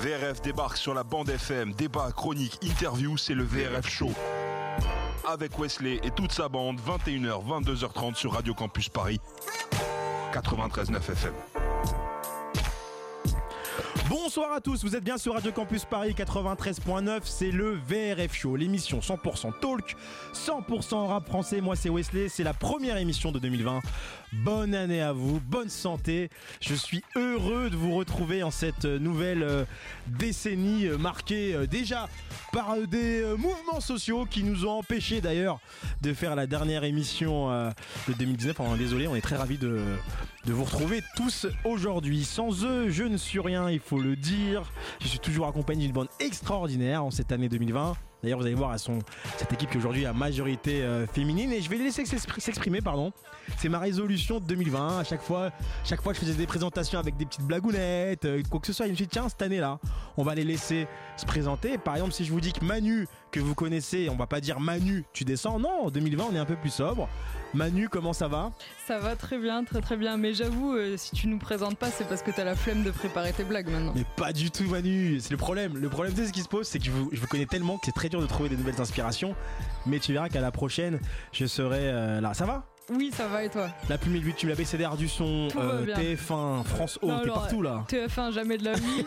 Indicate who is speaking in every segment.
Speaker 1: VRF débarque sur la bande FM, débat, chronique, interview, c'est le VRF Show. Avec Wesley et toute sa bande, 21h, 22h30 sur Radio Campus Paris, 93.9 FM.
Speaker 2: Bonsoir à tous, vous êtes bien sur Radio Campus Paris 93.9, c'est le VRF Show, l'émission 100% talk, 100% rap français, moi c'est Wesley, c'est la première émission de 2020. Bonne année à vous, bonne santé, je suis heureux de vous retrouver en cette nouvelle euh, décennie euh, marquée euh, déjà par euh, des euh, mouvements sociaux qui nous ont empêchés d'ailleurs de faire la dernière émission euh, de 2019. Enfin, désolé, on est très ravis de, de vous retrouver tous aujourd'hui. Sans eux, je ne suis rien, il faut le dire. Je suis toujours accompagné d'une bande extraordinaire en cette année 2020. D'ailleurs, vous allez voir, elles sont, cette équipe qui aujourd'hui a majorité euh, féminine. Et je vais les laisser s'expr- s'exprimer, pardon. C'est ma résolution de 2020. À chaque fois, chaque fois, je faisais des présentations avec des petites blagounettes, euh, quoi que ce soit. Et je me suis dit, tiens, cette année-là, on va les laisser se présenter. Par exemple, si je vous dis que Manu, que vous connaissez, on va pas dire Manu, tu descends. Non, en 2020, on est un peu plus sobre. Manu, comment ça va
Speaker 3: Ça va très bien, très très bien. Mais j'avoue, euh, si tu nous présentes pas, c'est parce que t'as la flemme de préparer tes blagues maintenant.
Speaker 2: Mais pas du tout, Manu. C'est le problème. Le problème, c'est ce qui se pose, c'est que je vous, je vous connais tellement que c'est très dur de trouver des nouvelles inspirations. Mais tu verras qu'à la prochaine, je serai euh, là. Ça va
Speaker 3: Oui, ça va et toi
Speaker 2: La plume et lui, tu me l'avais, c'est du son,
Speaker 3: Tout va
Speaker 2: euh,
Speaker 3: bien.
Speaker 2: TF1, France O,
Speaker 3: Non,
Speaker 2: t'es
Speaker 3: alors,
Speaker 2: partout là.
Speaker 3: TF1, jamais de la vie.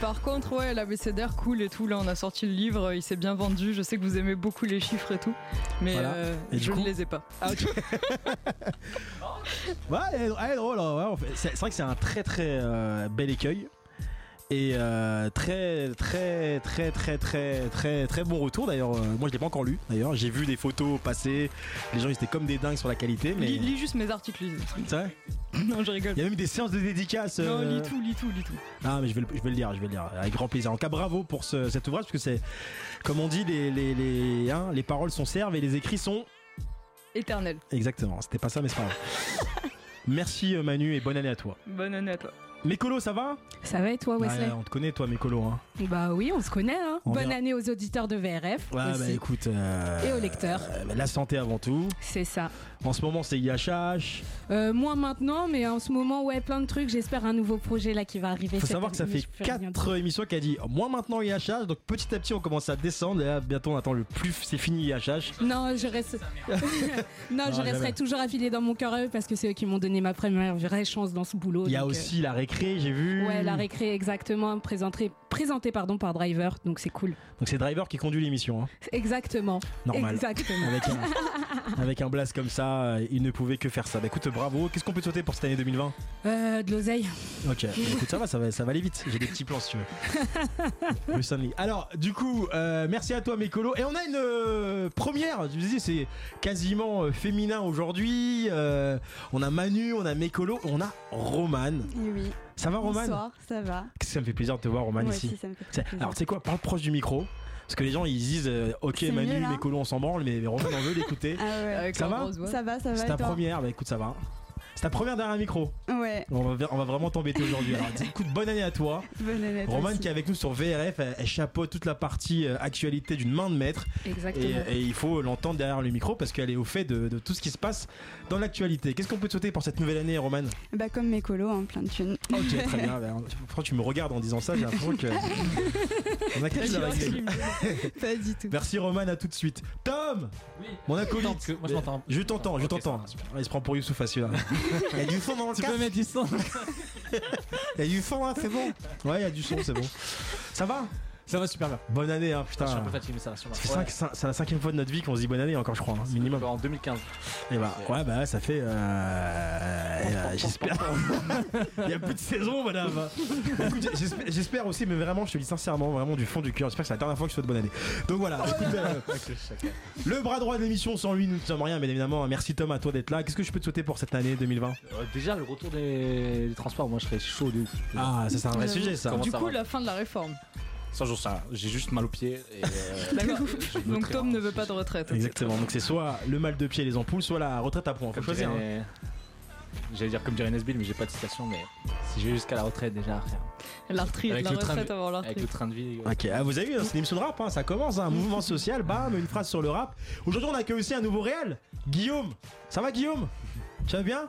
Speaker 3: Par contre, ouais, l'abécédaire, cool et tout. Là, on a sorti le livre, euh, il s'est bien vendu. Je sais que vous aimez beaucoup les chiffres et tout. Mais
Speaker 2: Voilà.
Speaker 3: euh,
Speaker 2: Et du
Speaker 3: je
Speaker 2: coup
Speaker 3: ne les ai pas. Ah,
Speaker 2: Ouais, elle est, elle est drôle. hein, ouais, on fait- c'est c'est vrai que c'est un très très euh, bel écueil. Et euh, très très très très très très très bon retour d'ailleurs. euh, moi je l'ai pas encore lu d'ailleurs. J'ai vu des photos passer. Les gens ils étaient comme des dingues sur la qualité. Mais
Speaker 3: Lis, lis juste mes articles. lis.
Speaker 2: c'est vrai.
Speaker 3: non, je rigole.
Speaker 2: Il y a même des séances de dédicaces.
Speaker 3: Non,
Speaker 2: euh,
Speaker 3: lis tout, lis tout, lis tout.
Speaker 2: Ah mais je vais, le, je vais le lire, je vais le lire avec grand plaisir. En tout cas, bravo pour ce- cet ouvrage parce que c'est, comme on dit, les les les, hein, les paroles sont serves et les écrits sont
Speaker 3: Éternel.
Speaker 2: exactement. C'était pas ça mais c'est pas grave. Merci euh, Manu et bonne année à toi.
Speaker 3: Bonne année à toi.
Speaker 2: Mécolo, ça va
Speaker 4: Ça va et toi, Wesley
Speaker 2: Ouais, Bah, on te connaît toi Mécolo. Hein.
Speaker 4: Bah oui, on se connaît. Hein.
Speaker 2: On
Speaker 4: Bonne
Speaker 2: verra.
Speaker 4: année aux auditeurs de VRF
Speaker 2: Ouais,
Speaker 4: aussi.
Speaker 2: bah écoute. euh,
Speaker 4: et aux lecteurs.
Speaker 2: euh, bah, la santé avant tout.
Speaker 4: C'est ça.
Speaker 2: En ce moment, c'est IHH.
Speaker 4: Euh, moi maintenant, mais en ce moment, ouais, plein de trucs. J'espère un nouveau projet là qui va arriver.
Speaker 2: Faut
Speaker 4: cette
Speaker 2: savoir que ça
Speaker 4: année,
Speaker 2: fait
Speaker 4: je peux rien dire.
Speaker 2: 4 émissions qu'a dit moins maintenant IHH. Donc petit à petit, on commence à descendre. Et là, bientôt, on attend le plus. C'est fini IHH.
Speaker 4: Non, je reste. non,
Speaker 2: Non,
Speaker 4: je
Speaker 2: jamais.
Speaker 4: resterai toujours affiliée dans mon cœur à eux parce que c'est eux qui m'ont donné ma première vraie chance dans ce boulot.
Speaker 2: Il y a
Speaker 4: donc, euh,
Speaker 2: aussi la récré, j'ai vu.
Speaker 4: Ouais, la récré exactement présentée, présentée pardon par Driver, donc c'est cool.
Speaker 2: Donc c'est Driver qui conduit l'émission. hein.
Speaker 4: Exactement.
Speaker 2: Normal.
Speaker 4: Exactement.
Speaker 2: Avec un, avec un blast comme ça, euh, il ne pouvait que faire ça. Bah écoute, bravo. Qu'est-ce qu'on peut te souhaiter pour cette année 2020
Speaker 4: Euh, de l'oseille.
Speaker 2: Ok, bah, écoute, ça va, ça va, ça va aller vite. J'ai des petits plans si tu veux. Bruce Lee. Alors, du coup, euh, merci à toi, Mécolo. Et on a une euh, première. Je vous dis, c'est quasiment euh, féminin aujourd'hui. Euh, on a Manu, on a Mécolo, on a Roman.
Speaker 5: Oui,
Speaker 2: Ça va, Roman
Speaker 5: bonsoir, ça va.
Speaker 2: Qu'est-ce que ça me fait plaisir de te voir, Roman,
Speaker 5: Moi
Speaker 2: ici.
Speaker 5: aussi, ça me fait
Speaker 2: C'est-
Speaker 5: très plaisir.
Speaker 2: Alors, tu sais quoi Parle proche du micro. Parce que les gens, ils disent euh, Ok,
Speaker 5: C'est
Speaker 2: Manu,
Speaker 5: mieux, là
Speaker 2: Mécolo, on s'en branle, mais Roman, on veut l'écouter.
Speaker 5: Ah ouais.
Speaker 3: Avec
Speaker 2: Ça
Speaker 3: la
Speaker 2: va
Speaker 3: grosse voix.
Speaker 5: Ça va, ça va.
Speaker 2: C'est
Speaker 5: et
Speaker 2: ta
Speaker 5: toi
Speaker 2: première. Bah écoute, ça va. C'est ta première derrière un micro.
Speaker 5: Ouais,
Speaker 2: On va, on va vraiment t'embêter aujourd'hui. Alors, écoute, bonne année à toi.
Speaker 5: bonne année. à toi
Speaker 2: Romane
Speaker 5: aussi.
Speaker 2: qui est avec nous sur VRF, elle, elle chapeaute toute la partie euh, actualité d'une main de maître et, euh,
Speaker 4: Exactement.
Speaker 2: et il faut l'entendre derrière le micro parce qu'elle est au fait de, de tout ce qui se passe dans l'actualité. Qu'est-ce qu'on peut te souhaiter pour cette nouvelle année, Romane
Speaker 5: Bah, comme mes colos, hein, plein de thunes.
Speaker 2: Ok, très bien. Ben, franchement, tu me regardes en disant ça, j'ai l'impression que. On a quelque chose à régler.
Speaker 5: Pas du tout.
Speaker 2: Merci Romane, à tout de suite. Tom Mon acolyte
Speaker 6: que- moi, je t'entends.
Speaker 2: Je t'entends,
Speaker 6: Ok,
Speaker 2: je
Speaker 6: ça
Speaker 2: t'entends. Ah,
Speaker 6: va, super.
Speaker 2: Il se prend pour Youssouf à celui-là. Il y a du son dans le casque.
Speaker 6: mettre du son
Speaker 2: Il y a du son, hein, c'est bon. Ouais, il y a du son, c'est bon. Ça va
Speaker 6: Ça va super bien.
Speaker 2: Bonne année, hein, putain.
Speaker 6: Je suis un peu fatigué, mais Ah. ça va super
Speaker 2: Ça fait cinq- cin- C'est la cinquième fois de notre vie qu'on se dit bonne année encore je crois, hein, minimum.
Speaker 6: En 2015.
Speaker 2: Et bah ouais bah ça fait... Euh, et, euh, J'espère... Il y a plus de saison madame Écoute, j'espère- J'espère aussi mais vraiment je te le dis sincèrement vraiment du fond du cœur j'espère que c'est la dernière fois que je souhaite bonne année. Donc voilà, écoute, euh, le bras droit de l'émission sans lui nous ne sommes rien bien évidemment. Merci Tom à toi d'être là. Qu'est-ce que je peux te souhaiter pour cette année 2020
Speaker 6: Euh, déjà, le retour des... des transports, moi je serais chaud de ouf.
Speaker 2: Ah ça c'est un vrai
Speaker 3: J'avoue.
Speaker 2: sujet ça.
Speaker 6: Comment
Speaker 3: du
Speaker 6: ça
Speaker 3: coup,
Speaker 6: va
Speaker 3: la fin de la réforme.
Speaker 6: Sans jour ça, j'ai juste mal aux pieds. Et euh,
Speaker 3: D'accord. Donc, Tom ne veut pas de retraite.
Speaker 2: Exactement, donc c'est soit le mal de pied et les ampoules, soit la retraite à point. Faut choisir. hein.
Speaker 6: J'allais dire comme dirait Nesbill, mais j'ai pas de citation. Mais si je vais jusqu'à la retraite déjà, frère.
Speaker 3: L'arthrite,
Speaker 6: Avec
Speaker 3: la
Speaker 6: le train
Speaker 3: retraite
Speaker 6: de-
Speaker 3: avant
Speaker 6: avec
Speaker 3: l'arthrite.
Speaker 6: le train de vie.
Speaker 2: Ok, ah, vous avez vu, hein, c'est une émission de rap, hein, ça commence, hein, un mouvement social, bam, une phrase sur le rap. Aujourd'hui, on accueille aussi un nouveau réel, Guillaume. Ça va, Guillaume Tu vas bien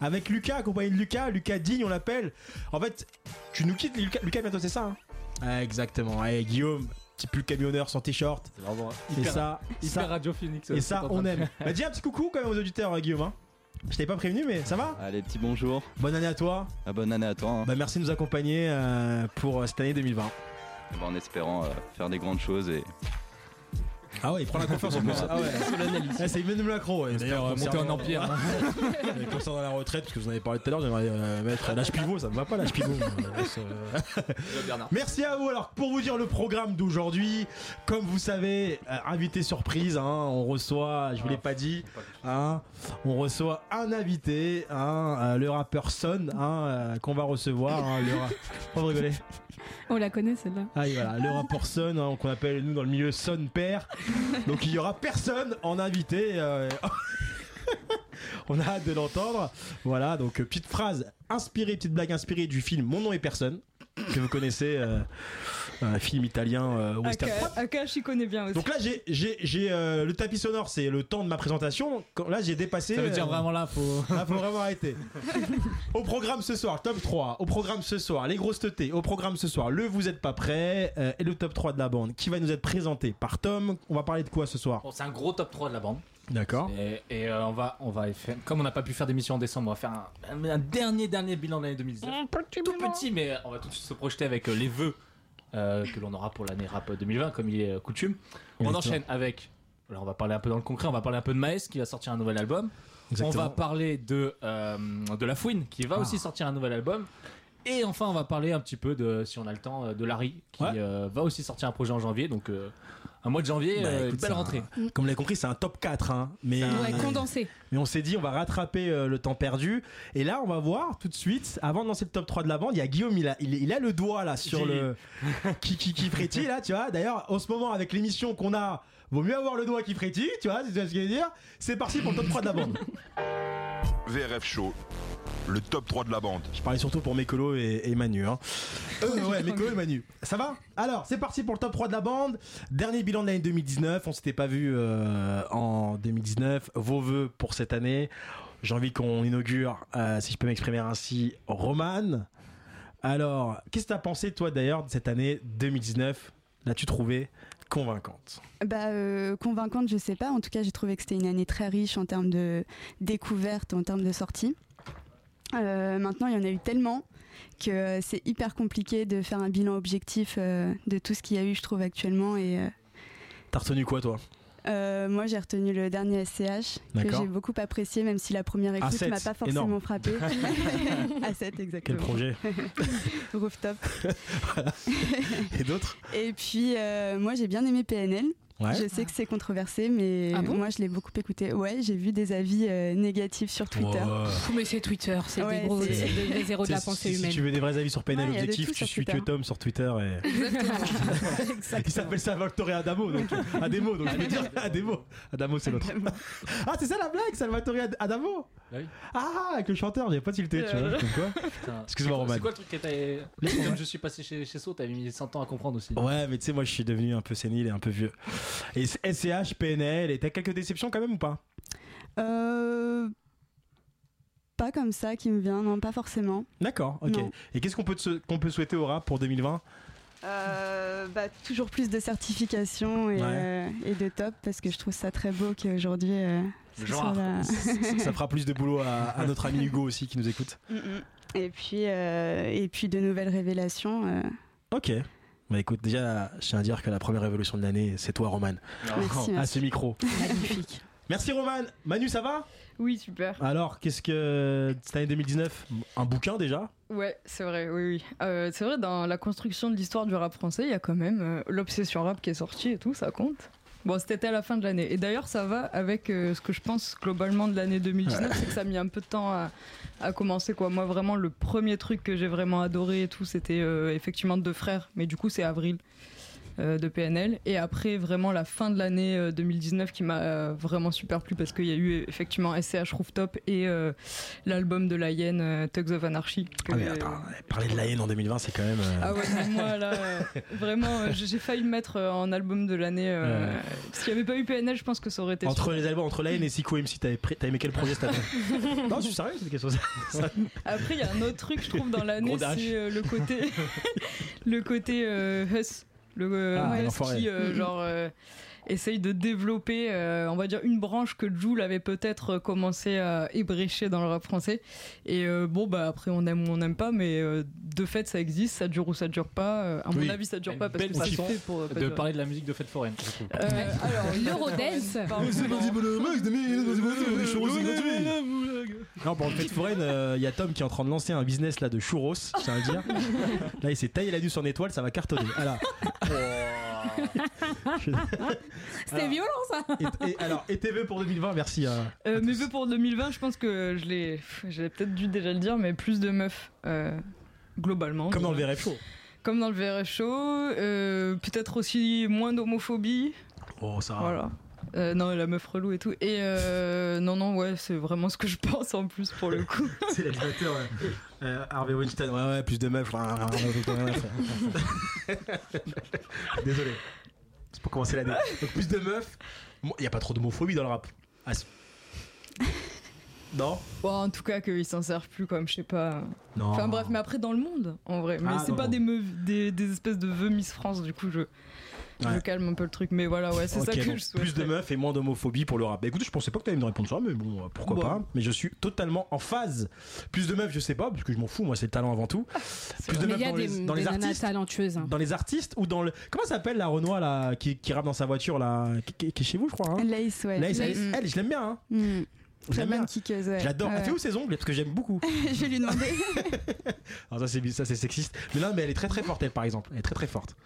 Speaker 2: avec Lucas, accompagné de Lucas, Lucas Digne, on l'appelle. En fait, tu nous quittes, Lucas, Lucas bientôt, c'est ça hein Ah, Exactement. Et Guillaume, petit pull camionneur sans t-shirt.
Speaker 6: C'est vraiment
Speaker 2: Et
Speaker 6: hyper,
Speaker 2: ça, et
Speaker 6: hyper euh,
Speaker 2: ça,
Speaker 6: radiophonique. ce
Speaker 2: et
Speaker 6: que
Speaker 2: ça,
Speaker 6: t'es en train
Speaker 2: on
Speaker 6: de
Speaker 2: aime. Bah, dis un petit coucou quand même aux auditeurs, hein, Guillaume. hein. Je t'avais pas prévenu, mais ça va
Speaker 7: Allez, petit bonjour.
Speaker 2: Bonne année à toi.
Speaker 7: Ah, bonne année à toi. hein.
Speaker 2: Bah, merci de nous accompagner euh, pour euh, cette année 2020.
Speaker 7: Eh ben, en espérant euh, faire des grandes choses et
Speaker 2: Ah ouais, il prend la confiance en plus. Ah ouais.
Speaker 6: faire.
Speaker 2: Ah, c'est Emmanuel Macron. ouais.
Speaker 6: D'ailleurs,
Speaker 2: Concernant- euh,
Speaker 6: monter en empire. hein.
Speaker 2: Et concernant la retraite, parce que vous en avez parlé tout à l'heure, j'aimerais euh, mettre l'âge pivot, ça me va pas l'âge pivot. Euh, c'est-
Speaker 6: Bernard.
Speaker 2: Merci à vous. Alors, pour vous dire le programme d'aujourd'hui, comme vous savez, euh, invité surprise, hein, on reçoit, je vous l'ai pas dit, hein, on reçoit un invité, hein, euh, le rappeur Son, hein, euh, qu'on va recevoir. Hein, le ra- Oh, vous rigolez
Speaker 4: On la connaît celle-là.
Speaker 2: Ah, et voilà, le rappeur Son, hein, qu'on appelle nous dans le milieu Son Père. Donc il y aura personne en invité. euh, On a hâte de l'entendre. Voilà, donc euh, petite phrase inspirée, petite blague inspirée du film Mon nom est personne, que vous connaissez, euh, un film italien euh, western.
Speaker 3: Akash, il connaît bien aussi.
Speaker 2: Donc là, j'ai, j'ai, j'ai, euh, le tapis sonore, c'est le temps de ma présentation. Quand- Là, j'ai dépassé.
Speaker 6: Ça veut dire
Speaker 2: euh,
Speaker 6: vraiment là, faut.
Speaker 2: Là, faut vraiment arrêter. Au programme ce soir, top 3. Au programme ce soir, les grosses teutés. Au programme ce soir, le vous êtes pas prêt. euh, et le top 3 de la bande qui va nous être présenté par Tom. On va parler de quoi ce soir
Speaker 6: Bon, c'est un gros top 3 de la bande.
Speaker 2: D'accord.
Speaker 6: Et, et, euh, on va, on va faire, comme on n'a pas pu faire d'émission en décembre, on va faire un, un- un dernier, dernier bilan de l'année 2019. tout petit, mais euh, on va tout de suite se projeter avec euh, les vœux euh, que l'on aura pour l'année rap 2020, comme il est euh, coutume. On
Speaker 2: Exactement.
Speaker 6: enchaîne avec. Là, on va parler un peu dans le concret, on va parler un peu de Maes qui va sortir un nouvel album. On va parler de, euh, de La Fouine qui
Speaker 2: Ah.
Speaker 6: va aussi sortir un nouvel album. Et enfin, on va parler un petit peu de, si on a le temps, euh, de Larry qui
Speaker 2: Ouais.
Speaker 6: euh, va aussi sortir un projet en janvier. Donc, euh, un mois de janvier,
Speaker 2: Bah,
Speaker 6: euh,
Speaker 2: écoute,
Speaker 6: une belle
Speaker 2: ça-
Speaker 6: rentrée.
Speaker 2: Comme vous l'avez compris, c'est un top 4. hein, mais,
Speaker 4: Ouais, condensé.
Speaker 2: mais on s'est dit, on va rattraper euh, le temps perdu. Et là, on va voir tout de suite, avant de lancer le top 3 de la bande, il y a Guillaume, il a, il, il a le doigt là sur
Speaker 6: J'ai-
Speaker 2: le. qui, qui, qui frétille là, tu vois. D'ailleurs, en ce moment, avec l'émission qu'on a, vaut mieux avoir le doigt qui frétille, tu vois, tu vois ce que je veux dire. C'est parti pour le top 3 de la bande.
Speaker 1: VRF Show, le top 3 de la bande.
Speaker 2: Je parlais surtout pour Mécolo et, et Manu. Hein. Euh, ouais, Mécolo et Manu. Ça va Alors, c'est parti pour le top 3 de la bande. Dernier bilan de l'année 2019. On s'était pas vu euh, en 2019. Vos voeux pour cette année. J'ai envie qu'on inaugure, euh, si je peux m'exprimer ainsi, Roman. Alors, qu'est-ce que t'as pensé, toi, d'ailleurs, de cette année 2019 L'as-tu trouvée convaincante
Speaker 5: Bah, euh, convaincante, je sais pas. En tout cas, j'ai trouvé que c'était une année très riche en termes de découvertes, en termes de sorties. Euh, maintenant, il y en a eu tellement que euh, c'est hyper compliqué de faire un bilan objectif euh, de tout ce qu'il y a eu, je trouve, actuellement. Et euh,
Speaker 2: T'as retenu quoi, toi
Speaker 5: euh, moi, j'ai retenu le dernier SCH que
Speaker 2: D'accord.
Speaker 5: j'ai beaucoup apprécié, même si la première écoute
Speaker 2: A7,
Speaker 5: m'a pas forcément
Speaker 2: énorme.
Speaker 5: frappé. A7,
Speaker 2: Quel
Speaker 5: exactement.
Speaker 2: projet
Speaker 5: Rooftop.
Speaker 2: Et d'autres
Speaker 5: Et puis, euh, moi, j'ai bien aimé PNL.
Speaker 2: Ouais.
Speaker 5: Je sais que c'est controversé, mais
Speaker 4: Ah bon
Speaker 5: moi, je l'ai beaucoup écouté. Ouais, j'ai vu des avis euh, négatifs sur Twitter.
Speaker 2: Wow.
Speaker 4: Mais c'est Twitter, c'est
Speaker 5: Ouais,
Speaker 4: des gros,
Speaker 5: c'est-
Speaker 4: c'est des- des zéros de la
Speaker 2: Si- si-
Speaker 4: pensée
Speaker 2: si,
Speaker 4: humaine.
Speaker 2: tu veux des vrais avis sur PNL
Speaker 5: Ouais, il y a de
Speaker 2: Objectif,
Speaker 5: tout
Speaker 2: tu
Speaker 5: sur
Speaker 2: suis que
Speaker 5: Twitter.
Speaker 2: Tom sur Twitter et. Il s'appelle ça Valtore Adamo, donc Ademo, donc je peux dire Ademo. Adamo, c'est l'autre. Ah, c'est ça la blague, Salvatore Ad- Adamo
Speaker 6: Ah oui.
Speaker 2: Ah, avec le chanteur, j'avais pas tilté, tu vois. comme quoi.
Speaker 6: Putain.
Speaker 2: Excuse-moi,
Speaker 6: C'est quoi-
Speaker 2: Roman.
Speaker 6: C'est quoi le truc que t'avais. Comme je suis passé chez, chez So, t'avais mis 100 ans à comprendre aussi.
Speaker 2: Ouais, mais tu sais, moi, je suis devenu un peu sénile et un peu vieux. Et SCH, PNL, et t'as quelques déceptions quand même ou pas
Speaker 5: Euh, pas comme ça qui me vient, non, pas forcément.
Speaker 2: D'accord, ok.
Speaker 5: Non.
Speaker 2: Et qu'est-ce qu'on peut, te sou- qu'on peut souhaiter au rap pour 2020
Speaker 5: Euh, bah, toujours plus de certifications et,
Speaker 2: Ouais.
Speaker 5: euh, et de top, parce que je trouve ça très beau qu'aujourd'hui. euh, ce
Speaker 6: Le genre.
Speaker 5: soit la-
Speaker 2: Ça fera plus de boulot à, à notre ami Hugo aussi qui nous écoute.
Speaker 5: Mm, mm. Et puis, euh, et puis de nouvelles révélations. euh,
Speaker 2: Ok. Bah écoute, déjà, je tiens à dire que la première révolution de l'année, c'est toi, Roman.
Speaker 5: merci,
Speaker 2: À
Speaker 5: merci.
Speaker 2: ce micro.
Speaker 4: Magnifique.
Speaker 2: Merci, Roman. Manu, ça va
Speaker 3: Oui, super.
Speaker 2: Alors, qu'est-ce que cette année 2019 Un bouquin déjà
Speaker 3: Ouais, c'est vrai, oui, oui. Euh, c'est vrai, dans la construction de l'histoire du rap français, il y a quand même euh, l'obsession rap qui est sortie et tout, ça compte. Bon, c'était à la fin de l'année. Et d'ailleurs, ça va avec euh, ce que je pense globalement de l'année 2019, c'est que ça a mis un peu de temps à, à commencer. Quoi. Moi, vraiment, le premier truc que j'ai vraiment adoré et tout, c'était euh, effectivement Deux Frères. Mais du coup, c'est Avril. euh, de PNL. Et après, vraiment, la fin de l'année euh, 2019 qui m'a euh, vraiment super plu parce qu'il y a eu effectivement SCH Rooftop et euh, l'album de la hyène euh, Tugs of Anarchy. que
Speaker 2: Ah mais
Speaker 3: j'ai-
Speaker 2: attends, parler de la haine en 2020, c'est quand même. euh,
Speaker 3: Ah ouais, mais moi là, euh, vraiment, euh, j'ai j'ai failli le mettre euh, en album de l'année. euh,
Speaker 2: Ouais.
Speaker 3: S'il n'y avait pas eu PNL, je pense que ça aurait été.
Speaker 2: Entre les albums, entre la haine et Sico MC, t'avais pré- t'as aimé quel projet cette année Non, je suis sérieux, c'est une question.
Speaker 3: Après, il y a un autre truc, je trouve, dans l'année,
Speaker 2: Gros dash.
Speaker 3: c'est euh, le côté, le côté euh, Huss. Le euh,
Speaker 2: Ah,
Speaker 3: Huss
Speaker 2: l'enfoiré.
Speaker 3: qui, euh, genre, euh, essaye de développer, euh, on va dire, une branche que Jules avait peut-être euh, commencé à ébrécher dans le rap français. Et euh, bon, bah après, on aime ou on n'aime pas, mais euh, de fait, ça existe, ça dure ou ça dure pas. Euh, à mon
Speaker 2: Oui.
Speaker 3: avis, ça dure
Speaker 6: Une
Speaker 3: pas parce
Speaker 6: belle
Speaker 3: qu'on s'y
Speaker 6: façon
Speaker 3: fait pour. euh, pas
Speaker 6: de
Speaker 3: durer.
Speaker 6: parler de la musique de fête foraine. je trouve.
Speaker 3: Euh, alors,
Speaker 4: L'Eurodance.
Speaker 3: pardon.
Speaker 2: Non, pour le fête foraine, euh, il y a Tom qui est en train de lancer un business là de churros, je tiens à le dire. Là, il s'est taillé la nuce en étoile, ça va cartonner. Alors,
Speaker 4: C'était violent ça
Speaker 2: et, et- alors, et TV pour 2020, merci. à-
Speaker 3: Euh,
Speaker 2: à
Speaker 3: mes
Speaker 2: Ah, tous.
Speaker 3: vœux pour 2020, je pense que je l'ai, pff, j'avais peut-être dû déjà le dire, mais plus de meufs euh, globalement.
Speaker 2: Comme dans le
Speaker 3: déjà.
Speaker 2: VRF show.
Speaker 3: Comme dans le VRF show, euh, peut-être aussi moins d'homophobie,
Speaker 2: Oh, ça. va.
Speaker 3: voilà. Euh, non, la meuf relou et tout. Et euh, non, non, ouais, c'est vraiment ce que je pense en plus pour le coup.
Speaker 2: C'est l'animateur ouais. Euh, Harvey Weinstein. Ouais, ouais, plus de meufs. Désolé. C'est pour commencer l'année. Donc, plus de meufs. Il n'y a pas trop d'homophobie dans le rap. Ah, c'est- non
Speaker 3: Bon, en tout cas, qu'ils s'en servent plus, comme je sais pas.
Speaker 2: Non.
Speaker 3: Enfin bref, mais après dans le monde, en vrai. Mais
Speaker 2: Oh. Ah,
Speaker 3: c'est
Speaker 2: dans
Speaker 3: pas
Speaker 2: le
Speaker 3: des, meufs- des, des espèces de vœux Miss France, du coup, je, je
Speaker 2: Ouais.
Speaker 3: calme un peu le truc. Mais voilà, ouais, c'est
Speaker 2: Ok,
Speaker 3: ça que
Speaker 2: donc
Speaker 3: je souhaite.
Speaker 2: plus de meufs et moins d'homophobie pour le rap. Bah, écoutez, je pensais pas que t'allais me répondre ça, mais bon, euh, pourquoi
Speaker 3: Bon.
Speaker 2: pas. Mais je suis totalement en phase. Plus de meufs, je sais pas, parce que je m'en fous, moi, c'est le talent avant tout.
Speaker 3: Ah.
Speaker 2: Plus de
Speaker 4: Mais
Speaker 2: meufs
Speaker 4: il y a
Speaker 2: dans
Speaker 4: des,
Speaker 2: les, dans
Speaker 4: des
Speaker 2: les
Speaker 4: nanas
Speaker 2: artistes.
Speaker 4: talentueuses. hein.
Speaker 2: Dans les artistes ou dans le. Comment ça s'appelle la Renoir là, qui, qui rappe dans sa voiture là, qui, qui- qui est chez vous, je crois. hein
Speaker 5: Laïs, ouais.
Speaker 3: Mm,
Speaker 2: Laïs,
Speaker 5: Laïs.
Speaker 2: elle, elle, je l'aime bien. Hein.
Speaker 5: Mm.
Speaker 2: Je l'aime
Speaker 5: Vraiment
Speaker 2: bien.
Speaker 5: une kickeuse, ouais.
Speaker 2: J'adore. Elle
Speaker 5: Ouais.
Speaker 2: fait où ses ongles Parce que j'aime beaucoup.
Speaker 5: Je vais lui demander.
Speaker 2: Alors ça c'est ça c'est sexiste. Mais là, mais elle est très très forte elle par exemple. Elle est très très forte.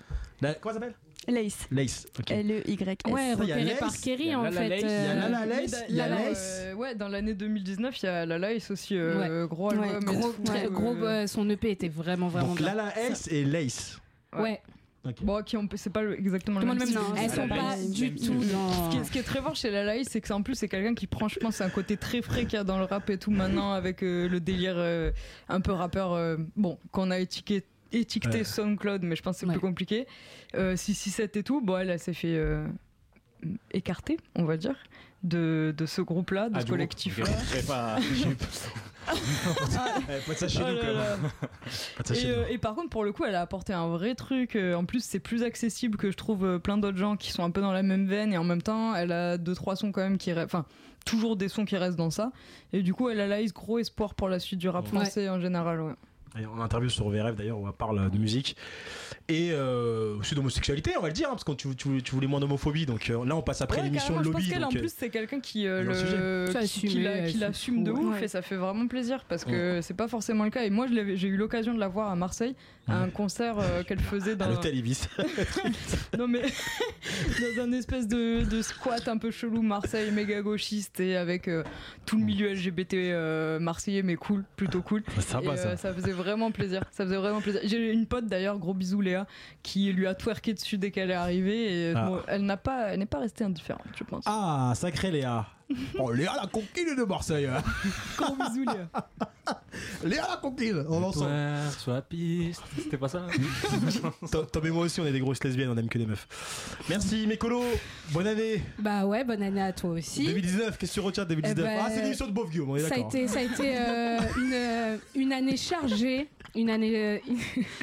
Speaker 2: La- comment elle s'appelle
Speaker 5: Laïs. E
Speaker 2: Lace. Ok.
Speaker 5: L-E-Y-S.
Speaker 4: Ouais,
Speaker 2: Ça, y a
Speaker 4: repérée
Speaker 2: Lace,
Speaker 4: par
Speaker 6: il y
Speaker 4: Kerry
Speaker 6: a
Speaker 4: en
Speaker 6: Lala
Speaker 4: fait.
Speaker 6: Lace, il y a
Speaker 4: euh,
Speaker 2: Lala Lace, il y a
Speaker 3: Lala,
Speaker 2: Lace.
Speaker 3: euh, ouais, dans l'année 2019, il y a la Lace aussi, euh, gros album.
Speaker 5: Ouais,
Speaker 3: et
Speaker 4: Gros,
Speaker 3: tout,
Speaker 4: très-
Speaker 3: euh,
Speaker 4: gros, euh, son EP était vraiment vraiment
Speaker 2: Donc
Speaker 4: bien.
Speaker 2: Lala Ace et Lace.
Speaker 4: ouais.
Speaker 2: Ok.
Speaker 3: Bon, qui ont- c'est pas le- exactement le
Speaker 4: Tout le
Speaker 3: même.
Speaker 4: monde
Speaker 3: style.
Speaker 5: non,
Speaker 4: Elles
Speaker 5: c'est
Speaker 4: sont
Speaker 5: la
Speaker 4: pas
Speaker 5: Lace.
Speaker 4: du tout dans.
Speaker 3: Ce qui, est, ce qui est très fort chez la Laï, c'est que c'est en plus c'est quelqu'un qui prend, je pense, un côté très frais qu'il y a dans le rap et tout maintenant avec euh, le délire euh, un peu rappeur, euh, bon, qu'on a étiqueté étiqueté
Speaker 2: Ouais.
Speaker 3: SoundCloud, mais je pense que c'est
Speaker 4: Ouais.
Speaker 3: plus compliqué. Euh, 667 et tout, bon, elle, elle s'est fait euh, écarter, on va dire, de, de ce groupe-là, de
Speaker 6: Ah,
Speaker 3: ce
Speaker 6: du coup,
Speaker 3: collectif.
Speaker 6: ok, je ferai pas.
Speaker 2: Eh, Pas de ça chez
Speaker 3: Oh
Speaker 2: nous
Speaker 3: là
Speaker 2: quand même.
Speaker 3: là.
Speaker 2: Pas de ça
Speaker 3: Et,
Speaker 2: chez nous.
Speaker 3: euh, et par contre, pour le coup, elle a apporté un vrai truc. Euh, En plus, c'est plus accessible que je trouve euh, plein d'autres gens qui sont un peu dans la même veine. Et en même temps, elle a deux trois sons quand même qui, re- enfin, toujours des sons qui restent dans ça. Et du coup, elle a là ce gros espoir pour la suite du rap
Speaker 2: Ouais.
Speaker 3: français en général. Ouais.
Speaker 2: Et On interview sur VRF d'ailleurs où on parle de musique et euh, aussi d'homosexualité on va le dire hein, parce que tu, tu- tu voulais moins d'homophobie donc euh, là on passe après
Speaker 3: Ouais,
Speaker 2: l'émission
Speaker 3: carrément, je pense
Speaker 2: Lobby
Speaker 3: qu'elle en
Speaker 2: donc, euh,
Speaker 3: plus c'est quelqu'un qui euh,
Speaker 2: dans le
Speaker 3: le
Speaker 4: sujet. Ça
Speaker 3: qui- qui
Speaker 4: assume,
Speaker 3: l'a-
Speaker 4: elle
Speaker 3: qui
Speaker 4: s'en
Speaker 3: l'assume de
Speaker 4: fout,
Speaker 3: ouf
Speaker 5: ouais.
Speaker 3: et ça fait vraiment plaisir parce que c'est pas forcément le cas et moi je l'avais- j'ai eu l'occasion de la voir à Marseille à un concert euh, qu'elle faisait dans
Speaker 2: à l'hôtel Ibis
Speaker 3: Non mais dans un espèce de, de squat un peu chelou Marseille méga gauchiste et avec euh, tout le milieu LGBT euh, marseillais mais cool plutôt cool
Speaker 2: ça
Speaker 3: et,
Speaker 2: va ça
Speaker 3: euh, faisait vraiment plaisir ça faisait vraiment plaisir j'ai une pote d'ailleurs gros bisous Léa qui lui a twerké dessus dès qu'elle est arrivée et euh,
Speaker 2: Ah.
Speaker 3: bon, elle n'a pas elle n'est pas restée indifférente je pense
Speaker 2: ah sacré Léa oh Léa la conquille de Marseille hein.
Speaker 3: gros bisous Léa
Speaker 2: Léa la conquille on l'ensemble
Speaker 6: Toi, sur la piste. C'était pas ça
Speaker 2: Tom Tom et moi aussi on est des grosses lesbiennes on aime que des meufs merci mes colos bonne année
Speaker 4: Bah ouais, bonne année à toi aussi.
Speaker 2: 2019 qu'est-ce que tu retiens de 2019
Speaker 4: Eh ben,
Speaker 2: ah c'est l'émission de Beauve Guillaume on est
Speaker 4: Ça a
Speaker 2: d'accord
Speaker 4: été, ça a été euh, une, euh, une année chargée, une année, euh,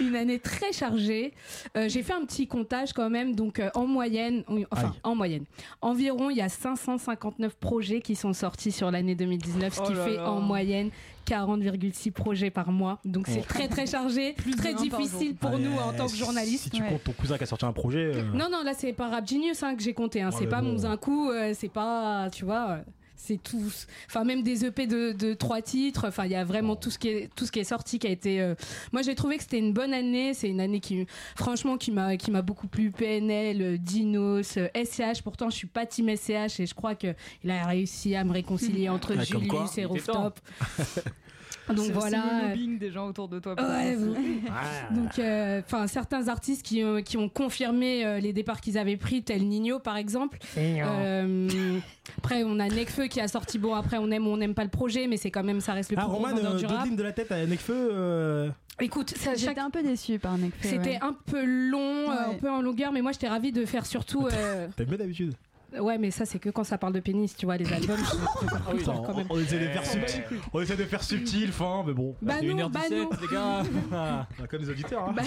Speaker 4: une année très chargée. Euh, J'ai fait un petit comptage quand même, donc euh, en moyenne, oui, enfin
Speaker 2: Aïe.
Speaker 4: en moyenne, environ il y a 559 projets qui sont sortis sur l'année 2019, ce
Speaker 3: Oh
Speaker 4: qui
Speaker 3: là
Speaker 4: fait
Speaker 3: là.
Speaker 4: en moyenne 40,6 projets par mois. Donc c'est très très chargé, très
Speaker 3: d'un par jour.
Speaker 4: difficile pour
Speaker 2: Ouais,
Speaker 4: nous en tant que
Speaker 2: si-
Speaker 4: journalistes.
Speaker 2: si tu
Speaker 4: Ouais.
Speaker 2: comptes ton cousin qui a sorti un projet euh,
Speaker 4: Non, non, là, c'est pas Rap Genius hein, que j'ai compté. Hein.
Speaker 2: Oh,
Speaker 4: c'est
Speaker 2: mais
Speaker 4: pas
Speaker 2: bon.
Speaker 4: mon un coup, euh, c'est pas, tu vois, euh, c'est tout. Enfin, même des EP de, de trois titres. Enfin, il y a vraiment tout ce qui est, tout ce qui est sorti qui a été. euh, Moi, j'ai trouvé que c'était une bonne année. C'est une année qui, franchement, qui m'a, qui m'a beaucoup plu. PNL, euh, Dinos, euh, SCH. Pourtant, je suis pas team SCH et je crois que il a réussi à me réconcilier entre
Speaker 2: Ah, comme quoi,
Speaker 4: Julius et
Speaker 6: il était temps.
Speaker 4: Rooftop. Donc
Speaker 3: C'est- C'est le
Speaker 4: voilà. euh,
Speaker 3: lobbying des gens autour de toi.
Speaker 4: Ouais,
Speaker 3: peut-être.
Speaker 4: vous-
Speaker 2: Ah,
Speaker 4: Donc, euh, enfin, certains artistes qui, ont- qui ont confirmé euh, les départs qu'ils avaient pris, tel Nino par exemple.
Speaker 2: Oh.
Speaker 4: Euh, après, on a Necfeu qui a sorti. Bon, après, on aime ou on n'aime pas le projet, mais c'est quand même, ça reste le
Speaker 2: Ah,
Speaker 4: plus gros
Speaker 2: Roman,
Speaker 4: vendeur
Speaker 2: euh,
Speaker 4: du
Speaker 2: d'autres
Speaker 4: rap.
Speaker 2: lignes de la tête à Nekfeu. euh,
Speaker 4: Écoute, ça, chaque-
Speaker 5: J'étais un peu déçue par Nekfeu.
Speaker 4: c'était
Speaker 5: ouais.
Speaker 4: un peu long, euh,
Speaker 5: Ouais.
Speaker 4: un peu en longueur, mais moi, j'étais ravie de faire surtout. euh,
Speaker 2: T'aimes bien d'habitude
Speaker 4: Ouais, mais ça, c'est que quand ça parle de pénis, tu vois, les albums. je- je préfère
Speaker 2: Putain,
Speaker 4: Ah quand même. Eh,
Speaker 2: on, on essaie de faire subtil, on essaie de faire subtil, fin, mais bon.
Speaker 4: Bah non, bah
Speaker 6: 1h17,
Speaker 4: non.
Speaker 6: les gars.
Speaker 2: On a comme les auditeurs, hein.
Speaker 4: Bah,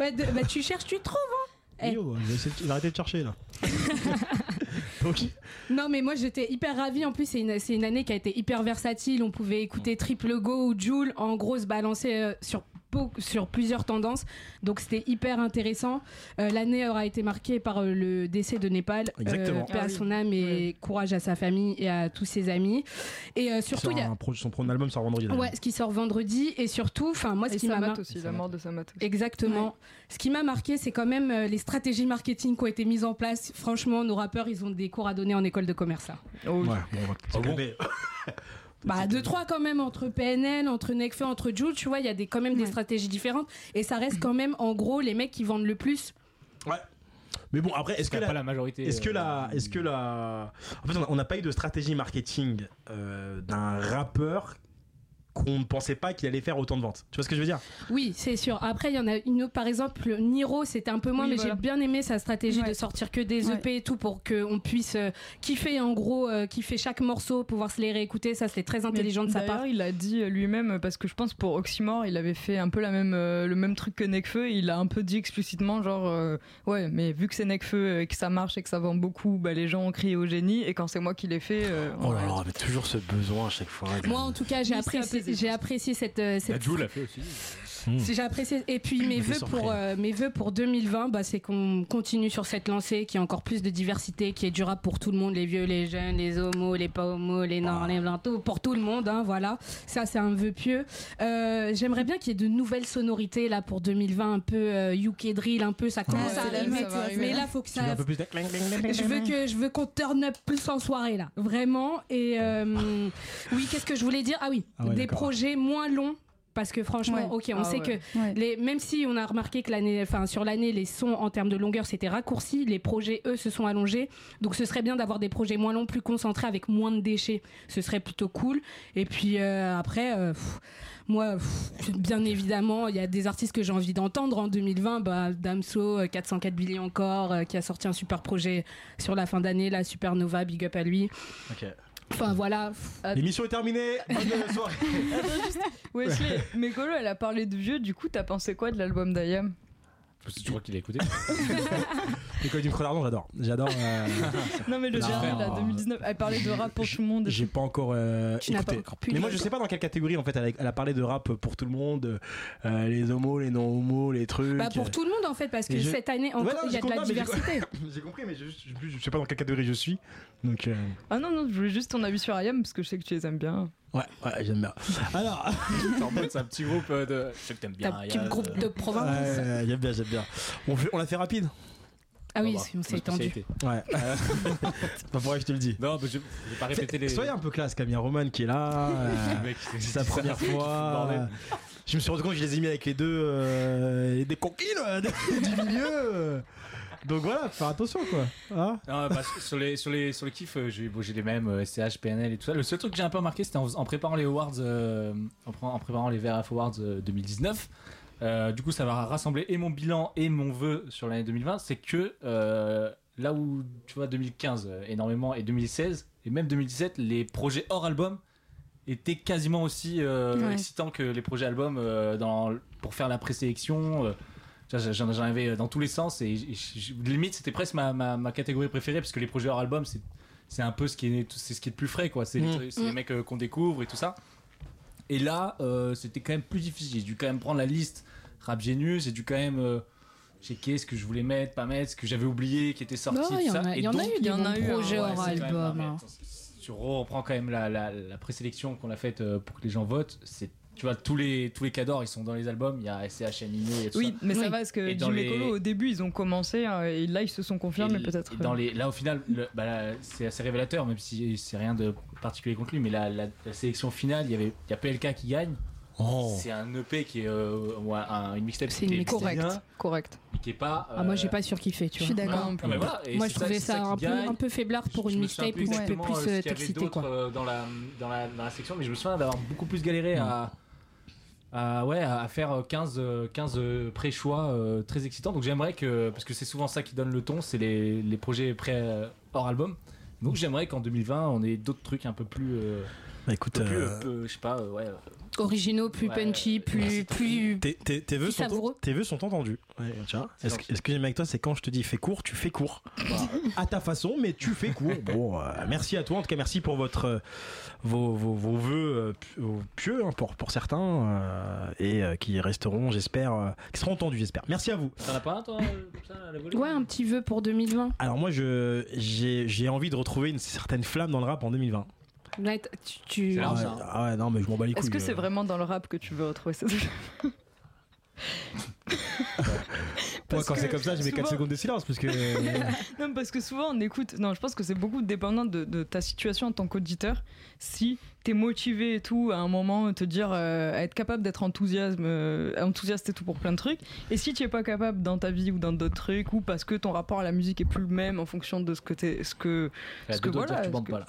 Speaker 4: Ouais, de- bah, tu cherches, tu trouves. eh.
Speaker 2: Yo, je vais essayer de- je vais arrêter de chercher là. Donc,
Speaker 4: Non, mais moi j'étais hyper ravie. En plus, c'est une, c'est une année qui a été hyper versatile. On pouvait écouter Triple Go ou Joule, en gros se balancer euh, sur, beau- sur plusieurs tendances. Donc c'était hyper intéressant. Euh, L'année aura été marquée par euh, le décès de Népal. euh,
Speaker 2: Exactement.
Speaker 4: paix
Speaker 3: Ah
Speaker 4: à
Speaker 3: oui.
Speaker 4: son âme et courage à sa famille et à tous ses amis. Et euh, surtout, il y
Speaker 2: sur
Speaker 4: a.
Speaker 2: un pro- son premier album sort vendredi. d'ailleurs.
Speaker 4: Ouais, ce qui sort vendredi. Et surtout, enfin, moi, ce
Speaker 3: Et
Speaker 4: qui m'a.
Speaker 3: Samat
Speaker 4: mar-
Speaker 3: aussi, la mort de Samat aussi.
Speaker 4: Exactement. Ce qui m'a marqué, c'est quand même euh, les stratégies marketing qui ont été mises en place. Franchement, nos rappeurs, ils ont des cours à donner en école de commerce. Là.
Speaker 3: Oh oui.
Speaker 2: Ouais, bon, on va
Speaker 6: Ah bon
Speaker 2: mais-
Speaker 4: Bah, deux, trois quand même, entre PNL, entre Nekfeu, entre Jules, tu vois, il y a des, quand même des
Speaker 5: Ouais.
Speaker 4: stratégies différentes. Et ça reste quand même, en gros, les mecs qui vendent le plus.
Speaker 2: Mais bon, après, est-ce que
Speaker 6: T'as
Speaker 2: la-
Speaker 6: pas la majorité
Speaker 2: Est-ce que
Speaker 6: euh,
Speaker 2: la, est-ce que la, en fait, on a- on n'a pas eu de stratégie marketing euh, d'un rappeur qu'on ne pensait pas qu'il allait faire autant de ventes. Tu vois ce que je veux dire
Speaker 4: Oui, c'est sûr. Après, il y en a une autre, par exemple, le Niro, c'était un peu moins,
Speaker 3: Oui,
Speaker 4: mais
Speaker 3: voilà.
Speaker 4: j'ai bien aimé sa stratégie
Speaker 5: Ouais.
Speaker 4: de sortir que des EP et tout pour qu'on puisse euh, kiffer, en gros, euh, kiffer chaque morceau, pouvoir se les réécouter. Ça, c'était très intelligent de sa part.
Speaker 3: D'ailleurs, il a dit euh, lui-même, parce que je pense pour Oxymore, il avait fait un peu la même, euh, le même truc que Necfeu. Il a un peu dit explicitement, genre, euh, ouais, mais vu que c'est Necfeu et que ça marche et que ça vend beaucoup, bah, les gens ont crié au génie. Et quand c'est moi qui l'ai fait, euh, on
Speaker 6: Oh
Speaker 3: arrête.
Speaker 8: Oh mais toujours ce besoin à chaque fois.
Speaker 4: Moi, en tout cas, j'ai
Speaker 3: Il s'est
Speaker 4: apprécié,
Speaker 3: apaisé.
Speaker 4: j'ai apprécié cette, euh, cette
Speaker 6: l'a fait aussi.
Speaker 2: Hmm.
Speaker 4: Si j'ai apprécié. Et puis mes
Speaker 8: Il est
Speaker 4: vœux
Speaker 8: surpris.
Speaker 4: pour euh, mes vœux pour 2020, bah, c'est qu'on continue sur cette lancée, qui est encore plus de diversité, qui est durable pour tout le monde, les vieux, les jeunes, les homos, les pas homos, les noirs, les blancs, tout, pour tout le monde. hein, voilà, ça c'est un vœu pieux. Euh, J'aimerais bien qu'il y ait de nouvelles sonorités là pour 2020, un peu euh, UK drill, un peu ça
Speaker 5: Ouais,
Speaker 4: commence
Speaker 5: c'est
Speaker 4: à
Speaker 5: la
Speaker 4: arriver.
Speaker 5: mode, ça va arriver.
Speaker 4: Mais là, faut que ça.
Speaker 6: plus de...
Speaker 4: Je veux que je veux qu'on turn up plus en soirée là, vraiment. Et euh, oui, qu'est-ce que je voulais dire Ah oui,
Speaker 2: Ah ouais,
Speaker 4: des
Speaker 2: d'accord.
Speaker 4: projets moins longs. Parce que franchement,
Speaker 5: Ouais.
Speaker 4: ok, on
Speaker 3: Ah
Speaker 4: sait
Speaker 3: ouais.
Speaker 4: que
Speaker 5: Ouais.
Speaker 4: les- même si on a remarqué que l'année, enfin sur l'année, les sons en termes de longueur c'était raccourci, les projets eux se sont allongés. Donc ce serait bien d'avoir des projets moins longs, plus concentrés, avec moins de déchets. Ce serait plutôt cool. Et puis euh, après, euh, pff, moi, pff, bien évidemment, il y a des artistes que j'ai envie d'entendre en 2020. Bah, Damso, euh, 404 Billy encore, euh, qui a sorti un super projet sur la fin d'année, la Supernova, big up à lui.
Speaker 2: Ok.
Speaker 4: Enfin voilà. pff,
Speaker 2: L'émission est terminée. Bonne soirée.
Speaker 3: Wesley, Mégolo, elle a parlé de vieux. Du coup, t'as pensé quoi de l'album d'Ayam
Speaker 6: Je crois qu'il a écouté.
Speaker 2: L'école du micro d'argent, j'adore. J'adore. euh,
Speaker 3: Non, mais le
Speaker 2: Non.
Speaker 3: dernier, là, 2019, elle parlait de rap pour tout le monde.
Speaker 2: J'ai pas encore euh,
Speaker 4: Tu n'as pas
Speaker 2: écouté.
Speaker 4: encore pu
Speaker 2: Mais moi,
Speaker 4: lire.
Speaker 2: je sais pas dans quelle catégorie en fait. Elle a, elle a parlé de rap pour tout le monde, euh, les homos, les non homos, les trucs.
Speaker 4: bah, pour tout le monde en fait, parce que
Speaker 2: Et je-
Speaker 4: cette année encore,
Speaker 2: non,
Speaker 4: il y
Speaker 2: j'ai
Speaker 4: a de la
Speaker 2: compris, mais j'ai-
Speaker 4: diversité.
Speaker 2: J'ai compris, mais je, je- je sais pas dans quelle catégorie je suis. Donc. euh,
Speaker 3: Ah non, non, je voulais juste ton avis sur Ayam parce que je sais que tu les aimes bien.
Speaker 2: Ouais, ouais, j'aime bien. Alors,
Speaker 6: En mode, c'est un petit groupe euh, de. Je sais que t'aimes
Speaker 4: T'as
Speaker 6: bien.
Speaker 4: un
Speaker 6: Ayaz,
Speaker 4: petit groupe
Speaker 6: euh,
Speaker 4: de province.
Speaker 2: ouais, j'aime bien, j'aime bien. On, fait- on l'a fait rapide
Speaker 4: Ah oui,
Speaker 6: bah,
Speaker 4: on s'est
Speaker 6: ma
Speaker 4: étendu.
Speaker 6: spécialité.
Speaker 2: Ouais. Euh, Pas pour que je te le dis.
Speaker 6: Non, mais je je vais pas répéter les. Ah,
Speaker 2: Soyez un peu classe, Camille Roman qui est là. euh,
Speaker 6: Mec, c'est
Speaker 2: c'est sa première fois.
Speaker 6: bordel.
Speaker 2: euh, je me suis rendu compte que je les ai mis avec les deux euh, des coquines euh, du milieu. euh. Donc voilà, faut faire attention quoi. Hein
Speaker 6: Non, bah, sur- sur, les, sur, les, sur le kiff, euh, j'ai bon, j'ai les mêmes euh, SCH, PNL et tout ça. Le seul truc que j'ai un peu marqué, c'était en, fais- en préparant les awards, euh, en, pre- en préparant les VRF Awards euh, 2019. Euh, du coup, ça va rassembler et mon bilan et mon vœu sur l'année 2020. C'est que euh, là où tu vois 2015 euh, énormément et 2016 et même 2017, les projets hors album étaient quasiment aussi euh,
Speaker 5: Ouais.
Speaker 6: excitants que les projets album euh, dans, pour faire la présélection. euh, tu vois, J'en j'en avais dans tous les sens et j- j- limite c'était presque ma, ma, ma catégorie préférée parce que les projets hors album c'est c'est un peu ce qui est c'est ce qui est le plus frais quoi c'est les
Speaker 2: Mm.
Speaker 6: trucs- c'est les mecs euh, qu'on découvre et tout ça et là euh, c'était quand même plus difficile j'ai dû quand même prendre la liste rap genius j'ai dû quand même euh, checker ce que je voulais mettre pas mettre ce que j'avais oublié qui était sorti
Speaker 4: Non,
Speaker 6: tout
Speaker 4: il y en
Speaker 6: ça
Speaker 4: a-
Speaker 6: Et
Speaker 4: il y en a
Speaker 6: donc, euh,
Speaker 4: eu des
Speaker 3: il y en
Speaker 4: bons
Speaker 3: a eu, hein,
Speaker 4: projets
Speaker 3: ouais,
Speaker 4: hors
Speaker 6: c'est quand même-
Speaker 4: album.
Speaker 6: non, mais
Speaker 4: hein.
Speaker 6: attends, si tu reprends quand même la, la- la présélection qu'on a faite euh, pour que les gens votent, c'est Tu vois, tous les, tous les cadors, ils sont dans les albums. Il y a SCH animé E et tout
Speaker 3: Oui,
Speaker 6: ça.
Speaker 3: mais ça
Speaker 4: Oui.
Speaker 3: va parce que
Speaker 6: Et dans
Speaker 3: Jim
Speaker 6: les-
Speaker 3: et Colo, au début, ils ont commencé hein, et là, ils se sont confirmés
Speaker 6: Et-
Speaker 3: peut-être. euh,
Speaker 6: et
Speaker 4: euh.
Speaker 6: Dans les, là, au final, le- bah, là, c'est assez révélateur, même si c'est rien de particulier contre lui. Mais la, la- la sélection finale, il y avait, il y a PLK qui gagne.
Speaker 2: Oh.
Speaker 6: C'est un EP qui est euh, ouais, un- une mixtape.
Speaker 4: C'est
Speaker 6: qui
Speaker 4: une
Speaker 6: est
Speaker 4: mixtape.
Speaker 6: bien,
Speaker 3: Correct, correct.
Speaker 6: mais Qui est pas.
Speaker 4: Ah, moi, j'ai
Speaker 6: euh,
Speaker 4: pas surkiffé, tu
Speaker 5: Je
Speaker 4: vois.
Speaker 5: suis d'accord.
Speaker 3: Moi non plus.
Speaker 6: ah, mais voilà, et
Speaker 4: Moi, je
Speaker 6: c'est
Speaker 4: trouvais
Speaker 6: c'est
Speaker 4: ça, un,
Speaker 6: qui
Speaker 4: peu,
Speaker 6: gagne.
Speaker 4: un peu faiblard pour
Speaker 6: Je-
Speaker 4: une
Speaker 6: je me souviens
Speaker 4: mixtape où tu peux
Speaker 6: exactement, euh,
Speaker 4: plus
Speaker 6: ce
Speaker 4: euh,
Speaker 6: qu'il y avait
Speaker 4: t'exciter,
Speaker 6: d'autre,
Speaker 4: quoi.
Speaker 6: euh, dans, la, dans, la, dans la section, mais je me souviens d'avoir beaucoup plus galéré à, à, ouais, à faire euh, 15, euh, 15 euh, pré-choix euh, très excitants. Donc j'aimerais que, parce que c'est souvent ça qui donne le ton, c'est les, les projets pré euh, hors album. Donc j'aimerais qu'en 2020, on ait d'autres trucs un peu plus, euh,
Speaker 2: Bah, écoute,
Speaker 6: un peu plus,
Speaker 2: euh,
Speaker 6: euh, peu- je sais pas, euh, ouais. euh,
Speaker 4: Originaux, plus
Speaker 6: Ouais.
Speaker 4: punchy, plus.
Speaker 6: Merci.
Speaker 4: plus...
Speaker 2: tes- tes tes vœux
Speaker 4: Plus
Speaker 2: sont
Speaker 4: savoureux.
Speaker 2: tes vœux sont entendus. Ouais, tiens.
Speaker 6: C'est
Speaker 2: Est-ce
Speaker 6: gentil.
Speaker 2: est-ce que j'aime avec toi, c'est quand je te dis fais court, tu fais court. à ta façon, mais tu fais court. Bon, euh, merci à toi. En tout cas, merci pour votre, euh, vos, vos, vos vœux euh, pi- euh, pieux hein, pour, pour certains euh, et euh, qui resteront, j'espère, euh, qui seront entendus, j'espère. Merci à vous.
Speaker 6: T'en as pas un, toi, euh, comme ça, à la volée
Speaker 4: Ouais, un petit vœu pour 2020.
Speaker 2: Alors moi, je j'ai j'ai envie de retrouver une certaine flamme dans le rap en 2020.
Speaker 4: Là, t- tu- tu-
Speaker 6: C'est
Speaker 2: Ah
Speaker 6: large,
Speaker 2: ouais,
Speaker 6: hein.
Speaker 2: ah ouais, non, mais je m'en bats les couilles.
Speaker 3: Est-ce que c'est
Speaker 2: euh.
Speaker 3: vraiment dans le rap que tu veux retrouver cette
Speaker 2: Moi,
Speaker 3: Parce
Speaker 2: quand
Speaker 3: que
Speaker 2: c'est comme ça, je mets 4
Speaker 3: souvent-
Speaker 2: secondes de silence parce que euh,
Speaker 3: Non, parce que souvent on écoute. Non, je pense que c'est beaucoup dépendant de, de ta situation en tant qu'auditeur. Si t'es motivé et tout, à un moment, te dire euh, à être capable d'être enthousiasme, euh, enthousiaste et tout pour plein de trucs. Et si tu es pas capable dans ta vie ou dans d'autres trucs, ou parce que ton rapport à la musique est plus le même en fonction de ce que t'es. Ce que...
Speaker 6: Parce que voilà, tu bandes pas là.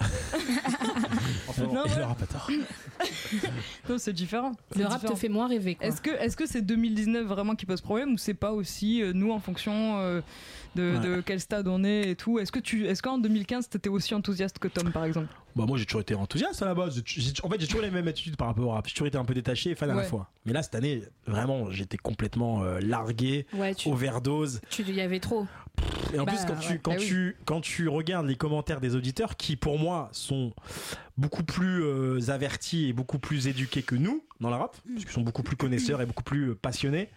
Speaker 6: En ce moment.
Speaker 3: Non,
Speaker 2: Et
Speaker 3: ouais.
Speaker 2: le rap a tort.
Speaker 3: Non, c'est différent. C'est
Speaker 4: le rap te
Speaker 3: différent.
Speaker 4: fait moins rêver. quoi.
Speaker 3: Est-ce que est-ce que c'est 2019 vraiment qui pose problème ou c'est pas aussi euh, nous en fonction euh, de,
Speaker 2: Ouais.
Speaker 3: de quel stade on est et tout Est-ce que tu est-ce qu'en 2015 t'étais aussi enthousiaste que Tom par exemple
Speaker 2: Bah moi j'ai toujours été enthousiaste à la base. J'ai- j'ai- en fait j'ai toujours les mêmes attitudes par rapport au rap. J'ai toujours été un peu détaché et fan à la
Speaker 3: Ouais.
Speaker 2: fois. Mais là cette année vraiment j'étais complètement euh, largué,
Speaker 4: Ouais, tu,
Speaker 2: overdose.
Speaker 4: tu y avait trop.
Speaker 2: Et en
Speaker 4: Bah,
Speaker 2: plus quand tu
Speaker 4: ouais.
Speaker 2: quand
Speaker 4: Bah oui.
Speaker 2: tu quand tu regardes les commentaires des auditeurs qui pour moi sont beaucoup plus euh, avertis et beaucoup plus éduqués que nous dans la
Speaker 4: Mm.
Speaker 2: rap, parce qu'ils sont beaucoup plus connaisseurs et beaucoup plus euh, passionnés.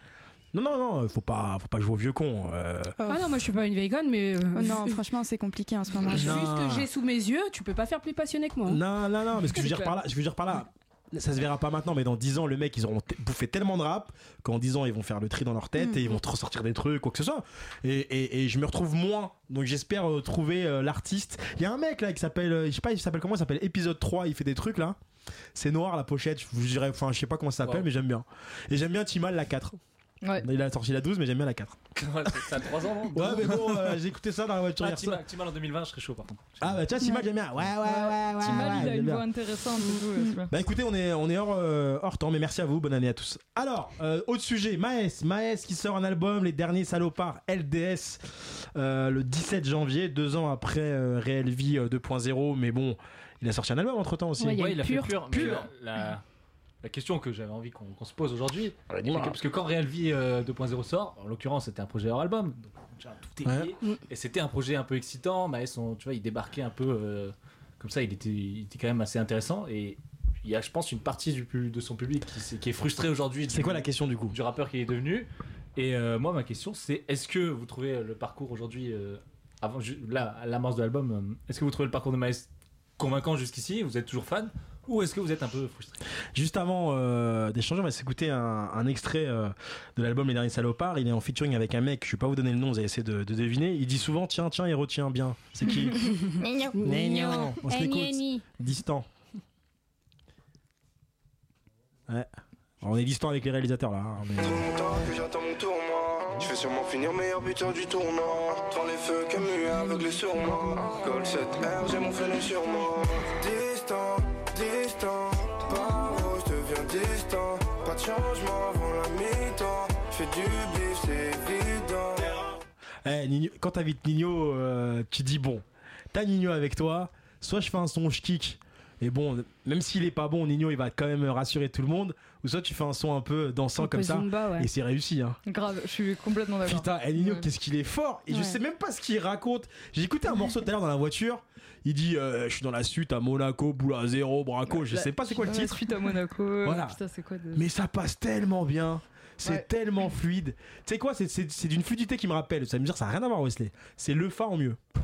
Speaker 2: Non non non, faut pas faut pas jouer au vieux con. euh.
Speaker 4: Ah non, moi je suis pas une vegan, mais. euh,
Speaker 5: Oh non, franchement, c'est compliqué en ce moment.
Speaker 4: Juste
Speaker 2: Non.
Speaker 4: que j'ai sous mes yeux, tu peux pas faire plus passionné que moi. hein.
Speaker 2: Non, non, non, mais ce que je veux dire
Speaker 3: C'est
Speaker 2: par là, je veux dire par là, ça se verra pas maintenant, mais dans 10 ans, le mec, ils auront t- bouffé tellement de rap qu'en 10 ans, ils vont faire le tri dans leur tête
Speaker 5: Mm.
Speaker 2: et ils vont te ressortir des trucs, quoi que ce soit. Et, et- et je me retrouve moins, donc j'espère euh, trouver euh, l'artiste. Il y a un mec là qui s'appelle, euh, je sais pas, il s'appelle comment, il s'appelle épisode 3, il fait des trucs là. C'est noir la pochette, je vous dirais, enfin, je sais pas comment ça s'appelle,
Speaker 6: Wow.
Speaker 2: mais j'aime bien. Et j'aime bien Timal la 4.
Speaker 3: Ouais.
Speaker 2: Il a sorti la 12, mais j'aime bien la 4.
Speaker 6: Ça a 3 ans, non
Speaker 2: Ouais, mais bon, euh, j'ai écouté ça dans la voiture
Speaker 6: Ah,
Speaker 2: hier soir.
Speaker 6: Timal Timal en 2020, je serais chaud par contre.
Speaker 2: Ah bah, tiens, Timal, j'aime bien. Ouais, ouais, ouais,
Speaker 5: Ah,
Speaker 2: ouais.
Speaker 3: Timal,
Speaker 2: ouais,
Speaker 3: il a
Speaker 2: j'aime
Speaker 3: une
Speaker 2: bien.
Speaker 3: voix intéressante et tout. euh, c'est bien.
Speaker 2: Bah écoutez, on est, on est hors, euh, hors temps, mais merci à vous, bonne année à tous. Alors, euh, autre sujet, Maes, Maes qui sort un album, Les Derniers Salopards, LDS, euh, le 17 janvier, deux ans après euh, Réelle Vie euh, 2.0, mais bon, il a sorti un album entre temps aussi.
Speaker 4: Ouais, il y a
Speaker 6: Ouais,
Speaker 4: eu
Speaker 6: il a
Speaker 4: pur,
Speaker 6: fait pur. mais
Speaker 4: pur.
Speaker 6: La, la question que j'avais envie qu'on qu'on se pose aujourd'hui, c'est que-
Speaker 2: dis-moi.
Speaker 6: parce que quand Real Vie euh, 2.0 sort, en l'occurrence c'était un projet hors album, donc déjà tout est lié, et c'était un projet un peu excitant, Maes, on- tu vois, il débarquait un peu euh, comme ça, il était, il était quand même assez intéressant, et il y a je pense une partie du, pub- de son public qui, s'est- qui est frustré aujourd'hui. du-
Speaker 2: C'est quoi la question du coup
Speaker 6: du rappeur qu'il est devenu. Et euh, moi, ma question, c'est est-ce que vous trouvez le parcours aujourd'hui, euh, avant ju- là, à l'amorce de l'album, euh, est-ce que vous trouvez le parcours de Maes convaincant jusqu'ici Vous êtes toujours fan Ou est-ce que vous êtes un peu frustré
Speaker 2: Juste avant euh, d'échanger, on va s'écouter un, un extrait euh, de l'album Les Derniers Salopards. Il est en featuring avec un mec, je vais pas vous donner le nom, vous allez essayer de, de deviner. Il dit souvent Tiens, tiens, il retient bien. C'est qui Négnon. On se l'écoute. Distant. Ouais. Alors, on est distant avec les réalisateurs là. hein, mais-
Speaker 9: Longtemps que j'attends mon tournoi. Je vais sûrement finir meilleur buteur du tournoi. Devant les feux Camus aveuglé sur moi. Call 7 R, j'ai mon fainé sur moi. Distant, distant, par où je deviens distant. Pas de changement avant la mi-temps. Je fais du bif, c'est évident.
Speaker 2: Eh, Nino- quand t'invites Nino, euh, tu dis bon, t'as Nino avec toi, soit je fais un son je kick. Et bon, même s'il est pas bon, Nino il va quand même rassurer tout le monde. Ou soit tu fais un son un peu dansant
Speaker 4: Un peu
Speaker 2: comme ça.
Speaker 4: Zumba, ouais.
Speaker 2: Et c'est réussi hein.
Speaker 3: Grave, je suis complètement d'accord.
Speaker 2: Putain, El Nino,
Speaker 3: Ouais.
Speaker 2: qu'est-ce qu'il est fort Et je
Speaker 4: Ouais.
Speaker 2: sais même pas ce qu'il raconte. J'ai écouté un morceau tout à l'heure dans la voiture. Il dit euh, Je suis dans la suite à Monaco, boule à zéro, braco. Je
Speaker 3: La-
Speaker 2: sais pas c'est quoi le
Speaker 3: la
Speaker 2: titre.
Speaker 3: suite à Monaco. euh,
Speaker 2: Voilà.
Speaker 3: Putain, c'est quoi de-
Speaker 2: Mais ça passe tellement bien. C'est
Speaker 3: Ouais.
Speaker 2: tellement fluide. Tu sais quoi, c'est- c'est c'est d'une fluidité qui me rappelle. Ça veut me dire, ça n'a rien à voir, Wesley. C'est le fa en mieux. Tu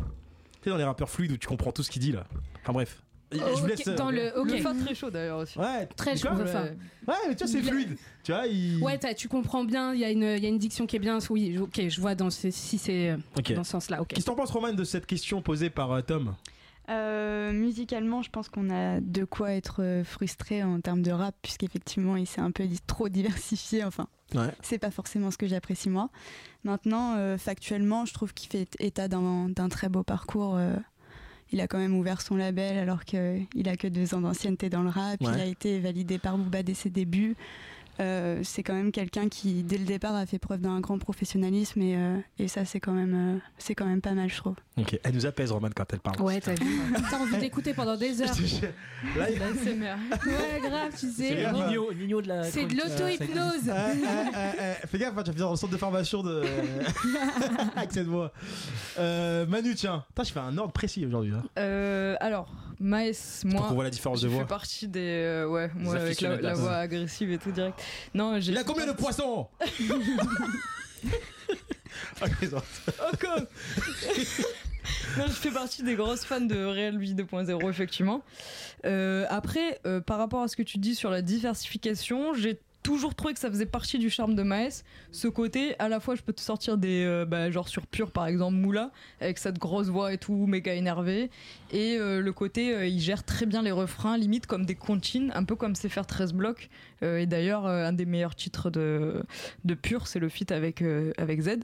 Speaker 2: sais, dans les rappeurs fluides où tu comprends tout ce qu'il dit là. Enfin bref.
Speaker 10: Je vous laisse. euh,
Speaker 6: euh,
Speaker 4: dans le. Ok.
Speaker 3: Le fin très chaud d'ailleurs aussi.
Speaker 10: Ouais,
Speaker 4: Très chaud.
Speaker 10: D'accord,
Speaker 4: enfin.
Speaker 10: ouais. Ouais, mais tu vois, c'est
Speaker 4: Il-
Speaker 10: fluide. Tu vois, il.
Speaker 4: Ouais, t'as- tu comprends bien, il y, a une- il y a une diction qui est bien. Oui, je- ok, je vois dans ce, si c'est euh,
Speaker 10: Ok.
Speaker 4: dans ce sens-là. Ok.
Speaker 10: Qu'est-ce que t'en penses, Roman, de cette question posée par euh, Tom
Speaker 5: Euh, musicalement, je pense qu'on a de quoi être euh, frustré en termes de rap, puisqu'effectivement, il s'est un peu di- trop diversifié. Enfin,
Speaker 10: Ouais.
Speaker 5: c'est pas forcément ce que j'apprécie moi. Maintenant, euh, factuellement, je trouve qu'il fait état d'un d'un très beau parcours. euh, il a quand même ouvert son label alors qu'il a que deux ans d'ancienneté dans le rap.
Speaker 10: Ouais.
Speaker 5: Il a été validé par Booba dès ses débuts. Euh, c'est quand même quelqu'un qui, dès le départ, a fait preuve d'un grand professionnalisme et, euh, et ça, c'est quand, même, euh, c'est quand même pas mal, je trouve.
Speaker 10: Ok, elle nous apaise, Roman, quand elle parle.
Speaker 4: Ouais, t'as vu. T'as envie d'écouter pendant des heures.
Speaker 10: Là, il-
Speaker 3: L'ASMR.
Speaker 4: Ouais, grave, tu
Speaker 10: C'est
Speaker 4: sais.
Speaker 10: grave.
Speaker 4: oh,
Speaker 6: Nino, Nino de la.
Speaker 4: C'est de l'auto-hypnose.
Speaker 10: Euh, euh, euh, euh, fais gaffe, hein, tu vas finir dans le centre de formation de. Avec cette voix. Euh, Manu, tiens. Putain, je fais un ordre précis aujourd'hui. hein,
Speaker 3: Euh, alors, Maes,
Speaker 10: pour
Speaker 3: moi.
Speaker 10: qu'on voit la différence
Speaker 3: Je
Speaker 10: de voix.
Speaker 3: fais partie des. euh, ouais, moi, avec la, la
Speaker 6: aficionados.
Speaker 3: voix agressive et tout direct. Non, j'ai.
Speaker 10: Il a combien de poissons Ah, je plaisante.
Speaker 4: Oh,
Speaker 3: Encore Non, je fais partie des grosses fans de Real Vie 2.0, effectivement. Euh, après, euh, par rapport à ce que tu dis sur la diversification, j'ai toujours trouvé que ça faisait partie du charme de Maes. Ce côté, à la fois, je peux te sortir des. euh, bah, genre sur Pur, par exemple, Moula, avec cette grosse voix et tout, méga énervé. Et euh, le côté, euh, il gère très bien les refrains, limite comme des comptines, un peu comme c'est faire 13 blocs. Euh, et d'ailleurs, euh, un des meilleurs titres de, de Pur, c'est le feat avec, euh, avec Z.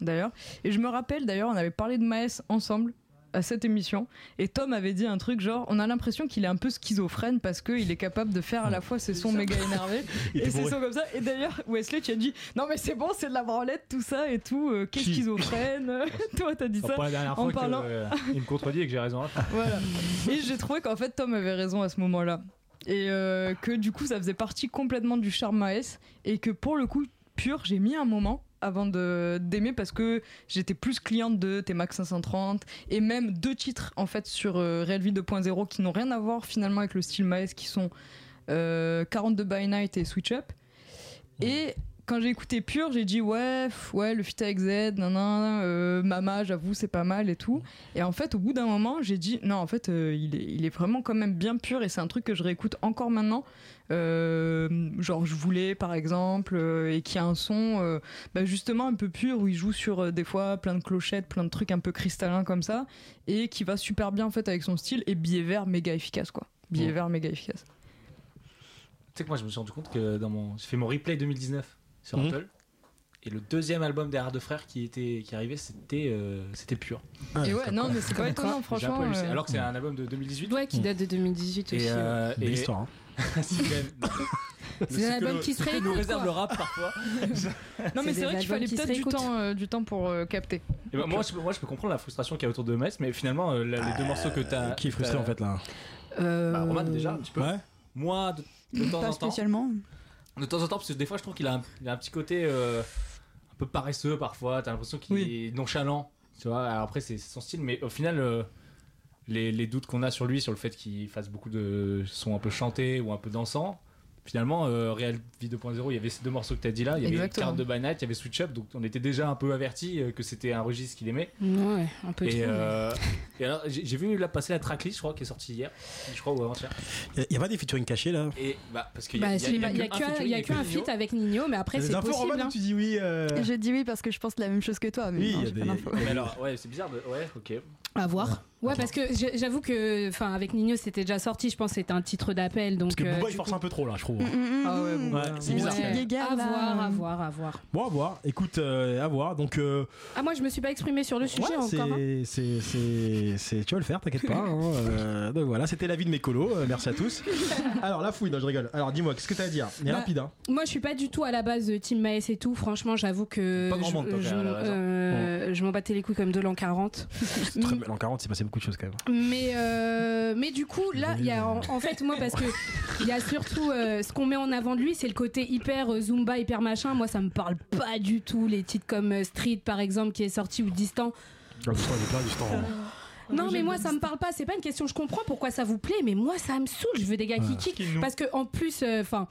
Speaker 3: D'ailleurs, et je me rappelle d'ailleurs, on avait parlé de Maes ensemble à cette émission, et Tom avait dit un truc genre, on a l'impression qu'il est un peu schizophrène parce qu'il est capable de faire à la fois ses sons méga énervés
Speaker 10: Il était
Speaker 3: et ses
Speaker 10: bourré.
Speaker 3: sons comme ça. Et d'ailleurs, Wesley, tu as dit, non mais c'est bon, c'est de la branlette, tout ça et tout, euh, qu'est-ce
Speaker 10: Qui
Speaker 3: schizophrène euh, Toi, t'as dit ça.
Speaker 6: Pas la dernière
Speaker 3: En
Speaker 6: fois qu'il
Speaker 3: parlant-
Speaker 6: me contredit et que j'ai raison.
Speaker 3: Voilà. Et j'ai trouvé qu'en fait Tom avait raison à ce moment-là. Et euh, que du coup ça faisait partie complètement du charme AS. Et que pour le coup, pur, j'ai mis un moment avant de d'aimer parce que j'étais plus cliente de T-Max 530 et même deux titres en fait sur euh, Real Vie 2.0 qui n'ont rien à voir finalement avec le style Maes qui sont euh, 42 by Night et Switch Up. Et quand j'ai écouté Pure, j'ai dit ouais, pff, ouais, le feat avec Z, nan, nan, euh, Mama, j'avoue, c'est pas mal et tout. Et en fait, au bout d'un moment, j'ai dit non, en fait, euh, il, est, il est vraiment quand même bien pur et c'est un truc que je réécoute encore maintenant. Euh, genre, je voulais par exemple, euh, et qui a un son euh, bah, justement un peu pur où il joue sur euh, des fois plein de clochettes, plein de trucs un peu cristallins comme ça, et qui va super bien en fait avec son style et billet vert méga efficace quoi. Billet
Speaker 6: Ouais.
Speaker 3: vert méga efficace.
Speaker 6: Tu sais que moi, je me suis rendu compte que dans mon. J'ai fait mon replay 2019 sur
Speaker 10: Mhm.
Speaker 6: Apple. Et le deuxième album des Hard de Frères qui, était, qui arrivait, c'était euh, c'était pur.
Speaker 3: et ouais, non, mais c'est pas
Speaker 6: Quoi,
Speaker 3: étonnant,
Speaker 6: j'ai un peu
Speaker 3: franchement.
Speaker 6: halluciné.
Speaker 3: euh,
Speaker 6: Alors que c'est un album de 2018.
Speaker 4: Ouais, qui date de 2018 aussi.
Speaker 6: Et, euh,
Speaker 10: Belle
Speaker 6: et-
Speaker 10: histoire. hein.
Speaker 6: c'est quand même-
Speaker 4: C'est un
Speaker 6: ce que
Speaker 4: album
Speaker 6: le-
Speaker 4: qui se
Speaker 6: ce que nous
Speaker 4: réécoute,
Speaker 6: réserve
Speaker 4: quoi.
Speaker 6: le rap parfois.
Speaker 3: Non, mais
Speaker 4: C'est
Speaker 3: c'est vrai
Speaker 4: des
Speaker 3: qu'il fallait
Speaker 4: albums qui se
Speaker 3: peut-être du
Speaker 4: réécoutent.
Speaker 3: temps, euh, du temps pour euh, capter.
Speaker 6: Et ben, moi, je, moi, je peux comprendre la frustration qu'il y a autour de Metz, mais finalement, euh, la- les deux morceaux que t'as.
Speaker 10: Ah, Qui est frustré
Speaker 6: t'as-
Speaker 10: en fait là
Speaker 4: euh,
Speaker 6: Bah, Roman, déjà, un petit peu.
Speaker 10: Ouais.
Speaker 6: Moi, de, de temps
Speaker 5: Pas
Speaker 6: en temps.
Speaker 5: spécialement.
Speaker 6: De temps en temps, parce que des fois, je trouve qu'il a, un- il a un petit côté euh, un peu paresseux parfois. T'as l'impression qu'il
Speaker 3: Oui.
Speaker 6: est nonchalant. Tu vois, Alors après, c'est c'est son style, mais au final, euh, les, les doutes qu'on a sur lui, sur le fait qu'il fasse beaucoup de sons un peu chantés ou un peu dansants, finalement, euh, Real Vie 2.0, il y avait ces deux morceaux que t'as dit là. Il y avait
Speaker 3: Exactement.
Speaker 6: Carte de Banat, il y avait Switch Up, donc on était déjà un peu averti que c'était un registre qu'il aimait.
Speaker 4: Ouais, un peu
Speaker 6: Et,
Speaker 4: trop. Bah,
Speaker 6: euh, et alors, j'ai j'ai vu là passer la tracklist, je crois, qui est sortie hier, je crois, ou avant-hier.
Speaker 10: Il y a pas des featuring cachés là
Speaker 6: Et bah, parce qu'il y a,
Speaker 4: Bah,
Speaker 6: il y a-
Speaker 4: si,
Speaker 6: il y a
Speaker 4: bah, il y a
Speaker 6: que
Speaker 4: que un- il y a
Speaker 6: featuring
Speaker 4: qu'un
Speaker 6: avec Nino.
Speaker 4: feat avec Nino, mais après,
Speaker 10: Des
Speaker 4: c'est
Speaker 10: infos,
Speaker 4: possible.
Speaker 10: Roman,
Speaker 4: hein.
Speaker 10: tu dis oui. euh,
Speaker 5: Je dis oui parce que je pense la même chose que toi, mais
Speaker 10: Oui,
Speaker 5: non,
Speaker 10: il y a
Speaker 5: j'ai pas
Speaker 10: des-
Speaker 5: d'infos.
Speaker 6: Mais alors, ouais, c'est bizarre. de- Ouais, ok.
Speaker 4: À voir. Ouais, parce que j'ai- j'avoue que, enfin, avec Nino, c'était déjà sorti. Je pense que c'était un titre d'appel, donc.
Speaker 10: Parce que
Speaker 4: euh,
Speaker 10: Booba il
Speaker 4: du
Speaker 10: force
Speaker 4: coup-
Speaker 10: un peu trop là, je trouve. hein.
Speaker 5: Mm, mm, mm,
Speaker 3: Ah ouais,
Speaker 5: mm.
Speaker 3: bon, bah,
Speaker 10: Ouais, c'est bizarre.
Speaker 5: Ouais.
Speaker 4: Ouais,
Speaker 5: Guéguerre,
Speaker 4: à
Speaker 5: là.
Speaker 4: voir, à voir, à voir.
Speaker 10: Bon, à voir. Écoute, euh, à voir. Donc, euh,
Speaker 4: Ah, moi, je me suis pas exprimée sur le sujet
Speaker 10: ouais,
Speaker 4: encore. hein.
Speaker 10: c'est- c'est- c'est- c'est- tu vas le faire, t'inquiète pas. hein. Euh, donc voilà, c'était l'avis de mes colos. euh, merci à tous. Alors, la fouille, non, je rigole. Alors, dis-moi, qu'est-ce que t'as à dire Mais
Speaker 4: Bah,
Speaker 10: rapide, hein.
Speaker 4: Moi, je suis pas du tout à la base de Team Maes et tout. Franchement, j'avoue que.
Speaker 6: Pas grand
Speaker 4: je-
Speaker 6: monde, toi,
Speaker 4: je,
Speaker 6: à la raison.
Speaker 4: euh, je m'en battais les couilles comme de l'an 40. mm.
Speaker 10: Très bien, L'an 40, c'est passé beaucoup de choses quand même.
Speaker 4: Mais, euh, mais du coup, là, il y a en, en fait, moi, parce que il y a surtout euh, ce qu'on met en avant de lui, c'est le côté hyper euh, Zumba, hyper machin. Moi, ça me parle pas du tout. Les titres comme euh, Street, par exemple, qui est sorti ou Distant.
Speaker 11: Ah, putain, il est plein du temps.
Speaker 10: hein.
Speaker 4: Non, mais moi, ça me parle pas. C'est pas une question. Je comprends pourquoi ça vous plaît, mais moi, ça me saoule. Je veux des gars qui kick. Parce que, en plus, euh, enfin.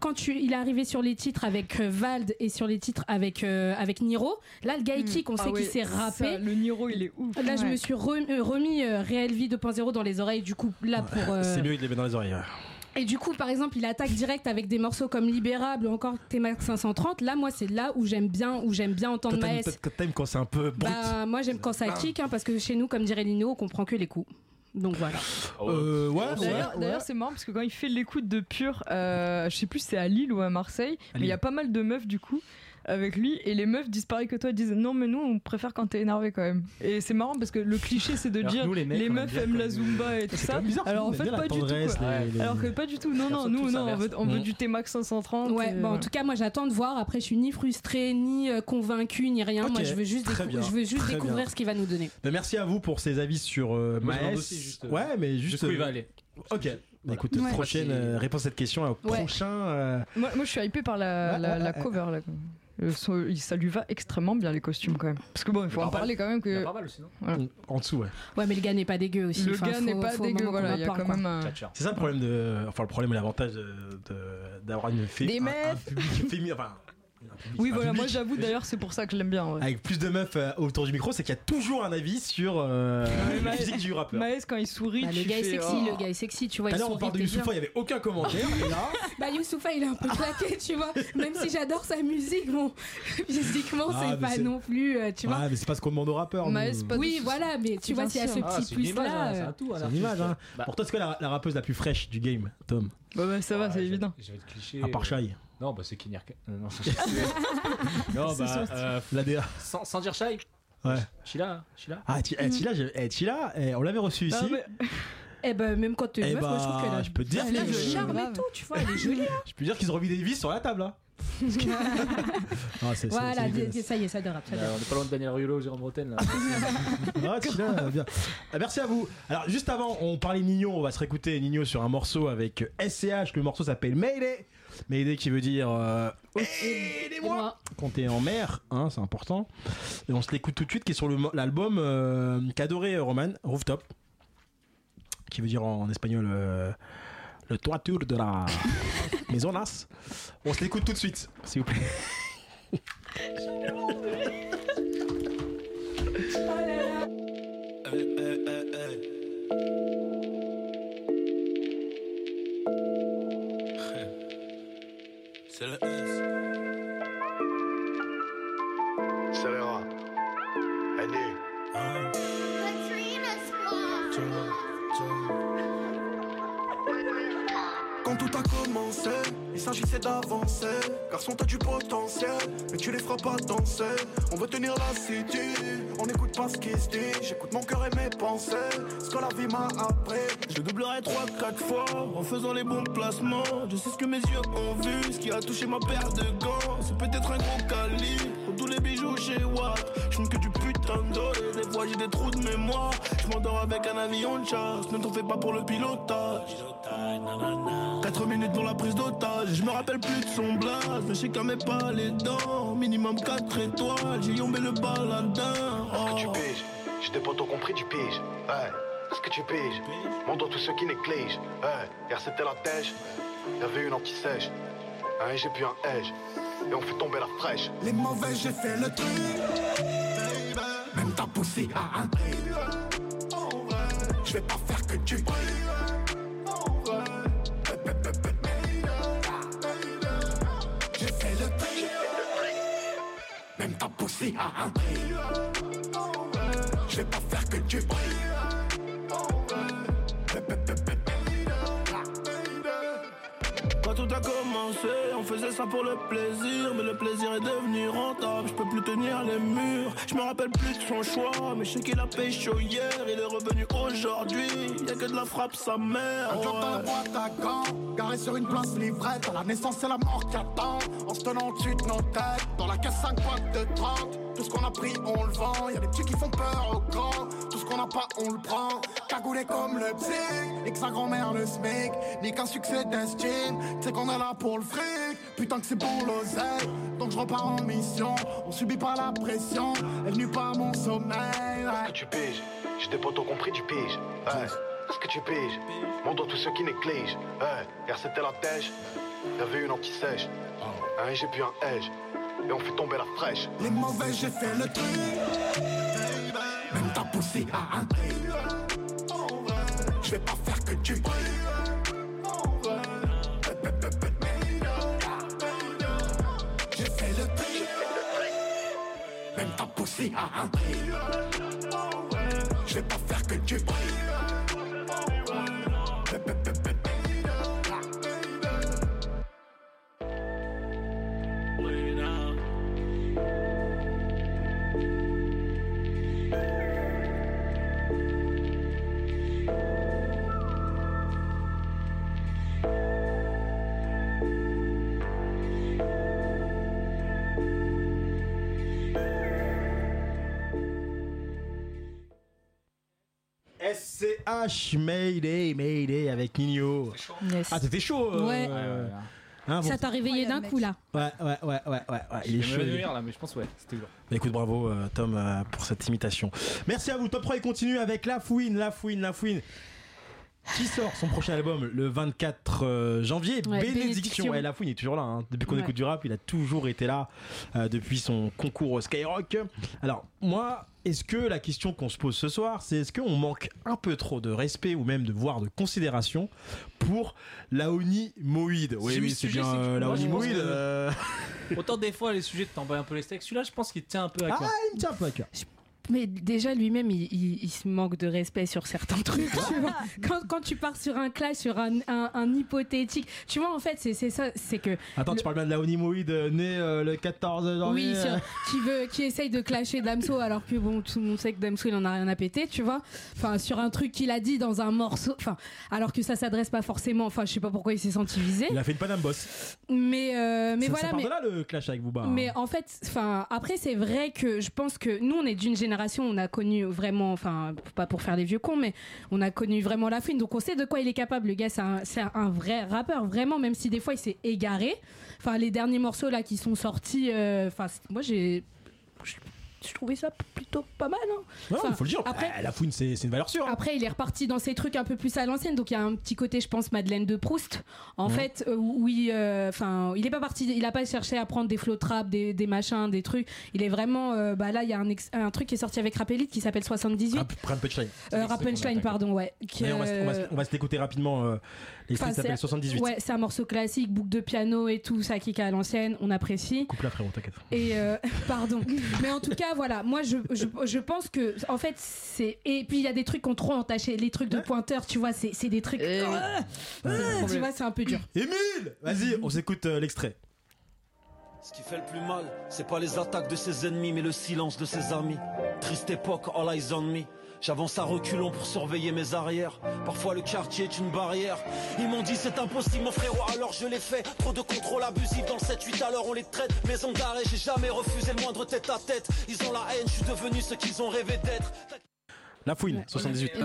Speaker 4: quand tu, il est arrivé sur les titres avec euh, Vald et sur les titres avec, euh, avec Niro, là, le Gaiki, qu'on
Speaker 3: Ah
Speaker 4: sait
Speaker 3: ouais,
Speaker 4: qu'il s'est
Speaker 3: ça,
Speaker 4: rappé.
Speaker 3: le Niro, il est ouf.
Speaker 4: Là, je
Speaker 3: Ouais.
Speaker 4: me suis re- euh, remis euh, Real Vie 2.0 dans les oreilles, du coup, là, pour. euh,
Speaker 2: C'est mieux, il les met dans les oreilles. ouais.
Speaker 4: et du coup, par exemple, il attaque direct avec des morceaux comme Libérable ou encore T-Max 530. Là, moi, c'est là où j'aime bien, où j'aime bien
Speaker 2: Toi,
Speaker 4: entendre
Speaker 2: t'aimes-
Speaker 4: Maes.
Speaker 2: toi, T'aimes quand c'est un peu brut.
Speaker 4: Bah, moi, j'aime quand
Speaker 3: Ah.
Speaker 4: ça kick, hein, parce que chez nous, comme dirait Lino, on comprend que les coups. Donc voilà.
Speaker 6: Oh.
Speaker 2: Euh, ouais, ouais.
Speaker 3: bah, D'ailleurs, d'ailleurs, c'est marrant parce que quand il fait l'écoute de Pure, euh, je sais plus si c'est à Lille ou à Marseille, mais il y a pas mal de meufs du coup avec lui et les meufs disent pareil que toi, disent non mais nous on préfère quand t'es énervé quand même. Et c'est marrant parce que le cliché c'est de
Speaker 6: Alors que
Speaker 3: dire
Speaker 6: nous, les
Speaker 3: les,
Speaker 6: mecs, on aime
Speaker 3: meufs
Speaker 6: bien
Speaker 3: aiment
Speaker 6: quand
Speaker 3: la
Speaker 6: ils-
Speaker 3: zumba et tout
Speaker 2: C'est
Speaker 3: ça.
Speaker 2: quand même bizarre.
Speaker 3: Alors en
Speaker 2: on aime
Speaker 3: fait
Speaker 2: bien la
Speaker 3: pas du tout.
Speaker 2: tendresse,
Speaker 3: quoi.
Speaker 6: Ouais.
Speaker 2: les- les-
Speaker 3: Alors que pas du tout, non, non,
Speaker 6: Perso,
Speaker 3: nous non,
Speaker 6: tout
Speaker 3: on veut,
Speaker 6: s'inverse.
Speaker 3: on veut
Speaker 6: Mm.
Speaker 3: du T-Max 530.
Speaker 4: Ouais,
Speaker 3: euh,
Speaker 4: bon, en tout cas, moi j'attends de voir. Après, je suis ni frustrée, ni euh, convaincue, ni rien.
Speaker 2: Ok,
Speaker 4: moi, je veux juste,
Speaker 2: très
Speaker 4: décou-
Speaker 2: bien,
Speaker 4: je veux juste
Speaker 2: très
Speaker 4: découvrir
Speaker 2: bien.
Speaker 4: ce qu'il va nous donner.
Speaker 2: Bah, merci à vous pour ces avis sur euh,
Speaker 6: Moi, je demande
Speaker 2: Maes.
Speaker 6: aussi, juste, euh,
Speaker 2: ouais, mais juste.
Speaker 6: Jusqu'où il va aller
Speaker 2: Ok. Bah, Écoute,
Speaker 5: Ouais.
Speaker 2: prochaine
Speaker 6: Merci.
Speaker 2: euh, réponse à cette question, au
Speaker 4: Ouais.
Speaker 2: prochain. euh,
Speaker 3: moi, moi, je suis hypé par la,
Speaker 2: Ouais,
Speaker 3: la-
Speaker 2: ouais,
Speaker 3: la
Speaker 2: ouais,
Speaker 3: cover là. Le son- il- ça lui va extrêmement bien les costumes quand même. Parce que bon, il faut
Speaker 6: Il y a
Speaker 3: en
Speaker 6: pas mal.
Speaker 3: parler quand même
Speaker 6: Il y a
Speaker 4: euh,
Speaker 3: que
Speaker 6: pas mal aussi, non
Speaker 2: En dessous, ouais.
Speaker 4: Ouais, mais le gars n'est pas dégueu aussi.
Speaker 3: le
Speaker 4: Enfin,
Speaker 3: gars
Speaker 4: faut-
Speaker 3: n'est pas
Speaker 4: faut au moment
Speaker 3: dégueu.
Speaker 4: qu'on
Speaker 3: Voilà,
Speaker 4: en
Speaker 3: il y a
Speaker 4: parle,
Speaker 3: quand
Speaker 4: quoi.
Speaker 3: même un.
Speaker 6: Tchatcher.
Speaker 2: C'est ça le problème de. euh, Enfin, le problème et l'avantage de- de- d'avoir une fée.
Speaker 3: Des
Speaker 2: un- un
Speaker 3: meufs.
Speaker 2: public féminin. Enfin, un public-
Speaker 3: Oui,
Speaker 2: un
Speaker 3: voilà, moi
Speaker 2: public
Speaker 3: j'avoue d'ailleurs, c'est pour ça que je l'aime bien. ouais.
Speaker 2: Avec plus de meufs euh, autour du micro, c'est qu'il y a toujours un avis sur euh,
Speaker 3: Ouais,
Speaker 2: la
Speaker 3: mais-
Speaker 2: physique du rappeur.
Speaker 3: Maës, quand il sourit,
Speaker 4: Bah,
Speaker 3: tu
Speaker 4: le gars est
Speaker 3: fais,
Speaker 4: sexy,
Speaker 3: oh.
Speaker 4: le gars est sexy, tu vois. il
Speaker 2: Tout à l'heure, Bah on
Speaker 4: sourit,
Speaker 2: parle de
Speaker 4: t'es
Speaker 2: Youssoufa,
Speaker 4: bien.
Speaker 2: il n'y avait aucun commentaire. et là,
Speaker 4: Bah, Youssoufa, il est un peu claqué, tu vois. Même si j'adore sa musique, bon, physiquement,
Speaker 2: Ah, mais
Speaker 4: c'est pas
Speaker 2: c'est- Ah,
Speaker 4: non plus, euh, tu vois.
Speaker 2: ouais, mais c'est pas ce qu'on demande aux rappeurs.
Speaker 3: Maes,
Speaker 2: nous.
Speaker 3: pas de
Speaker 4: Oui,
Speaker 3: soucis.
Speaker 4: voilà, mais tu vois,
Speaker 3: Bien
Speaker 4: s'il y a ce
Speaker 3: sûr.
Speaker 6: Ah,
Speaker 4: petit
Speaker 6: c'est une
Speaker 4: plus
Speaker 6: image, hein, c'est
Speaker 4: là. euh.
Speaker 6: un tout, un
Speaker 2: C'est une image. Hein.
Speaker 6: artiste. Bah,
Speaker 2: Pour toi, c'est quoi la, la rappeuse la plus fraîche du game, Tom
Speaker 3: Bah, bah, ça va, c'est
Speaker 6: ouais, Ah, je vais-
Speaker 3: évident.
Speaker 6: Je vais être cliché.
Speaker 2: À part Shai.
Speaker 6: Non, bah c'est Kinyar. Non, non, c'est- non bah, euh,
Speaker 2: La DA.
Speaker 6: sans, sans dire Shai.
Speaker 2: Ouais.
Speaker 6: Sheila, hein, Sheila.
Speaker 2: Ah, Ti- eh, Tila, j'ai- eh, Tila, eh, on l'avait reçu ici.
Speaker 3: Non, mais-
Speaker 4: Eh ben, même quand tu es
Speaker 2: Eh
Speaker 4: meuf, moi, je trouve
Speaker 2: bah,
Speaker 4: qu'elle a-
Speaker 2: je peux te dire
Speaker 4: elle a
Speaker 2: que-
Speaker 4: le charme et
Speaker 3: Grave.
Speaker 4: tout, tu vois, elle est jolie.
Speaker 2: Je peux dire qu'ils ont remis des vis sur la table là. Ah, c'est- c'est-
Speaker 4: Voilà,
Speaker 2: c'est
Speaker 4: d-
Speaker 2: dégueulasse.
Speaker 4: d- ça y est, ça dérape, ça
Speaker 6: Là,
Speaker 4: dérape.
Speaker 6: Euh, on est pas loin de Daniel Riolo, Jérôme Roten là.
Speaker 2: Ah, tiens, euh, bien. Ah, merci à vous. Alors, juste avant, on parlait Nino. On va se réécouter Nino sur un morceau avec SCH. Le morceau s'appelle Mayday. Mayday qui veut dire euh, aidez-moi quand t'es en mer. Hein, c'est important. Et on se l'écoute tout de suite, qui est sur le mo- l'album euh, qu'adorait euh, Roman, Rooftop. Qui veut dire en, en espagnol euh, le toiture de la maison las. On se l'écoute tout de suite, s'il vous plaît.
Speaker 9: C'est le S. Serena. Allez. Quand tout a commencé, il s'agissait d'avancer. Garçon, t'as du potentiel, mais tu les feras pas danser. On veut tenir la city, on n'écoute pas ce qui se dit. J'écoute mon cœur et mes pensées, ce que la vie m'a appris. Je doublerai 3-4 fois en faisant les bons placements. Je sais ce que mes yeux ont vu, ce qui a touché ma paire de gants. C'est peut-être un gros calibre, ou tous les bijoux chez Watt. Je n'ai que du putain d'or, des fois j'ai des trous de mémoire. Je m'endors avec un avion de chasse, ne t'en fais pas pour le pilotage. 4 minutes pour la prise d'otage, je me rappelle plus de son blaze, mais je sais qu'elle met pas les dents. Minimum 4 étoiles, j'ai yombé le baladin. Est-ce que tu piges Je t'ai pas tout compris, tu piges. Ouais, est-ce que tu piges Montre tous ceux qui négligent. Ouais, hier c'était la tèche, y'avait une anti-sèche. Un j'ai puis un edge, et on fait tomber la fraîche. Les mauvais, j'ai fait le truc. Même ta poussée à un Je vais pas faire que tu j'ai fait le prix. Même ta poussée a un prix. Je vais pas faire que tu Quand tout a commencé, on faisait ça pour le plaisir. Mais le plaisir est devenu rentable, je peux plus tenir les murs. Je me rappelle plus de son choix, mais je sais qu'il a pécho hier. Il est revenu aujourd'hui, y a que de la frappe sa mère. Un job dans la boîte à gants, garé sur une place livrette. À la naissance, c'est la mort qui attend. En se tenant au-dessus de nos têtes, dans la caisse 5 boîtes de 30. Tout ce qu'on a pris, on le vend. Y a des petits qui font peur aux grands. Tout ce qu'on n'a pas, on le prend. Cagoulé comme le psy, nique sa grand-mère le SMIC. Nique un succès d'estime, c'est qu'on est là pour le fric. Putain que c'est bon l'oseille, donc je repars en mission. On subit pas la pression, elle nuit pas à mon sommeil. Est-ce que tu piges J'étais pas tout compris, tu piges. Est-ce que tu piges Montre tous ceux qui négligent. Hier c'était la tèche, Il y avait une anti-sèche, un Ah j'ai puis un edge, et on fait tomber la fraîche.
Speaker 12: Les mauvais, j'ai fait le truc. Même t'as poussé à un truc. Je vais pas faire que tu J'ai fait le tri. Même t'as poussé à un tri. Je vais pas faire que tu
Speaker 2: SCH Mayday Mayday avec Nino.
Speaker 4: Yes.
Speaker 2: Ah t'étais chaud. euh,
Speaker 4: Ouais.
Speaker 2: euh,
Speaker 6: Ah,
Speaker 2: hein, bon,
Speaker 4: Ça t'a réveillé d'un coup là.
Speaker 2: Ouais, ouais, ouais, ouais, ouais, ouais, il est chaud. lui.
Speaker 6: là, mais je pense, ouais, c'était lourd.
Speaker 2: Bah, écoute, bravo euh, Tom euh, pour cette imitation. Merci à vous. Top 3 il continue avec La Fouine, La Fouine, La Fouine. Qui sort son prochain album le 24 euh, janvier
Speaker 13: Ouais,
Speaker 2: Bénédiction.
Speaker 13: Bénédiction.
Speaker 2: Ouais, La Fouine est toujours là. hein. Depuis qu'on
Speaker 13: Ouais.
Speaker 2: écoute du rap, il a toujours été là euh, depuis son concours au Skyrock. Alors, moi, est-ce que la question qu'on se pose ce soir, c'est est-ce qu'on manque un peu trop de respect ou même de voire de considération pour Laoni Moïd Oui,
Speaker 6: J'ai mis
Speaker 2: oui,
Speaker 6: ce
Speaker 2: c'est
Speaker 6: sujet,
Speaker 2: bien
Speaker 6: c'est que
Speaker 2: euh,
Speaker 6: moi,
Speaker 2: Laoni
Speaker 6: je pense
Speaker 2: Moïd.
Speaker 6: que-
Speaker 2: euh,
Speaker 6: Autant des fois, les sujets te t'emballent un peu les steaks. Celui-là, je pense qu'il tient un peu à
Speaker 2: Ah,
Speaker 6: cœur.
Speaker 2: il me tient un peu à cœur.
Speaker 4: Mais déjà lui-même, il, il- il se manque de respect sur certains trucs. tu vois. Quand, quand tu pars sur un clash, sur un, un- un hypothétique, tu vois en fait, c'est c'est ça, c'est que.
Speaker 2: Attends, tu parles bien de Laoni Moïd, euh, née euh, le 14 janvier
Speaker 4: Oui, sur-
Speaker 2: euh.
Speaker 4: qui veut, qui essaye de clasher Damso alors que bon, tout le monde sait que Damso il en a rien à péter, tu vois. Enfin, sur un truc qu'il a dit dans un morceau, enfin, alors que ça s'adresse pas forcément. Enfin, je sais pas pourquoi il s'est senti visé.
Speaker 2: Il a fait une paname boss.
Speaker 4: Mais euh, mais
Speaker 2: ça,
Speaker 4: voilà,
Speaker 2: ça part
Speaker 4: mais
Speaker 2: de là le clash avec Booba. hein.
Speaker 4: Mais en fait, enfin, après c'est vrai que je pense que nous on est d'une génération, on a connu vraiment, enfin, pas pour faire les vieux cons, mais on a connu vraiment la fouine, donc on sait de quoi il est capable. Le gars, c'est un, c'est un vrai rappeur, vraiment, même si des fois il s'est égaré. Enfin, les derniers morceaux là qui sont sortis, euh, enfin, c'est- moi j'ai, je, je trouvais ça plutôt pas mal. hein.
Speaker 2: Non,
Speaker 4: Enfin,
Speaker 2: faut le dire.
Speaker 4: Après, Ah,
Speaker 2: Bah, la fouine, c'est c'est une valeur sûre. hein.
Speaker 4: après, il est reparti dans ces trucs un peu plus à l'ancienne, donc il y a un petit côté, je pense, Madeleine de Proust. En
Speaker 2: Mhm.
Speaker 4: fait, euh, où il, euh, enfin, il est pas parti, il a pas cherché à prendre des flow trap, des, des machins, des trucs. Il est vraiment, euh, bah là, il y a un, ex- un truc qui est sorti avec Rapelite qui s'appelle 78.
Speaker 2: Prends un peu de shine.
Speaker 4: Euh, Rappenstein, pardon, ouais. qui,
Speaker 2: D'ailleurs, on va se- on va
Speaker 4: euh,
Speaker 2: se- on va se l'écouter rapidement. euh, L'extrait
Speaker 4: Enfin, c'est-
Speaker 2: s'appelle 78.
Speaker 4: Ouais, c'est un morceau classique, boucle de piano et tout, ça kick à l'ancienne, on apprécie.
Speaker 2: Coupe la frérot, t'inquiète.
Speaker 4: Et euh, pardon. Mais en tout cas, voilà. Moi, je, je, je pense que, en fait, c'est. Et puis, il y a des trucs qu'on trop entachés. Les trucs de pointeur, tu vois, c'est c'est des trucs. Ah, ah, tu vois, c'est un peu dur.
Speaker 2: Émile Vas-y, on s'écoute euh, l'extrait.
Speaker 14: Ce qui fait le plus mal, c'est pas les attaques de ses ennemis, mais le silence de ses amis. Triste époque, all eyes on me. J'avance à reculons pour surveiller mes arrières. Parfois le quartier est une barrière. Ils m'ont dit c'est impossible mon frérot, alors je l'ai fait. Trop de contrôle abusif dans le 7-8, alors on les traite. Maison d'arrêt, j'ai jamais refusé le moindre tête à tête. Ils ont la haine, je suis devenu ce qu'ils ont rêvé d'être.
Speaker 2: La fouine, 78.
Speaker 4: Ouais.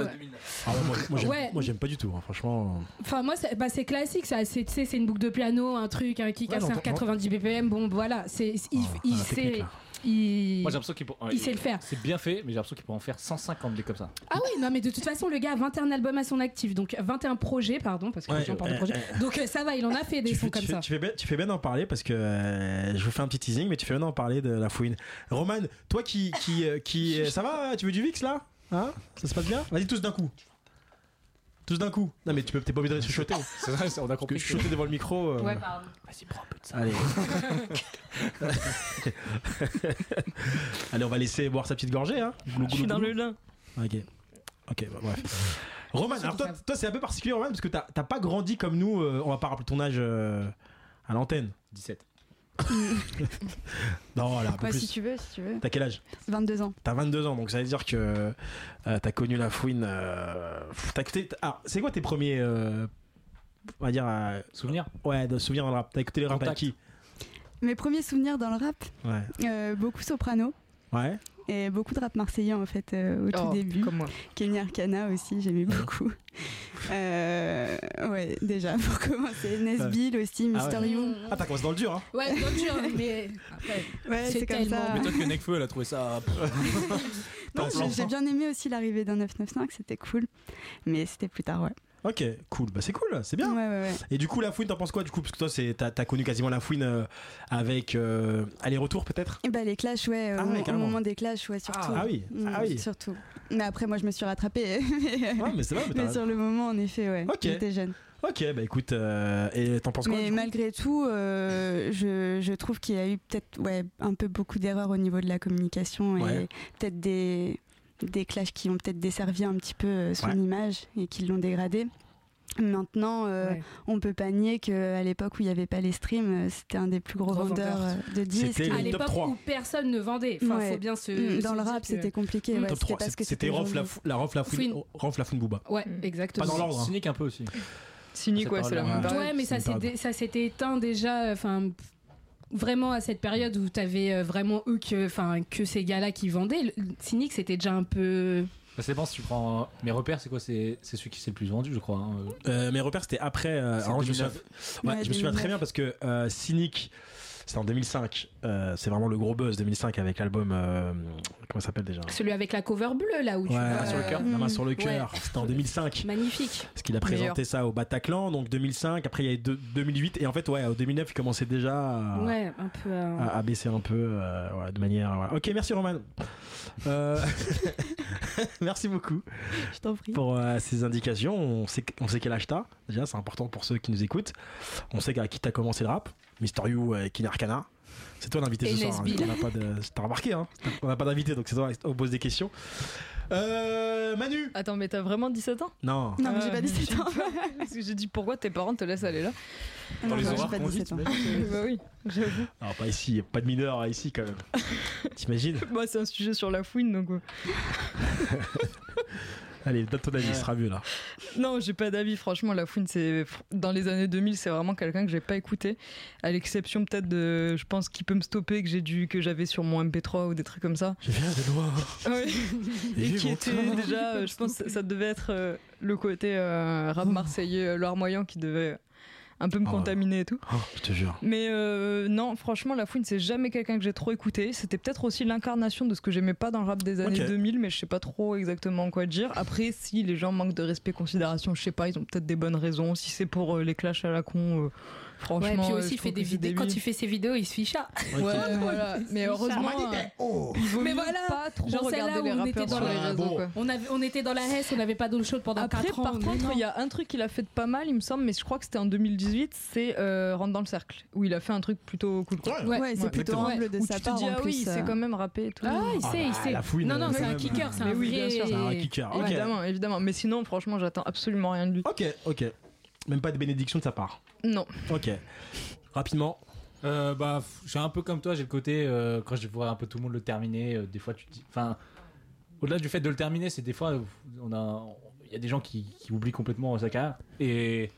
Speaker 2: Ah ouais, moi, moi, j'aime-
Speaker 4: Ouais.
Speaker 2: moi, j'aime pas du tout, hein, franchement.
Speaker 4: Enfin, moi, c'est bah, c'est classique, ça. C'est tu sais, c'est une boucle de piano, un truc, un kick
Speaker 2: Ouais, Oh,
Speaker 4: à
Speaker 2: j'entends-
Speaker 4: 90 BPM. Bon, voilà. c'est Il,
Speaker 2: ah,
Speaker 4: il
Speaker 6: la technique,
Speaker 4: sait-
Speaker 6: là.
Speaker 4: il-
Speaker 6: Moi, j'ai l'impression qu'il pour-
Speaker 4: il sait le faire.
Speaker 6: C'est bien fait, mais j'ai l'impression qu'il pourrait en faire 150 des comme ça.
Speaker 4: Ah oui, non, mais de toute façon, le gars a 21 albums à son actif, donc 21 projets, pardon, parce que
Speaker 2: Ouais,
Speaker 4: les gens parlent de
Speaker 2: euh,
Speaker 4: projets.
Speaker 2: euh,
Speaker 4: Donc euh, ça va, il en a fait des
Speaker 2: Tu
Speaker 4: sons
Speaker 2: fais,
Speaker 4: comme
Speaker 2: tu, fais,
Speaker 4: ça.
Speaker 2: tu fais bien, tu fais bien d'en parler parce que euh, je vous fais un petit teasing, mais tu fais bien d'en parler de la fouine. Roman, toi qui. qui, euh, qui euh, ça va hein Tu veux du Vix là Hein Ça se passe bien Vas-y, tous d'un coup. Tous d'un coup. Non, mais tu peux t'es pas obligé de se chuchoter.
Speaker 6: C'est vrai, on a compris.
Speaker 2: Je chuchotais devant le micro. euh,
Speaker 4: pardon.
Speaker 6: Vas-y, prends un peu de ça.
Speaker 2: Allez. Allez, on va laisser boire sa petite gorgée. Hein. Glou,
Speaker 15: Je suis
Speaker 2: glou,
Speaker 15: dans
Speaker 2: glou.
Speaker 15: le lin.
Speaker 2: Ok. Ok, bah, bref. Roman, alors toi, toi, c'est un peu particulier, Roman, parce que t'as t'as pas grandi comme nous. euh, on va pas rappeler ton âge euh, à l'antenne.
Speaker 6: 17.
Speaker 2: non, voilà, un peu
Speaker 5: Ouais,
Speaker 2: plus.
Speaker 5: si tu veux, si tu veux.
Speaker 2: T'as quel âge
Speaker 5: 22 ans.
Speaker 2: T'as 22 ans, donc ça veut dire que euh, t'as connu la fouine. euh, pff, t'as écouté. Ah, c'est quoi tes premiers. euh, on va dire. euh,
Speaker 6: Souvenirs
Speaker 2: Ouais, de souvenirs dans le rap. T'as écouté les rap avec
Speaker 6: Contact.
Speaker 2: qui
Speaker 5: Mes premiers souvenirs dans le rap,
Speaker 2: Ouais.
Speaker 5: euh, beaucoup soprano
Speaker 2: Ouais.
Speaker 5: et beaucoup de rap marseillais en fait euh, au tout
Speaker 15: Oh,
Speaker 5: début.
Speaker 15: comme moi.
Speaker 5: Kenny Arcana aussi, j'aimais beaucoup. Euh, ouais, déjà pour commencer, Nesbill aussi,
Speaker 2: Ah ouais.
Speaker 5: Mister You.
Speaker 2: Ah, t'as commencé dans le dur, hein
Speaker 4: Ouais, bien sûr, mais après,
Speaker 5: Ouais, c'est comme
Speaker 4: tellement-
Speaker 5: ça.
Speaker 6: Mais toi que Nekfeu, elle a trouvé ça.
Speaker 5: Non,
Speaker 6: T'as un
Speaker 5: j'ai-
Speaker 6: plan.
Speaker 5: J'ai bien aimé aussi l'arrivée d'un 995, c'était cool, mais c'était plus tard, ouais.
Speaker 2: Ok, cool. Bah, c'est cool, c'est bien. Et du coup, la fouine, t'en penses quoi du coup Parce que toi, c'est- t'as t'as connu quasiment la fouine euh, avec euh, aller-retour peut-être
Speaker 5: Et bah les clashs, ouais, euh,
Speaker 2: Ah ouais,
Speaker 5: au- au
Speaker 2: carrément.
Speaker 5: moment des clashs, ouais, surtout.
Speaker 2: Ah oui,
Speaker 5: Mm,
Speaker 2: ah oui.
Speaker 5: Surtout. Mais après, moi, je me suis rattrapée.
Speaker 2: mais c'est vrai, mais t'as-
Speaker 5: sur le moment, en effet, ouais.
Speaker 2: Ok.
Speaker 5: J'étais jeune.
Speaker 2: Ok, bah écoute, euh, et t'en penses quoi
Speaker 5: Mais
Speaker 2: du coup
Speaker 5: malgré tout, euh, je, je trouve qu'il y a eu peut-être ouais, un peu beaucoup d'erreurs au niveau de la communication et
Speaker 2: Ouais.
Speaker 5: peut-être des, des clashs qui ont peut-être desservi un petit peu euh, son
Speaker 2: Ouais.
Speaker 5: image et qui l'ont dégradée. Maintenant, euh, on peut pas nier qu'à l'époque où il n'y avait pas les streams, euh, c'était un des plus gros vendeurs euh, de disques.
Speaker 2: C'était le
Speaker 4: à
Speaker 2: top
Speaker 4: l'époque
Speaker 2: 3.
Speaker 4: où personne ne vendait. Enfin,
Speaker 5: Ouais.
Speaker 4: faut bien se.
Speaker 5: Mm,
Speaker 4: se
Speaker 5: Dans le
Speaker 4: dire
Speaker 5: rap,
Speaker 4: que-
Speaker 5: c'était compliqué. ouais,
Speaker 2: Top
Speaker 5: c'était
Speaker 2: 3,
Speaker 5: parce que
Speaker 2: c'était Rof la,
Speaker 5: joli.
Speaker 2: fou- la Rof la Fouine, oh,
Speaker 4: Fouine.
Speaker 2: Rof la Fouine Booba.
Speaker 4: Ouais,
Speaker 5: Mm.
Speaker 4: exactement.
Speaker 2: Pas dans l'ordre. hein.
Speaker 6: Cynique un peu aussi.
Speaker 3: Cynique,
Speaker 2: Cette
Speaker 3: ouais, c'est la même
Speaker 2: période-là,
Speaker 3: période.
Speaker 4: Ouais, mais ça
Speaker 2: C'est
Speaker 4: s'est
Speaker 2: pas-
Speaker 4: dé- ça s'était éteint déjà. euh, Enfin, vraiment à cette période où t'avais euh, vraiment eux que, enfin, que ces gars-là qui vendaient. Le- Cynique, c'était déjà un peu.
Speaker 6: Bah, ça dépend si tu prends. euh, Mes repères, c'est quoi C'est c'est celui qui s'est le plus vendu, je crois. hein, euh.
Speaker 2: Euh, mes repères, c'était après. euh,
Speaker 6: C'est
Speaker 2: alors, je me
Speaker 6: 2009.
Speaker 2: souviens- ouais,
Speaker 6: Ouais,
Speaker 2: je me souviens
Speaker 6: 2009.
Speaker 2: très bien parce que euh, Cynic, c'était en 2005. euh, c'est vraiment le gros buzz 2005 avec l'album. euh, comment ça s'appelle déjà
Speaker 4: Celui avec la cover bleue là où tu.
Speaker 2: Ouais,
Speaker 4: vois,
Speaker 3: Ah,
Speaker 4: euh,
Speaker 2: La main sur le
Speaker 4: ouais.
Speaker 2: cœur. C'était en 2005.
Speaker 4: Magnifique.
Speaker 2: Parce qu'il a présenté ça au Bataclan, donc 2005. Après, il y a eu deux- 2008. Et en fait, ouais, au 2009, il commençait déjà à,
Speaker 3: Ah.
Speaker 4: Ouais, un peu. euh,
Speaker 2: à- à baisser un peu euh, voilà, de manière. voilà. Ok, merci Roman. Euh, merci beaucoup pour euh, ces indications. On sait, on sait quel âge t'as. Déjà, c'est important pour ceux qui nous écoutent. On sait à qui t'as commencé le rap. Mister You et Kin Arcana. C'est toi l'invité
Speaker 4: Et
Speaker 2: ce soir. hein.
Speaker 4: Nesbill.
Speaker 2: On a pas de- T'as remarqué, hein On n'a pas d'invité, donc c'est toi. On pose des questions. Euh, Manu
Speaker 3: Attends, mais t'as vraiment 17 ans
Speaker 2: Non.
Speaker 5: Non, Ah, mais j'ai pas 17 ans.
Speaker 3: Parce que j'ai dit pourquoi tes parents te laissent aller là
Speaker 2: Dans les horaires qu'on dit, t'imagines
Speaker 3: Bah oui, j'avoue.
Speaker 2: Alors, pas ici. Pas de mineur ici, quand même. T'imagines
Speaker 3: Moi, c'est un sujet sur la fouine donc. euh.
Speaker 2: Allez, donne ton avis,
Speaker 3: Ouais.
Speaker 2: ce sera mieux là.
Speaker 3: Non, j'ai pas d'avis. Franchement, la Fouine, c'est dans les années 2000, c'est vraiment quelqu'un que j'ai pas écouté, à l'exception peut-être de, je pense, qui peut me stopper que j'ai dû, que j'avais sur mon MP3 ou des trucs comme ça.
Speaker 2: Je viens de noir.
Speaker 3: Ouais.
Speaker 2: Et
Speaker 3: Et
Speaker 2: j'ai
Speaker 3: qui
Speaker 2: mon
Speaker 3: était
Speaker 2: train.
Speaker 3: déjà, euh, je pense, que ça devait être euh, le côté euh, rap marseillais, euh, larmoyant, qui devait un peu me
Speaker 2: Mmh. Ah.
Speaker 3: contaminer et tout.
Speaker 2: Oh, je te jure.
Speaker 3: Mais euh, non, franchement, La Fouine, c'est jamais quelqu'un que j'ai trop écouté. C'était peut-être aussi l'incarnation de ce que j'aimais pas dans le rap des années
Speaker 2: Ok.
Speaker 3: 2000, mais je sais pas trop exactement quoi dire. Après, si les gens manquent de respect, considération, je sais pas, ils ont peut-être des bonnes raisons. Si c'est pour euh, les clashs à la con, euh, franchement.
Speaker 4: Ouais, puis
Speaker 3: euh,
Speaker 4: aussi,
Speaker 3: je
Speaker 4: il fait
Speaker 3: trouve
Speaker 4: des
Speaker 3: que c'est
Speaker 4: vidéos. Quand
Speaker 3: débile.
Speaker 4: il fait ses vidéos, il se hein. ficha.
Speaker 3: Ouais, voilà. Mais heureusement, euh, il vaut
Speaker 4: mais
Speaker 3: mieux
Speaker 4: voilà,
Speaker 3: pas trop
Speaker 4: genre celle-là
Speaker 3: regarder les
Speaker 4: où on était
Speaker 3: rappeurs
Speaker 4: dans
Speaker 3: sur les
Speaker 4: la-
Speaker 3: réseaux. quoi.
Speaker 4: On, avait- on était dans la Hesse, on n'avait pas d'eau chaude pendant
Speaker 3: Après,
Speaker 4: 4 ans.
Speaker 3: par
Speaker 4: mais
Speaker 3: contre,
Speaker 4: non.
Speaker 3: il y a un truc qu'il a fait de pas mal, il me semble, mais je crois que c'était en 2018, c'est euh, Rentre dans le cercle, où il a fait un truc plutôt cool. quoi.
Speaker 5: Ouais, Ouais, ouais, c'est plutôt
Speaker 3: exactement.
Speaker 5: humble de
Speaker 3: Où
Speaker 5: sa
Speaker 3: tu te
Speaker 5: part,
Speaker 3: dis,
Speaker 5: en
Speaker 3: ah
Speaker 5: plus,
Speaker 3: oui, il s'est
Speaker 5: euh.
Speaker 3: quand même rappé et tout.
Speaker 4: Ah, il sait, il
Speaker 2: bah,
Speaker 4: sait.
Speaker 2: la fouine,
Speaker 4: non, non,
Speaker 2: quand
Speaker 4: c'est un
Speaker 2: même.
Speaker 4: kicker, c'est un
Speaker 3: Mais oui,
Speaker 4: vrai.
Speaker 3: bien sûr.
Speaker 2: C'est un vrai kicker, Ah, ok.
Speaker 3: Évidemment, évidemment. Mais sinon, franchement, j'attends absolument rien de lui.
Speaker 2: Ok, ok. Même pas de bénédiction de sa part.
Speaker 3: Non.
Speaker 2: Ok. Rapidement.
Speaker 6: Euh, bah, f- je suis un peu comme toi, j'ai le côté, euh, quand je vois un peu tout le monde le terminer, euh, des fois tu te dis. Enfin, au-delà du fait de le terminer, c'est des fois, euh, on a, il y a des gens qui, qui oublient complètement euh, sa carrière. Et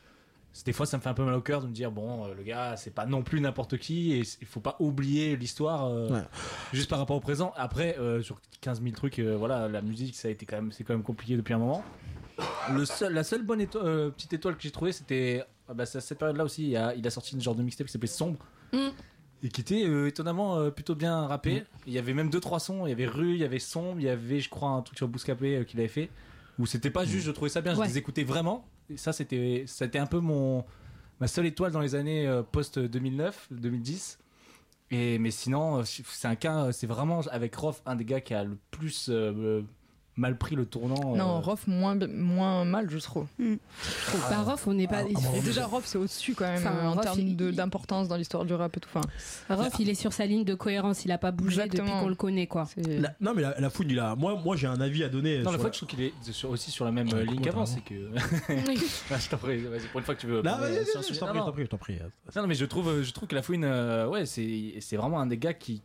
Speaker 6: c'est- des fois, ça me fait un peu mal au cœur de me dire, bon, euh, le gars, c'est pas non plus n'importe qui, et c- il faut pas oublier l'histoire euh,
Speaker 2: Ouais.
Speaker 6: juste par rapport au présent. Après, euh, sur 15 000 trucs, euh, voilà, la musique, ça a été quand même, c'est quand même compliqué depuis un moment. Le seul, la seule bonne éto- euh, petite étoile que j'ai trouvée, c'était ah bah, c'est à cette période-là aussi. Il a, il a sorti une genre de mixtape qui s'appelait Sombre et qui était euh, étonnamment euh, plutôt bien rappé. Il y avait même deux trois sons. Il y avait Rue, il y avait Sombre, il y avait je crois un truc sur Bouscapé euh, qu'il avait fait où c'était pas juste. Je trouvais ça bien.
Speaker 4: Ouais.
Speaker 6: Je les écoutais vraiment. Et ça c'était c'était un peu mon ma seule étoile dans les années euh, post 2009 2010. Et mais sinon euh, c'est un cas. euh, C'est vraiment avec Rof un des gars qui a le plus euh, mal pris le tournant.
Speaker 2: Oh,
Speaker 3: Non,
Speaker 6: euh,
Speaker 3: Rof, moins, moins mal, je trouve.
Speaker 4: Bah, Rof, on n'est pas.
Speaker 2: Oh,
Speaker 3: Et déjà, Rof, c'est au-dessus quand même,
Speaker 4: Enfin,
Speaker 3: euh, en
Speaker 4: Rof,
Speaker 3: termes
Speaker 4: il-
Speaker 3: de- d'importance dans l'histoire du rap et tout. Enfin,
Speaker 4: Rof, il est sur sa ligne de cohérence, il a pas bougé depuis
Speaker 3: Exactement.
Speaker 4: qu'on le connaît, quoi.
Speaker 2: Ah. La- non, mais la, la fouine, il a. Moi, moi j'ai un avis à donner.
Speaker 6: Non,
Speaker 2: sur
Speaker 6: la fois
Speaker 2: la-
Speaker 6: je trouve qu'il est sur- aussi sur la même euh, ligne qu'avant, c'est que. Ah, je t'en prie, vas-y, pour une fois que tu veux.
Speaker 2: Non,
Speaker 6: parler euh,
Speaker 2: vas-y,
Speaker 6: sur un
Speaker 2: vas-y, je
Speaker 6: sujet.
Speaker 2: t'en
Speaker 6: Non,
Speaker 2: prie, je
Speaker 6: non.
Speaker 2: t'en prie, je t'en prie.
Speaker 6: Non, non, mais je trouve, je trouve que la fouine, euh, ouais, c'est c'est vraiment un des gars qui,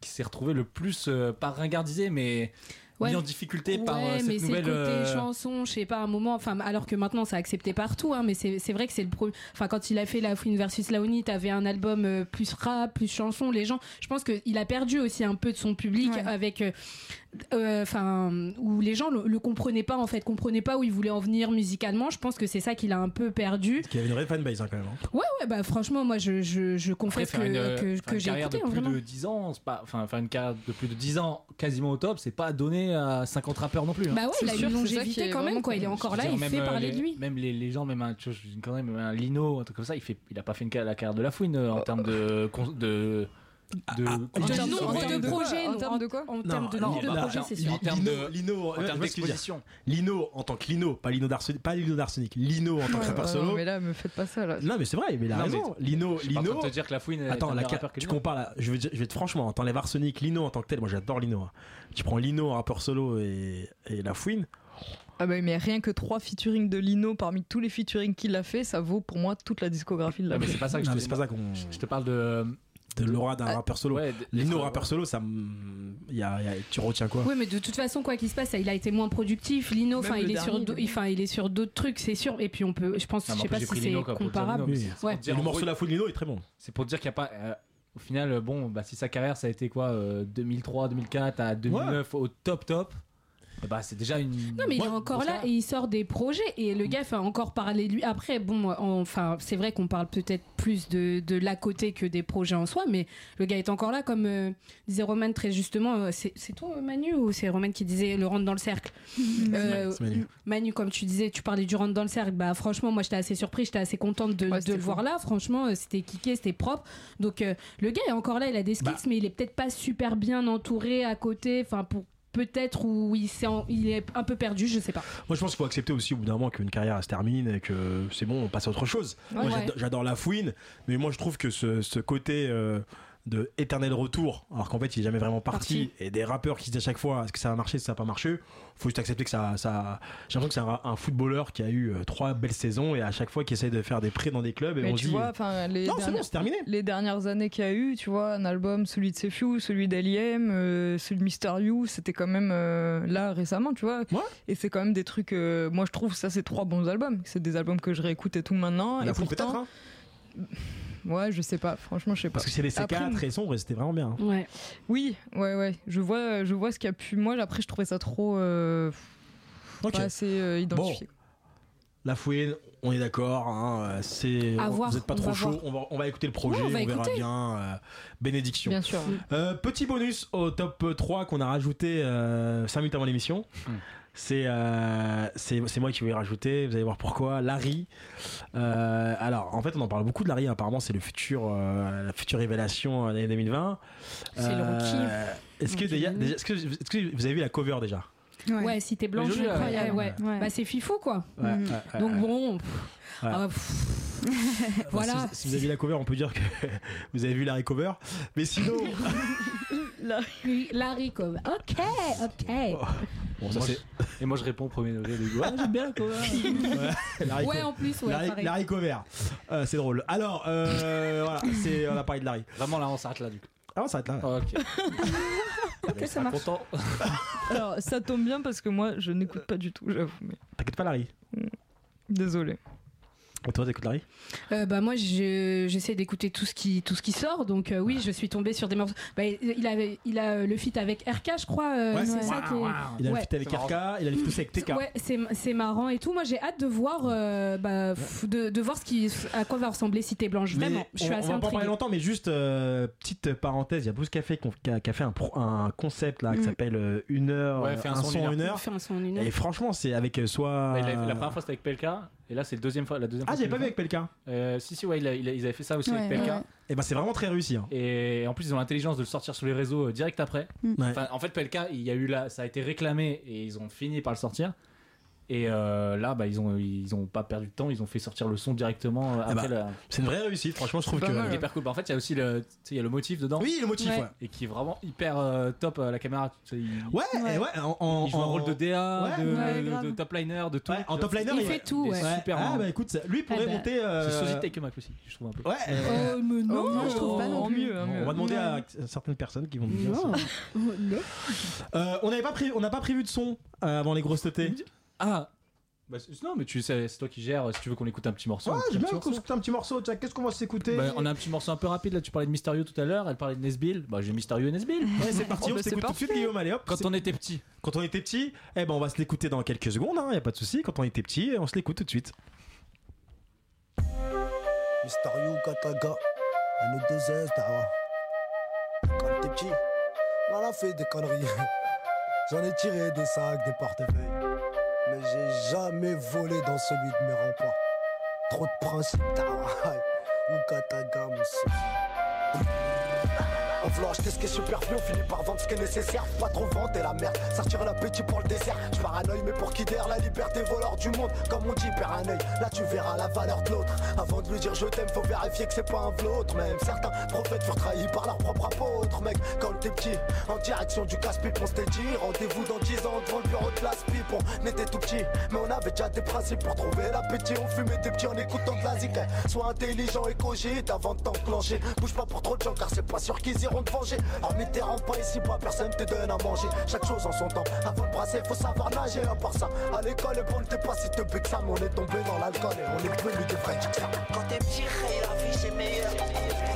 Speaker 6: qui s'est retrouvé le plus, euh, pas ringardisé, mais
Speaker 4: Ouais.
Speaker 6: mis en difficulté par
Speaker 4: ouais,
Speaker 6: euh,
Speaker 4: mais c'est
Speaker 6: cette
Speaker 4: le
Speaker 6: nouvelle.
Speaker 4: côté
Speaker 6: euh,
Speaker 4: chanson, je sais pas, un moment, enfin, alors que maintenant c'est accepté partout, hein, mais c'est c'est vrai que c'est le pro- Enfin, quand il a fait La Fouine versus Laoni, t'avais un album euh, plus rap, plus chanson, les gens. Je pense qu'il a perdu aussi un peu de son public avec. euh, euh, Enfin, où les gens le, le comprenaient pas, en fait, comprenaient pas où il voulait en venir musicalement. Je pense que c'est ça qu'il a un peu perdu.
Speaker 2: Qu'il y avait une vraie fanbase hein, quand même. hein.
Speaker 4: Ouais, ouais, bah franchement, moi je, je, je
Speaker 6: Après,
Speaker 4: confesse
Speaker 6: faire
Speaker 4: que,
Speaker 6: une, euh,
Speaker 4: que,
Speaker 6: faire
Speaker 4: que
Speaker 6: une
Speaker 4: j'ai
Speaker 6: carrière
Speaker 4: écouté,
Speaker 6: de
Speaker 4: hein,
Speaker 6: plus
Speaker 4: vraiment.
Speaker 6: de 10 ans, c'est pas, enfin, faire une carrière de plus de 10 ans quasiment au top, c'est pas donné donné à 50 rappeurs non plus. hein.
Speaker 4: Bah ouais, il a eu une longévité quand même, quoi. Il est encore là,
Speaker 6: Je veux
Speaker 4: il
Speaker 6: dire,
Speaker 4: fait
Speaker 6: même, euh,
Speaker 4: parler
Speaker 6: les-
Speaker 4: de lui.
Speaker 6: Même les, les gens, même un, tu vois, je dis une connerie, même un Lino, un truc comme ça, il, fait, il a pas fait une carrière, la carrière de la fouine euh, en termes de. cons- de de,
Speaker 4: En termes de-
Speaker 6: Ah, de-
Speaker 4: en termes de
Speaker 3: projet,
Speaker 4: projet,
Speaker 3: en termes de quoi
Speaker 4: En termes de
Speaker 6: Non,
Speaker 4: nombre de
Speaker 6: là,
Speaker 4: projets,
Speaker 6: là,
Speaker 4: c'est
Speaker 6: il-
Speaker 4: sûr.
Speaker 6: en termes
Speaker 2: Lino,
Speaker 6: de-
Speaker 2: Lino,
Speaker 6: en termes
Speaker 2: je vois ce que je veux dire.
Speaker 6: d'exposition.
Speaker 2: Lino en tant que Lino, pas Lino d'arsenic, pas Lino d'arsenic, Lino en tant que rappeur solo.
Speaker 3: mais là, me faites pas ça là.
Speaker 2: Non mais c'est vrai, mais il a
Speaker 6: Non, mais
Speaker 2: raison. Lino,
Speaker 6: je suis pas en train
Speaker 2: Lino.
Speaker 6: de te dire que Oh, la Fouine est
Speaker 2: Attends,
Speaker 6: un
Speaker 2: la
Speaker 6: meilleur
Speaker 2: ca-
Speaker 6: rappeur que
Speaker 2: tu
Speaker 6: Lino.
Speaker 2: compares là. Je vais, te- je vais te franchement, t'enlèves Arsenic, Lino en tant que tel. Moi, j'adore Lino. hein. Tu prends Lino, en rappeur solo et, et la Fouine.
Speaker 3: Ah bah, mais rien que trois featuring de Lino parmi tous les featuring qu'il a fait, ça vaut pour moi toute la discographie de la
Speaker 6: Non, mais c'est pas ça que je
Speaker 2: Non,
Speaker 6: te
Speaker 2: Ah, mais c'est pas ça qu'on.
Speaker 6: Je te parle de.
Speaker 2: De l'aura d'un rappeur solo.
Speaker 6: ouais, d-
Speaker 2: Lino,
Speaker 6: d'être-
Speaker 2: rappeur solo, ça. me- y a- y a- tu retiens quoi
Speaker 4: Oui, mais de toute façon, quoi qu'il se passe, il a été moins productif. Lino,
Speaker 3: Même
Speaker 4: enfin,
Speaker 3: le
Speaker 4: il, est
Speaker 3: dernier,
Speaker 4: sur
Speaker 3: il est
Speaker 4: d'au-
Speaker 3: bon.
Speaker 4: enfin, il est sur d'autres trucs, c'est sûr. Et puis on peut, je pense,
Speaker 6: Non, Ah, mais
Speaker 4: je sais
Speaker 6: en plus,
Speaker 4: pas
Speaker 6: j'ai
Speaker 4: si
Speaker 6: pris
Speaker 4: c'est
Speaker 6: Lino, quoi, pour dire
Speaker 4: comparable.
Speaker 6: Lino, mais c'est- c'est pour
Speaker 4: Ouais.
Speaker 6: dire,
Speaker 2: Et le
Speaker 6: en
Speaker 2: morceau
Speaker 6: gros,
Speaker 2: La Fouine Lino est très bon.
Speaker 6: C'est pour dire qu'il n'y a pas. euh, au final, euh, bon, bah, si sa carrière, ça a été quoi euh, 2003, 2004 à 2009 au top top, eh bah, c'est déjà une.
Speaker 4: Non, mais il
Speaker 6: bonne
Speaker 4: est encore
Speaker 6: grosse
Speaker 4: là et il sort des projets. Et le gars fait encore parler de lui. Après, bon, moi, en- enfin, c'est vrai qu'on parle peut-être plus de, de l'à côté que des projets en soi, mais le gars est encore là, comme euh, disait Roman très justement. euh, c'est c'est toi, euh, Manu, ou c'est Roman qui disait le rentre dans le cercle Euh,
Speaker 2: Ouais, c'est Manu.
Speaker 4: Manu, comme tu disais, tu parlais du rentre dans le cercle. Bah, franchement, moi, j'étais assez surpris, j'étais assez contente de, de le voir là. Franchement, euh, c'était kické, c'était propre. Donc, euh, le gars est encore là, il a des skills,
Speaker 2: Bah.
Speaker 4: mais il est peut-être pas super bien entouré à côté. Enfin, pour peut-être où il, s'est en- il est un peu perdu, je sais pas.
Speaker 2: Moi, je pense qu'il faut accepter aussi au bout d'un moment qu'une carrière elle se termine et que c'est bon, on passe à autre chose.
Speaker 4: Ouais.
Speaker 2: Moi,
Speaker 4: Ouais.
Speaker 2: j'ado- j'adore la fouine, mais moi, je trouve que ce, ce côté euh, de éternel retour, alors qu'en fait, il est jamais vraiment parti, et des rappeurs qui se disent à chaque fois est-ce que ça a marché, est-ce que ça a pas marché, faut juste accepter que ça. ça... J'ai l'impression que c'est un, un footballeur qui a eu euh, trois belles saisons et à chaque fois qui essaie de faire des prêts dans des clubs. Et
Speaker 3: Mais
Speaker 2: on
Speaker 3: tu
Speaker 2: se dit,
Speaker 3: vois, enfin, les,
Speaker 2: Non, c'est
Speaker 3: dernières-
Speaker 2: bon, c'est terminé.
Speaker 3: les dernières années qu'il y a eu, tu vois, un album, celui de Sefiu, celui d'Aliem, euh, celui de Mister You, c'était quand même euh, là récemment, tu vois. Et c'est quand même des trucs. euh, moi, je trouve ça, c'est trois bons albums. C'est des albums que je réécoute et tout maintenant.
Speaker 2: La
Speaker 3: et
Speaker 2: Fouine
Speaker 3: pourtant,
Speaker 2: peut-être, hein.
Speaker 3: Ouais, je sais pas. Franchement, je sais pas.
Speaker 2: parce que c'est les C4
Speaker 3: Après,
Speaker 2: et sombres et c'était vraiment bien. hein.
Speaker 4: Ouais.
Speaker 3: Oui, ouais, ouais. Je vois, je vois ce qu'il y a pu. Moi, après, je trouvais ça trop. euh,
Speaker 2: Ok.
Speaker 3: Pas assez euh, identifié.
Speaker 2: La fouine, on est d'accord, hein, euh, c'est
Speaker 3: À
Speaker 2: on-
Speaker 3: voir,
Speaker 2: vous n'êtes pas
Speaker 3: on
Speaker 2: trop
Speaker 3: va
Speaker 2: chaud,
Speaker 3: voir.
Speaker 2: on va, on va écouter le projet,
Speaker 3: Ouais, on va
Speaker 2: on, verra
Speaker 3: écouter.
Speaker 2: bien. euh, bénédiction.
Speaker 3: Bien sûr.
Speaker 2: Euh, petit bonus au top 3 qu'on a rajouté 5 minutes avant l'émission. C'est euh, c'est c'est moi qui vais rajouter, vous allez voir pourquoi. Larry. Euh, alors, en fait, on en parle beaucoup de Larry, apparemment, c'est le futur, euh, la future révélation de l'année 2020.
Speaker 4: C'est le rookie.
Speaker 2: Euh, Est-ce que,
Speaker 4: Rookie
Speaker 2: déjà-
Speaker 4: 2020.
Speaker 2: déjà- est-ce que- est-ce que vous avez vu la cover déjà
Speaker 4: Ouais, si t'es blanche, je
Speaker 2: Joli,
Speaker 4: crois, ouais,
Speaker 2: ouais.
Speaker 4: ouais.
Speaker 2: Ouais.
Speaker 4: Bah, c'est fifou, quoi.
Speaker 2: Ouais, ouais, ouais,
Speaker 4: Donc,
Speaker 2: ouais.
Speaker 4: bon. pff,
Speaker 2: Ouais.
Speaker 4: ah, pff, voilà.
Speaker 2: Si, si vous avez vu la cover, on peut dire que vous avez vu Larry cover. Mais sinon,
Speaker 4: Larry, Larry, quoi. Ok,
Speaker 2: Oh,
Speaker 4: ok.
Speaker 2: Bon,
Speaker 6: ça, c'est- et moi je réponds au premier degré de ouais, j'aime bien quoi.
Speaker 2: Larry
Speaker 4: Ouais,
Speaker 2: Co-
Speaker 4: en plus, ouais,
Speaker 2: Larry,
Speaker 4: pareil.
Speaker 2: Larry Cover. Euh, c'est drôle. Alors, euh, voilà, c'est, on a parlé de Larry.
Speaker 6: Vraiment là, on s'arrête là du coup.
Speaker 2: Ah, on s'arrête là.
Speaker 3: Ok, ça marche.
Speaker 6: Content.
Speaker 3: Alors, ça tombe bien parce que moi, je n'écoute pas du tout, j'avoue. Mais...
Speaker 2: T'inquiète pas, Larry.
Speaker 3: Désolé.
Speaker 2: Et toi, t'écoutes Larry
Speaker 4: Euh, bah moi je- j'essaie d'écouter tout ce qui tout ce qui sort donc euh, oui je suis tombée sur des morceaux bah, il avait il a euh, le feat avec RK je crois euh,
Speaker 2: Ouais,
Speaker 4: c'est
Speaker 2: ouais.
Speaker 4: ça qui est-
Speaker 2: Il a le
Speaker 4: Ouais.
Speaker 2: fit avec RK, il a le fit aussi avec TK.
Speaker 4: Ouais, c'est c'est marrant et tout. Moi, j'ai hâte de voir, euh, bah, pff, de, de voir ce qui, à quoi va ressembler Cité Blanche.
Speaker 2: Mais
Speaker 4: Vraiment, je suis
Speaker 2: on,
Speaker 4: assez
Speaker 2: on va pas en
Speaker 4: intriguée.
Speaker 2: parler longtemps, mais juste euh, petite parenthèse, il y a Bruce Café qu'on- qui a, qui a fait un, pro- un concept là qui
Speaker 4: Mm.
Speaker 2: s'appelle euh, une heure,
Speaker 6: Ouais, fais un son, une
Speaker 2: une
Speaker 6: heure.
Speaker 2: heure.
Speaker 4: Fais un son, une heure.
Speaker 2: Et franchement, c'est avec euh, soit.
Speaker 6: Bah, il avait- la première fois c'était avec Pelka et là c'est le deuxième fois la deuxième.
Speaker 2: Ah,
Speaker 6: fois
Speaker 2: j'avais
Speaker 6: qu'il
Speaker 2: pas
Speaker 6: le
Speaker 2: vu
Speaker 6: fait.
Speaker 2: avec Pelka.
Speaker 6: Euh, si si ouais il a- il a- ils avaient fait ça aussi avec
Speaker 2: Ouais,
Speaker 6: Pelka.
Speaker 2: ouais. Et bah c'est vraiment très réussi. hein.
Speaker 6: Et en plus, ils ont l'intelligence de le sortir sur les réseaux euh, direct après.
Speaker 2: Mm. Ouais.
Speaker 6: Enfin, en fait, Pelka, il y a eu là, ça a été réclamé et ils ont fini par le sortir. Et euh, là, bah, ils ont, ils ont pas perdu de temps. Ils ont fait sortir le son directement euh,
Speaker 2: Eh
Speaker 6: après.
Speaker 2: bah,
Speaker 6: la...
Speaker 2: C'est une vraie réussite, franchement, je trouve
Speaker 6: C'est
Speaker 2: que.
Speaker 6: pas mal, hyper cool. Bah, en fait, il y a aussi le, tu sais, il y a le motif dedans.
Speaker 2: Oui, le motif, Ouais. ouais.
Speaker 6: Et qui est vraiment hyper euh, top à la caméra. Tu sais, il-
Speaker 2: Ouais, ouais, en, en-
Speaker 6: il joue un
Speaker 2: en-
Speaker 6: rôle de DA,
Speaker 2: Ouais.
Speaker 6: de,
Speaker 2: Ouais,
Speaker 6: de-
Speaker 2: grave.
Speaker 6: de top liner, de tout.
Speaker 2: en top liner,
Speaker 6: Des-
Speaker 2: il fait tout,
Speaker 6: des
Speaker 2: ouais.
Speaker 6: Super
Speaker 2: Ouais. Ah,
Speaker 6: membres.
Speaker 2: bah, écoute, ça- lui
Speaker 4: Eh
Speaker 2: pourrait Ah,
Speaker 4: ben,
Speaker 2: bah. monter, euh,
Speaker 6: C'est Sosie Take Mac aussi, je trouve un peu.
Speaker 2: Ouais, euh,
Speaker 4: non, Oh, je trouve pas non plus.
Speaker 3: hein,
Speaker 2: Bon, on va demander à certaines personnes qui vont nous dire.
Speaker 4: Non.
Speaker 2: ça.
Speaker 5: Oh,
Speaker 2: Euh, on n'avait pas prévu, on n'a pas prévu de son euh, avant les grosses têtes.
Speaker 6: Ah. Bah, c'est- non, mais tu sais, c'est toi qui gères. Si tu veux qu'on écoute un petit morceau.
Speaker 2: Ouais,
Speaker 6: on écoute
Speaker 2: j'ai
Speaker 6: un
Speaker 2: Ah, bien
Speaker 6: petit morceau.
Speaker 2: écouté un petit morceau. tiens, Qu'est-ce qu'on va s'écouter
Speaker 6: Bah, on a un petit morceau un peu rapide là. Tu parlais de Mysterio tout à l'heure. Elle parlait de Nesbill. Bah j'ai Mysterio et Nesbill.
Speaker 2: Ouais, Eh, c'est parti, on s'écoute tout de suite, Guillaume. Allez hop.
Speaker 6: Bah, Quand on était petit.
Speaker 2: Quand on était petit, eh ben on va se l'écouter dans quelques secondes. Il y a pas de souci. Quand on était petit, eh, on se l'écoute tout de suite.
Speaker 16: Mister You, Kataga, à nous deux S, Dawa. Quand t'es petit, on en a fait des conneries. J'en ai tiré des sacs, des portefeuilles. Mais j'ai jamais volé dans celui de mes remparts. Trop de principes, tawaï, ou kataga, mon sauce. On veut acheter ce Oh, qui est superflu, on finit par vendre ce qui est nécessaire. Faut Pas trop vendre et la merde, sortir l'appétit pour le désert. Je paranoïe, mais pour qui derrière la liberté voleur du monde Comme on dit, perd un œil, là tu verras la valeur de l'autre. Avant de lui dire je t'aime, faut vérifier que c'est pas un vôtre. Même certains prophètes furent trahis par leur propre apôtre, mec. Quand t'es petit, en direction du casse-pipe, on s'était dit rendez-vous dans 10 ans devant le bureau de la SPIP. On était tout petit, mais on avait déjà des principes pour trouver l'appétit. On fumait des petits en écoutant de la zik. eh. Sois intelligent et cogite avant de t'enclencher. Bouge pas pour trop de gens, car c'est pas sûr qu'ils iront te venger. Ah, En Mitterrand, pas ici, pas personne te donne à manger. Chaque chose en son temps. Avant de brasser, faut savoir nager. À part ça, à l'école, et bon, t'es pas si te que ça, mais on est tombé dans l'alcool et on est devenu des vrais chicks, ça. Quand t'es petit, hey, la vie c'est meilleur.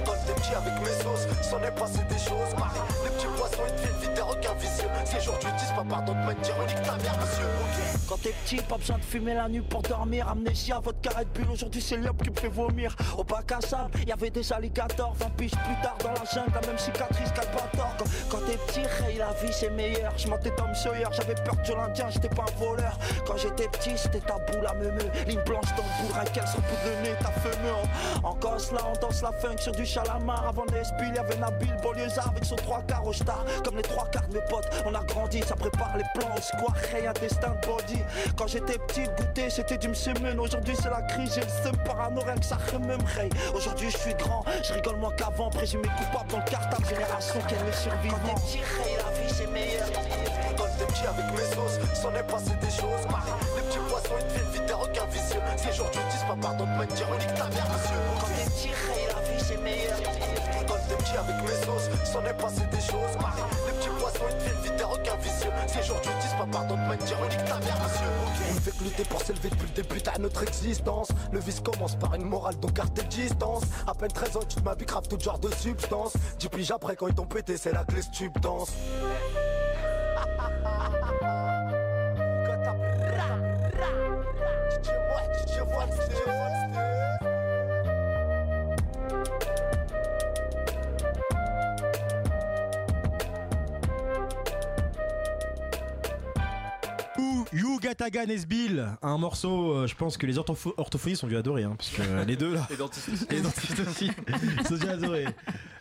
Speaker 16: Quand t'es petit avec mes sauces, s'en est passé des choses. Marie, les petits poissons, ils te filent vite des requins vicieux. C'est jour du 10, pas pardon de me dire, on nique ta mère, monsieur. ok.
Speaker 17: Quand t'es petit, pas besoin de fumer la nuit pour dormir. Amnésie à votre carré de bulle, aujourd'hui c'est l'homme qui me fait vomir. Au bac à sable, y avait des alligators. 20 piges plus tard dans la jungle, la même cicatrice qu'Albator. Quand, quand t'es petit, hey, la vie c'est meilleur. Je mentais Tom Sawyer, j'avais peur de l'Indien, j'étais pas un voleur. Quand j'étais petit, c'était tabou la meumeux. Ligne blanche dans le bourrin, qu'elle se bout de nez, ta fumeux. En Corse, là, on danse la funk sur du chalamar. Avant les spill, y avait Nabil Bolieusard avec son trois quarts au star. Comme les trois quarts de mes potes, on a grandi, ça prépare les plans au square. Hey, un destin de body. Quand j'étais petit, le goûter, c'était d'une semaine. Aujourd'hui, c'est la crise, j'ai le seum parano, rien que ça remume. Hey, aujourd'hui, je suis grand, je rigole moins qu'avant. Présumé coupable dans le cartable, génération qu'elle me survit.
Speaker 16: Quand t'es petit, hey, la vie c'est meilleur. Quand t'es petit avec mes sauces, s'en est passé des choses. Marie, les petits poissons, ils te filent vite des requins vicieux. C'est jour du 10, pas pardon de me dire, on nique ta mère, monsieur. Quand t'es petit, hey, la vie c'est meilleur. Quand t'es petit avec mes sauces, s'en est passé des choses. Marie, les petits poissons, ils te filent vite des requins vicieux. C'est jour du 10, pas pardon de me dire, on nique ta mère, monsieur. On ne fait que lutter pour s'élever depuis le début à notre existence. Le vice commence par une morale, donc garde tes distances. À peine 13 ans, tu te m'habilles grave tout genre de substance. 10 piges après, quand ils t'ont pété, c'est la clé stup danse.
Speaker 2: Ou Yugataga Nesbill, un morceau, euh, je pense que les orthopho- orthophonistes ont dû adorer, hein, parce que euh, les deux là.
Speaker 6: Les dentistes aussi.
Speaker 2: Les dentistes aussi. Ils ont dû adorer.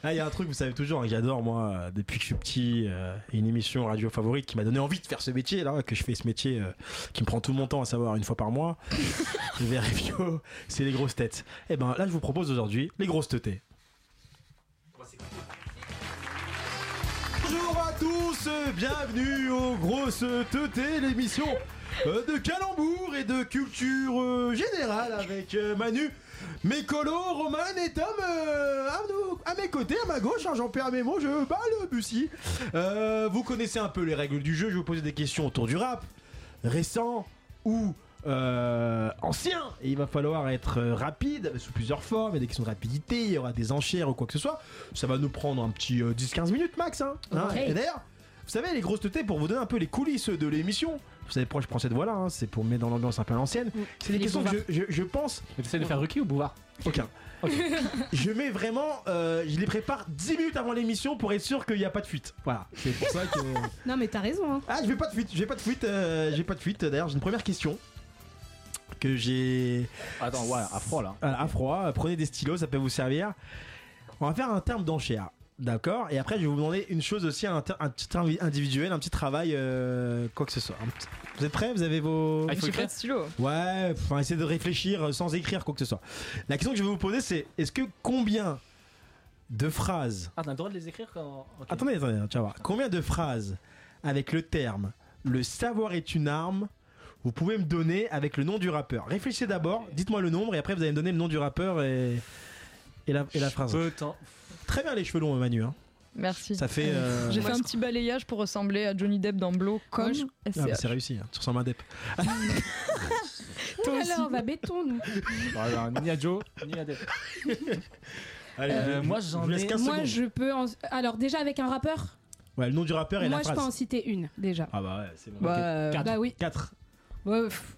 Speaker 2: Ah, il y a un truc, vous savez toujours, hein, que j'adore moi, euh, depuis que je suis petit, euh, une émission radio favorite qui m'a donné envie de faire ce métier là, que je fais ce métier euh, qui me prend tout mon temps, à savoir une fois par mois. Les VRFIO, c'est les grosses têtes. Et ben là, je vous propose aujourd'hui les grosses têtes. Bonjour à tous, euh, bienvenue aux grosses teutés, l'émission euh, de calembour et de culture euh, générale avec euh, Manu, Mécolo, Roman et Tom euh, à, nous- à mes côtés, à ma gauche, hein, Jean-Pierre Mémon, je bats le Bussy. Euh, vous connaissez un peu les règles du jeu, je vais vous poser des questions autour du rap, récent ou euh, ancien. Et il va falloir être euh, rapide, sous plusieurs formes, il y a des questions de rapidité, il y aura des enchères ou quoi que ce soit. Ça va nous prendre un petit euh, 10-15 minutes max. Hein, hein.
Speaker 9: Ok.
Speaker 2: Et d'ailleurs, vous savez, les grosses têtes, pour vous donner un peu les coulisses de l'émission, vous savez pourquoi je prends cette voix-là, hein, c'est pour me mettre dans l'ambiance un peu à l'ancienne. C'est des
Speaker 9: Félix
Speaker 2: questions que
Speaker 9: Bouvard.
Speaker 2: je, je- je pense. Mais tu de faire Ruki ou Bouvard Aucun. je mets vraiment. euh, je les prépare 10 minutes avant l'émission pour être sûr qu'il n'y a pas de fuite. Voilà. C'est pour ça que.
Speaker 4: Non, mais t'as raison. hein.
Speaker 2: Ah, je vais pas de fuite, j'ai pas de fuite, euh, j'ai pas de fuite. D'ailleurs, j'ai une première question que j'ai. Attends, ouais, à froid là. À froid, prenez des stylos, ça peut vous servir. On va faire un terme d'enchère. D'accord Et après, je vais vous demander une chose aussi, un, ter- un petit terme individuel, un petit travail, euh, quoi que ce soit. Un petit- Vous êtes prêts Vous avez vos.
Speaker 3: Ah, il faut J'ai écrire pas de stylo.
Speaker 2: Ouais, enfin, essayez de réfléchir euh, sans écrire, quoi que ce soit. La question que je vais vous poser, c'est est-ce que combien de phrases
Speaker 6: Ah, t'as le droit de les écrire quand. ok.
Speaker 2: Attendez, attendez, hein, tu vas voir. Combien de phrases avec le terme le savoir est une arme vous pouvez me donner avec le nom du rappeur Réfléchissez d'abord, dites-moi le nombre et après vous allez me donner le nom du rappeur et, et, la, et la phrase. Très bien les cheveux longs, Manu. hein.
Speaker 3: Merci.
Speaker 2: Ça fait, euh,
Speaker 3: J'ai fait
Speaker 2: Moi,
Speaker 3: un
Speaker 2: je-
Speaker 3: petit balayage pour ressembler à Johnny Depp dans Blow comme
Speaker 2: Ah, mais
Speaker 3: SCH.
Speaker 2: c'est réussi, hein. tu ressembles à un dep.
Speaker 4: Ouh là là, on va béton, nous.
Speaker 6: Bah, euh, ni à Joe, ni à Dave.
Speaker 2: Allez,
Speaker 6: Euh,
Speaker 2: je-
Speaker 6: moi,
Speaker 2: je
Speaker 6: j'en
Speaker 2: vous laisse
Speaker 6: ai-
Speaker 2: 15
Speaker 4: Moi,
Speaker 2: secondes.
Speaker 4: je peux. en- Alors, déjà avec un rappeur,
Speaker 2: Ouais, le nom du rappeur et
Speaker 4: moi,
Speaker 2: la
Speaker 4: je
Speaker 2: phrase.
Speaker 4: peux en citer une déjà.
Speaker 2: Ah bah ouais, c'est bon.
Speaker 4: Bah,
Speaker 2: Ok.
Speaker 4: euh,
Speaker 2: Quatre.
Speaker 4: bah oui.
Speaker 2: Quatre.
Speaker 4: Ouais, pff,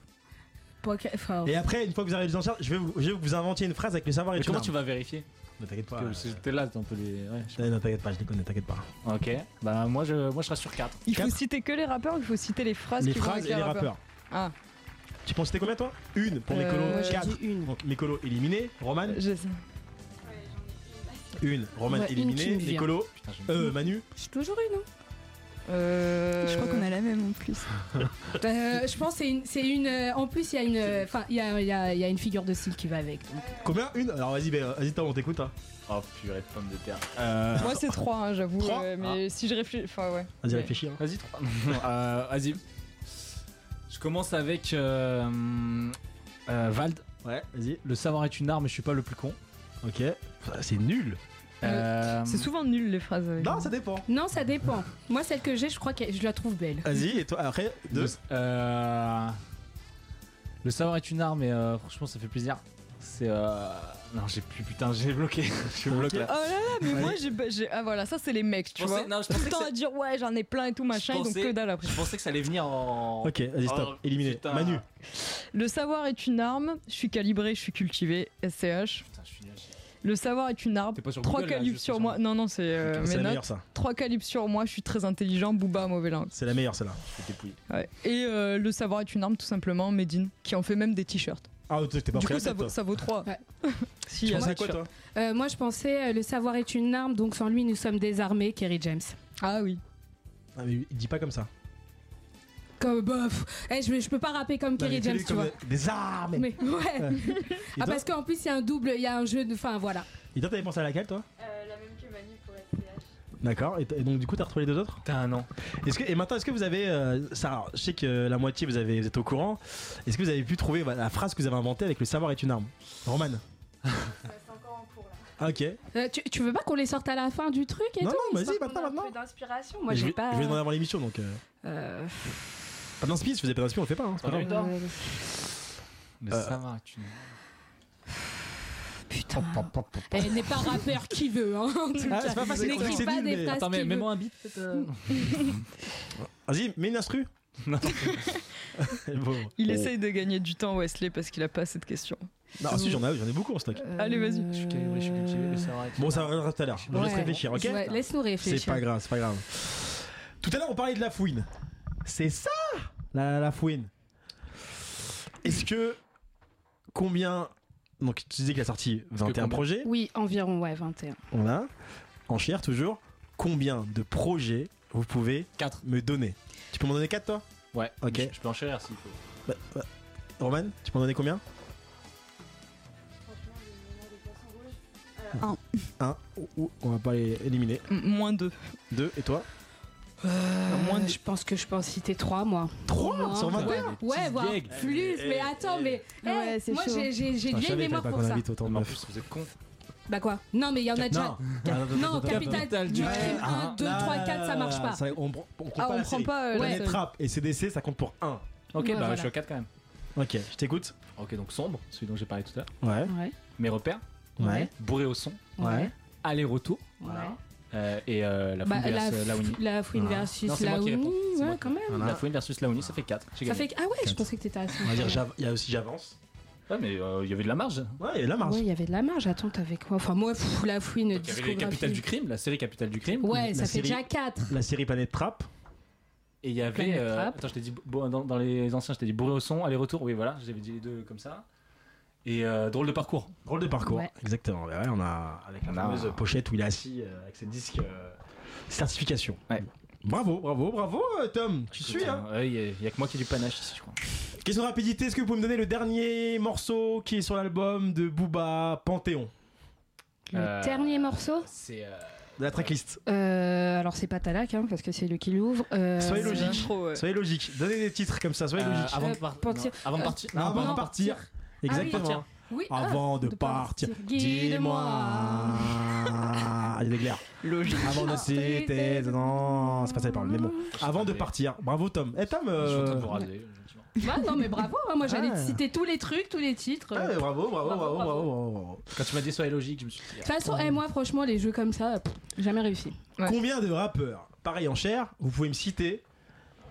Speaker 4: pas que- enfin,
Speaker 2: Et après, une fois que vous arrivez dans le charge, je vais vous, je vais vous inventer une phrase avec le savoir et
Speaker 6: Mais comment tu vas vérifier
Speaker 2: Ne t'inquiète pas.
Speaker 6: Parce que C'était là, on peut les. ouais, je sais
Speaker 2: euh, Non, non, t'inquiète pas, je déconne, t'inquiète pas.
Speaker 6: pas. Ok, bah moi je, moi, je reste sur 4.
Speaker 3: Il faut citer que les rappeurs ou il faut citer les phrases
Speaker 2: Les
Speaker 3: qui vont
Speaker 2: phrases
Speaker 3: avec
Speaker 2: et les rappeurs.
Speaker 3: Ah,
Speaker 2: Tu penses que c'était combien toi Une pour
Speaker 3: Euh, moi,
Speaker 2: Mécolo,
Speaker 3: j'ai
Speaker 2: 4.
Speaker 3: dit une.
Speaker 2: Donc Mécolo éliminé, Roman
Speaker 3: je sais.
Speaker 2: Une, Roman
Speaker 3: Ouais, une qui
Speaker 2: éliminé,
Speaker 3: me vient.
Speaker 2: Mécolo,
Speaker 3: Putain, j'ai-
Speaker 2: euh, Manu.
Speaker 4: J'ai toujours une, non
Speaker 3: Euh,
Speaker 5: Je crois qu'on a la même en plus.
Speaker 4: Euh, je pense que c'est une, c'est une. euh, En plus, il y a une. euh, Enfin, il y a, il y a- il y a une figure de style qui va avec. donc.
Speaker 2: Combien Une Alors vas-y, ben, vas-y, Tom, on t'écoute. Hein. Euh,
Speaker 6: Oh purée de pommes de terre.
Speaker 3: Moi c'est 3, j'avoue.
Speaker 6: Trois
Speaker 3: euh, mais
Speaker 2: Ah.
Speaker 3: si je réfléchis. Enfin, ouais.
Speaker 2: Vas-y, réfléchis. hein.
Speaker 6: Vas-y, trois. Euh, Vas-y. Je commence avec euh, euh, Vald.
Speaker 2: Ouais, vas-y.
Speaker 6: Le savoir est une arme, je suis pas le plus con.
Speaker 2: Ok. Bah, C'est nul.
Speaker 6: Euh,
Speaker 3: C'est souvent nul les phrases. avec-
Speaker 2: Ah. Non, ça dépend.
Speaker 4: Non, ça dépend. Moi, celle que j'ai, je crois que je la trouve belle.
Speaker 2: Vas-y, et toi, après, deux.
Speaker 6: Le, euh, le savoir est une arme et euh, franchement ça fait plaisir. C'est euh, non j'ai plus putain j'ai bloqué je suis bloqué
Speaker 3: Oh là là, mais
Speaker 6: Ouais.
Speaker 3: moi j'ai. j'ai- Ah voilà, ça c'est les mecs, tu
Speaker 6: Je pensais-
Speaker 3: vois.
Speaker 6: non, je
Speaker 3: Tout le
Speaker 6: pensais que
Speaker 3: temps
Speaker 6: c'est-
Speaker 3: à dire ouais, j'en ai plein et tout machin, et donc que dalle après.
Speaker 6: je pensais que ça allait venir en
Speaker 2: Ok, vas-y, stop.
Speaker 6: Oh,
Speaker 2: éliminé.
Speaker 6: putain.
Speaker 3: Euh,
Speaker 2: Manu.
Speaker 3: Le savoir est une arme, je suis calibré, je suis cultivé, SCH.
Speaker 6: je suis nul, je suis-
Speaker 3: Le savoir est une arme.
Speaker 6: T'es pas sur
Speaker 3: Trois
Speaker 6: Google, là,
Speaker 3: calibres
Speaker 6: juste
Speaker 3: sur
Speaker 6: sur-
Speaker 3: moi. Non, non, c'est euh,
Speaker 2: C'est
Speaker 3: mes
Speaker 2: la
Speaker 3: notes.
Speaker 2: meilleure, ça.
Speaker 3: Trois calibres sur moi, je suis très intelligent, Booba, mauvais langue.
Speaker 2: C'est la meilleure celle-là.
Speaker 6: je dépouille.
Speaker 3: Ouais. Et euh, le savoir est une arme, tout simplement, Medine, qui en fait même des t-shirts.
Speaker 2: Ah, t'es t'es pas
Speaker 3: Du
Speaker 2: prêt
Speaker 3: coup, ça vaut, ça vaut 3.
Speaker 4: Ouais.
Speaker 3: si,
Speaker 2: Tu
Speaker 3: euh,
Speaker 2: pensais à quoi toi
Speaker 4: Euh, moi, je pensais euh, le savoir est une arme, donc sans lui, nous sommes désarmés, Kerry James.
Speaker 3: Ah oui.
Speaker 2: Ah, mais il dit pas comme ça.
Speaker 4: Comme bof. Eh, je, je peux pas rapper comme
Speaker 2: Non,
Speaker 4: Kerry
Speaker 2: mais fais-lui
Speaker 4: James, tu
Speaker 2: comme
Speaker 4: vois.
Speaker 2: des- Des armes
Speaker 4: Mais ouais.
Speaker 2: Ouais. Et
Speaker 4: ah,
Speaker 2: toi
Speaker 4: parce qu'en plus, il y a un double, il y a un jeu de. Enfin, voilà.
Speaker 2: Et toi, t'avais pensé à laquelle toi
Speaker 5: Euh, la même que Manu pour SCH.
Speaker 2: D'accord, et, t- et donc du coup t'as retrouvé les deux autres
Speaker 6: Putain non.
Speaker 2: Est-ce que, et maintenant, est-ce que vous avez, euh, ça, alors, je sais que euh, la moitié vous, avez, vous êtes au courant, est-ce que vous avez pu trouver bah, la phrase que vous avez inventée avec le savoir est une arme Roman Ah, Ok.
Speaker 4: Euh, tu, tu veux pas qu'on les sorte à la fin du truc et
Speaker 2: Non,
Speaker 4: tout,
Speaker 2: non,
Speaker 4: histoire
Speaker 2: vas-y,
Speaker 4: qu'on
Speaker 2: maintenant,
Speaker 4: ait un
Speaker 2: maintenant.
Speaker 4: peu d'inspiration. Moi,
Speaker 2: je,
Speaker 4: j'ai
Speaker 2: vais,
Speaker 4: pas.
Speaker 2: je vais demander avant l'émission donc. euh,
Speaker 4: euh,
Speaker 2: Pas d'inspi, si vous avez pas d'inspi, on le fait pas. hein, c'est pas grave.
Speaker 6: Le
Speaker 2: Euh,
Speaker 6: savoir est une
Speaker 4: Putain. euh, Elle n'est pas rappeur qui veut, hein. en tout
Speaker 2: Ah,
Speaker 4: cas.
Speaker 2: c'est pas facile,
Speaker 4: N'écris
Speaker 2: on dit que
Speaker 4: pas
Speaker 2: c'est nul,
Speaker 4: des
Speaker 2: mais-
Speaker 4: phrases
Speaker 6: Attends mais
Speaker 4: qui
Speaker 6: mets-moi
Speaker 4: veut.
Speaker 6: un beat peut-être.
Speaker 2: Vas-y, mets une instru
Speaker 6: Non.
Speaker 2: Bon.
Speaker 3: Il essaye de gagner du temps, Wesley, parce qu'il a pas assez de questions.
Speaker 2: Non, si j'en ai, j'en ai beaucoup en stock.
Speaker 3: Allez, vas-y.
Speaker 6: Je suis calibré, je suis cultivé, le savoir est une
Speaker 2: Bon, ça reviendra tout à l'heure. Je vous laisse
Speaker 4: Ouais.
Speaker 2: réfléchir, ok
Speaker 4: Ouais, Laisse-nous réfléchir.
Speaker 2: C'est pas grave, c'est pas grave. Tout à l'heure, on parlait de la fouine. C'est ça la, la fouine. Est-ce que. Combien. Donc, tu disais qu'il a sorti 21
Speaker 6: combien
Speaker 2: projets.
Speaker 4: Oui, environ, ouais, 21.
Speaker 2: On a. En chair, toujours. Combien de projets vous pouvez
Speaker 6: Quatre.
Speaker 2: me donner Tu peux m'en donner 4 toi
Speaker 6: Ouais.
Speaker 2: Ok.
Speaker 6: Je, je peux enchérir s'il faut.
Speaker 2: Bah, bah, Roman, tu peux m'en donner combien
Speaker 5: Un.
Speaker 2: Un. Ou- ou- on va pas les éliminer.
Speaker 3: M- Moins 2.
Speaker 2: Deux. Et toi
Speaker 4: Euh,
Speaker 3: moins de-
Speaker 4: Je pense que je peux en citer 3, moi.
Speaker 2: 3
Speaker 4: Moins.
Speaker 2: sur 21
Speaker 4: Ouais,
Speaker 6: des
Speaker 4: ouais,
Speaker 6: petites
Speaker 4: voire
Speaker 6: gags.
Speaker 4: plus.
Speaker 2: Eh,
Speaker 4: Mais
Speaker 2: eh,
Speaker 4: attends,
Speaker 2: eh.
Speaker 4: mais.
Speaker 5: Ouais,
Speaker 4: eh,
Speaker 5: c'est
Speaker 4: moi,
Speaker 5: chaud.
Speaker 4: j'ai- j'ai j'ai de
Speaker 2: Putain, je
Speaker 4: vieilles
Speaker 2: savais, il fallait
Speaker 4: mémoires
Speaker 2: pas
Speaker 4: pour
Speaker 2: qu'on
Speaker 4: ça.
Speaker 2: invite autant de
Speaker 6: Mais en
Speaker 2: meufs.
Speaker 6: plus vous êtes cons.
Speaker 4: Bah quoi Non, mais il y en a déjà. Non, Capital du Crime 1, 2, 3, 4, ça marche pas.
Speaker 2: Ah, Ça, on, pr- on compte
Speaker 3: Ah,
Speaker 2: pas
Speaker 3: on
Speaker 2: la
Speaker 3: prend
Speaker 2: série.
Speaker 3: pas. euh, la
Speaker 2: Planète
Speaker 3: série.
Speaker 2: Rap et CDC, ça compte pour 1.
Speaker 6: Ok
Speaker 4: Ouais,
Speaker 6: bah
Speaker 4: voilà.
Speaker 6: je suis à 4 quand même.
Speaker 2: Ok, je t'écoute.
Speaker 6: Ok donc sombre celui dont j'ai parlé tout à l'heure.
Speaker 2: Ouais.
Speaker 4: Ouais,
Speaker 6: Mes repères.
Speaker 2: Ouais.
Speaker 6: Bourré au son.
Speaker 2: Ouais.
Speaker 6: Aller-retour.
Speaker 4: ouais.
Speaker 6: Euh, et euh, la
Speaker 4: Bah,
Speaker 6: fouine
Speaker 4: la,
Speaker 6: versus Laouni.
Speaker 4: fou- la fouine
Speaker 2: Voilà.
Speaker 4: versus
Speaker 6: Non, c'est moi qui
Speaker 4: Laouni,
Speaker 6: réponds. C'est moi
Speaker 4: ouais,
Speaker 6: qui
Speaker 4: quand même.
Speaker 6: La fouine versus Laouni, ça fait 4.
Speaker 4: Ça fait que- Ah ouais, je pensais que t'étais à
Speaker 2: On va dire, j'av- il y a aussi j'avance.
Speaker 6: Ouais, mais euh, il y avait de la marge.
Speaker 2: Ouais, il y a de la marge.
Speaker 4: Ouais, il y avait de la marge. Attends, t'avais quoi Enfin, moi, pff, la fouine.
Speaker 6: Donc, il y avait les
Speaker 4: discographie.
Speaker 6: Capitales du Crime, la série Capitale du Crime.
Speaker 4: Ouais, ça fait
Speaker 2: La série-
Speaker 4: déjà 4.
Speaker 2: La série Planète Trap.
Speaker 6: Et il y avait.
Speaker 4: Planète
Speaker 6: euh,
Speaker 4: Rap.
Speaker 6: attends, je t'ai dit. bon, dans, dans les anciens, je t'ai dit bourré au son, aller-retour. Oui, voilà, j'avais dit les deux comme ça. Et euh, drôle de parcours.
Speaker 2: Drôle de parcours.
Speaker 4: Ouais.
Speaker 2: Exactement. Ouais, ouais, on a avec la
Speaker 6: On a-
Speaker 2: fameuse pochette où il est assis euh, avec ses disques. euh, certification.
Speaker 6: Ouais.
Speaker 2: Bravo, bravo, bravo, euh, Tom. Tu suis, hein.
Speaker 6: Putain, ouais, Il y, a- il y a que moi qui ai du panache ici, je crois.
Speaker 2: Question de rapidité, est-ce que vous pouvez me donner le dernier morceau qui est sur l'album de Booba Panthéon
Speaker 4: Le
Speaker 6: Euh,
Speaker 4: dernier morceau
Speaker 6: C'est. euh,
Speaker 2: De la tracklist.
Speaker 4: Euh, alors c'est pas Talak hein, parce que c'est lui qui l'ouvre. Euh,
Speaker 2: Soyez
Speaker 3: C'est
Speaker 2: logique.
Speaker 3: l'intro, ouais.
Speaker 2: Soyez logique. Donnez des titres comme ça, soyez
Speaker 6: euh,
Speaker 2: logique.
Speaker 6: avant,
Speaker 4: Euh,
Speaker 6: de par-
Speaker 4: partir.
Speaker 6: non, avant de
Speaker 4: Euh,
Speaker 6: partir.
Speaker 2: Non, avant
Speaker 4: non,
Speaker 2: de partir.
Speaker 4: partir.
Speaker 2: Exactement.
Speaker 6: Partir.
Speaker 4: Oui. ah,
Speaker 2: Avant de, partir, dis-moi. Il est clair.
Speaker 3: Logique.
Speaker 2: Avant de
Speaker 4: Ah.
Speaker 2: c'était. Non, c'est pas ça les paroles, mais bon. Avant de
Speaker 6: Allez.
Speaker 2: partir. Bravo Tom. Eh Tom.
Speaker 6: Je suis en train de
Speaker 2: euh,
Speaker 6: vous raser, gentiment.
Speaker 4: Ouais, non mais bravo, hein, moi j'allais
Speaker 2: Ah.
Speaker 4: te citer tous les trucs, tous les titres.
Speaker 2: ouais,
Speaker 4: De
Speaker 2: bravo, bravo, bravo,
Speaker 4: Bravo,
Speaker 2: bravo,
Speaker 4: bravo.
Speaker 2: bravo, bravo.
Speaker 6: Quand tu m'as dit soyez logique, je me suis dit. ah,
Speaker 4: toute façon, eh, moi franchement les jeux comme ça, pff, jamais réussi.
Speaker 3: Ouais.
Speaker 2: Combien de rappeurs, pareil en chair, vous pouvez me citer,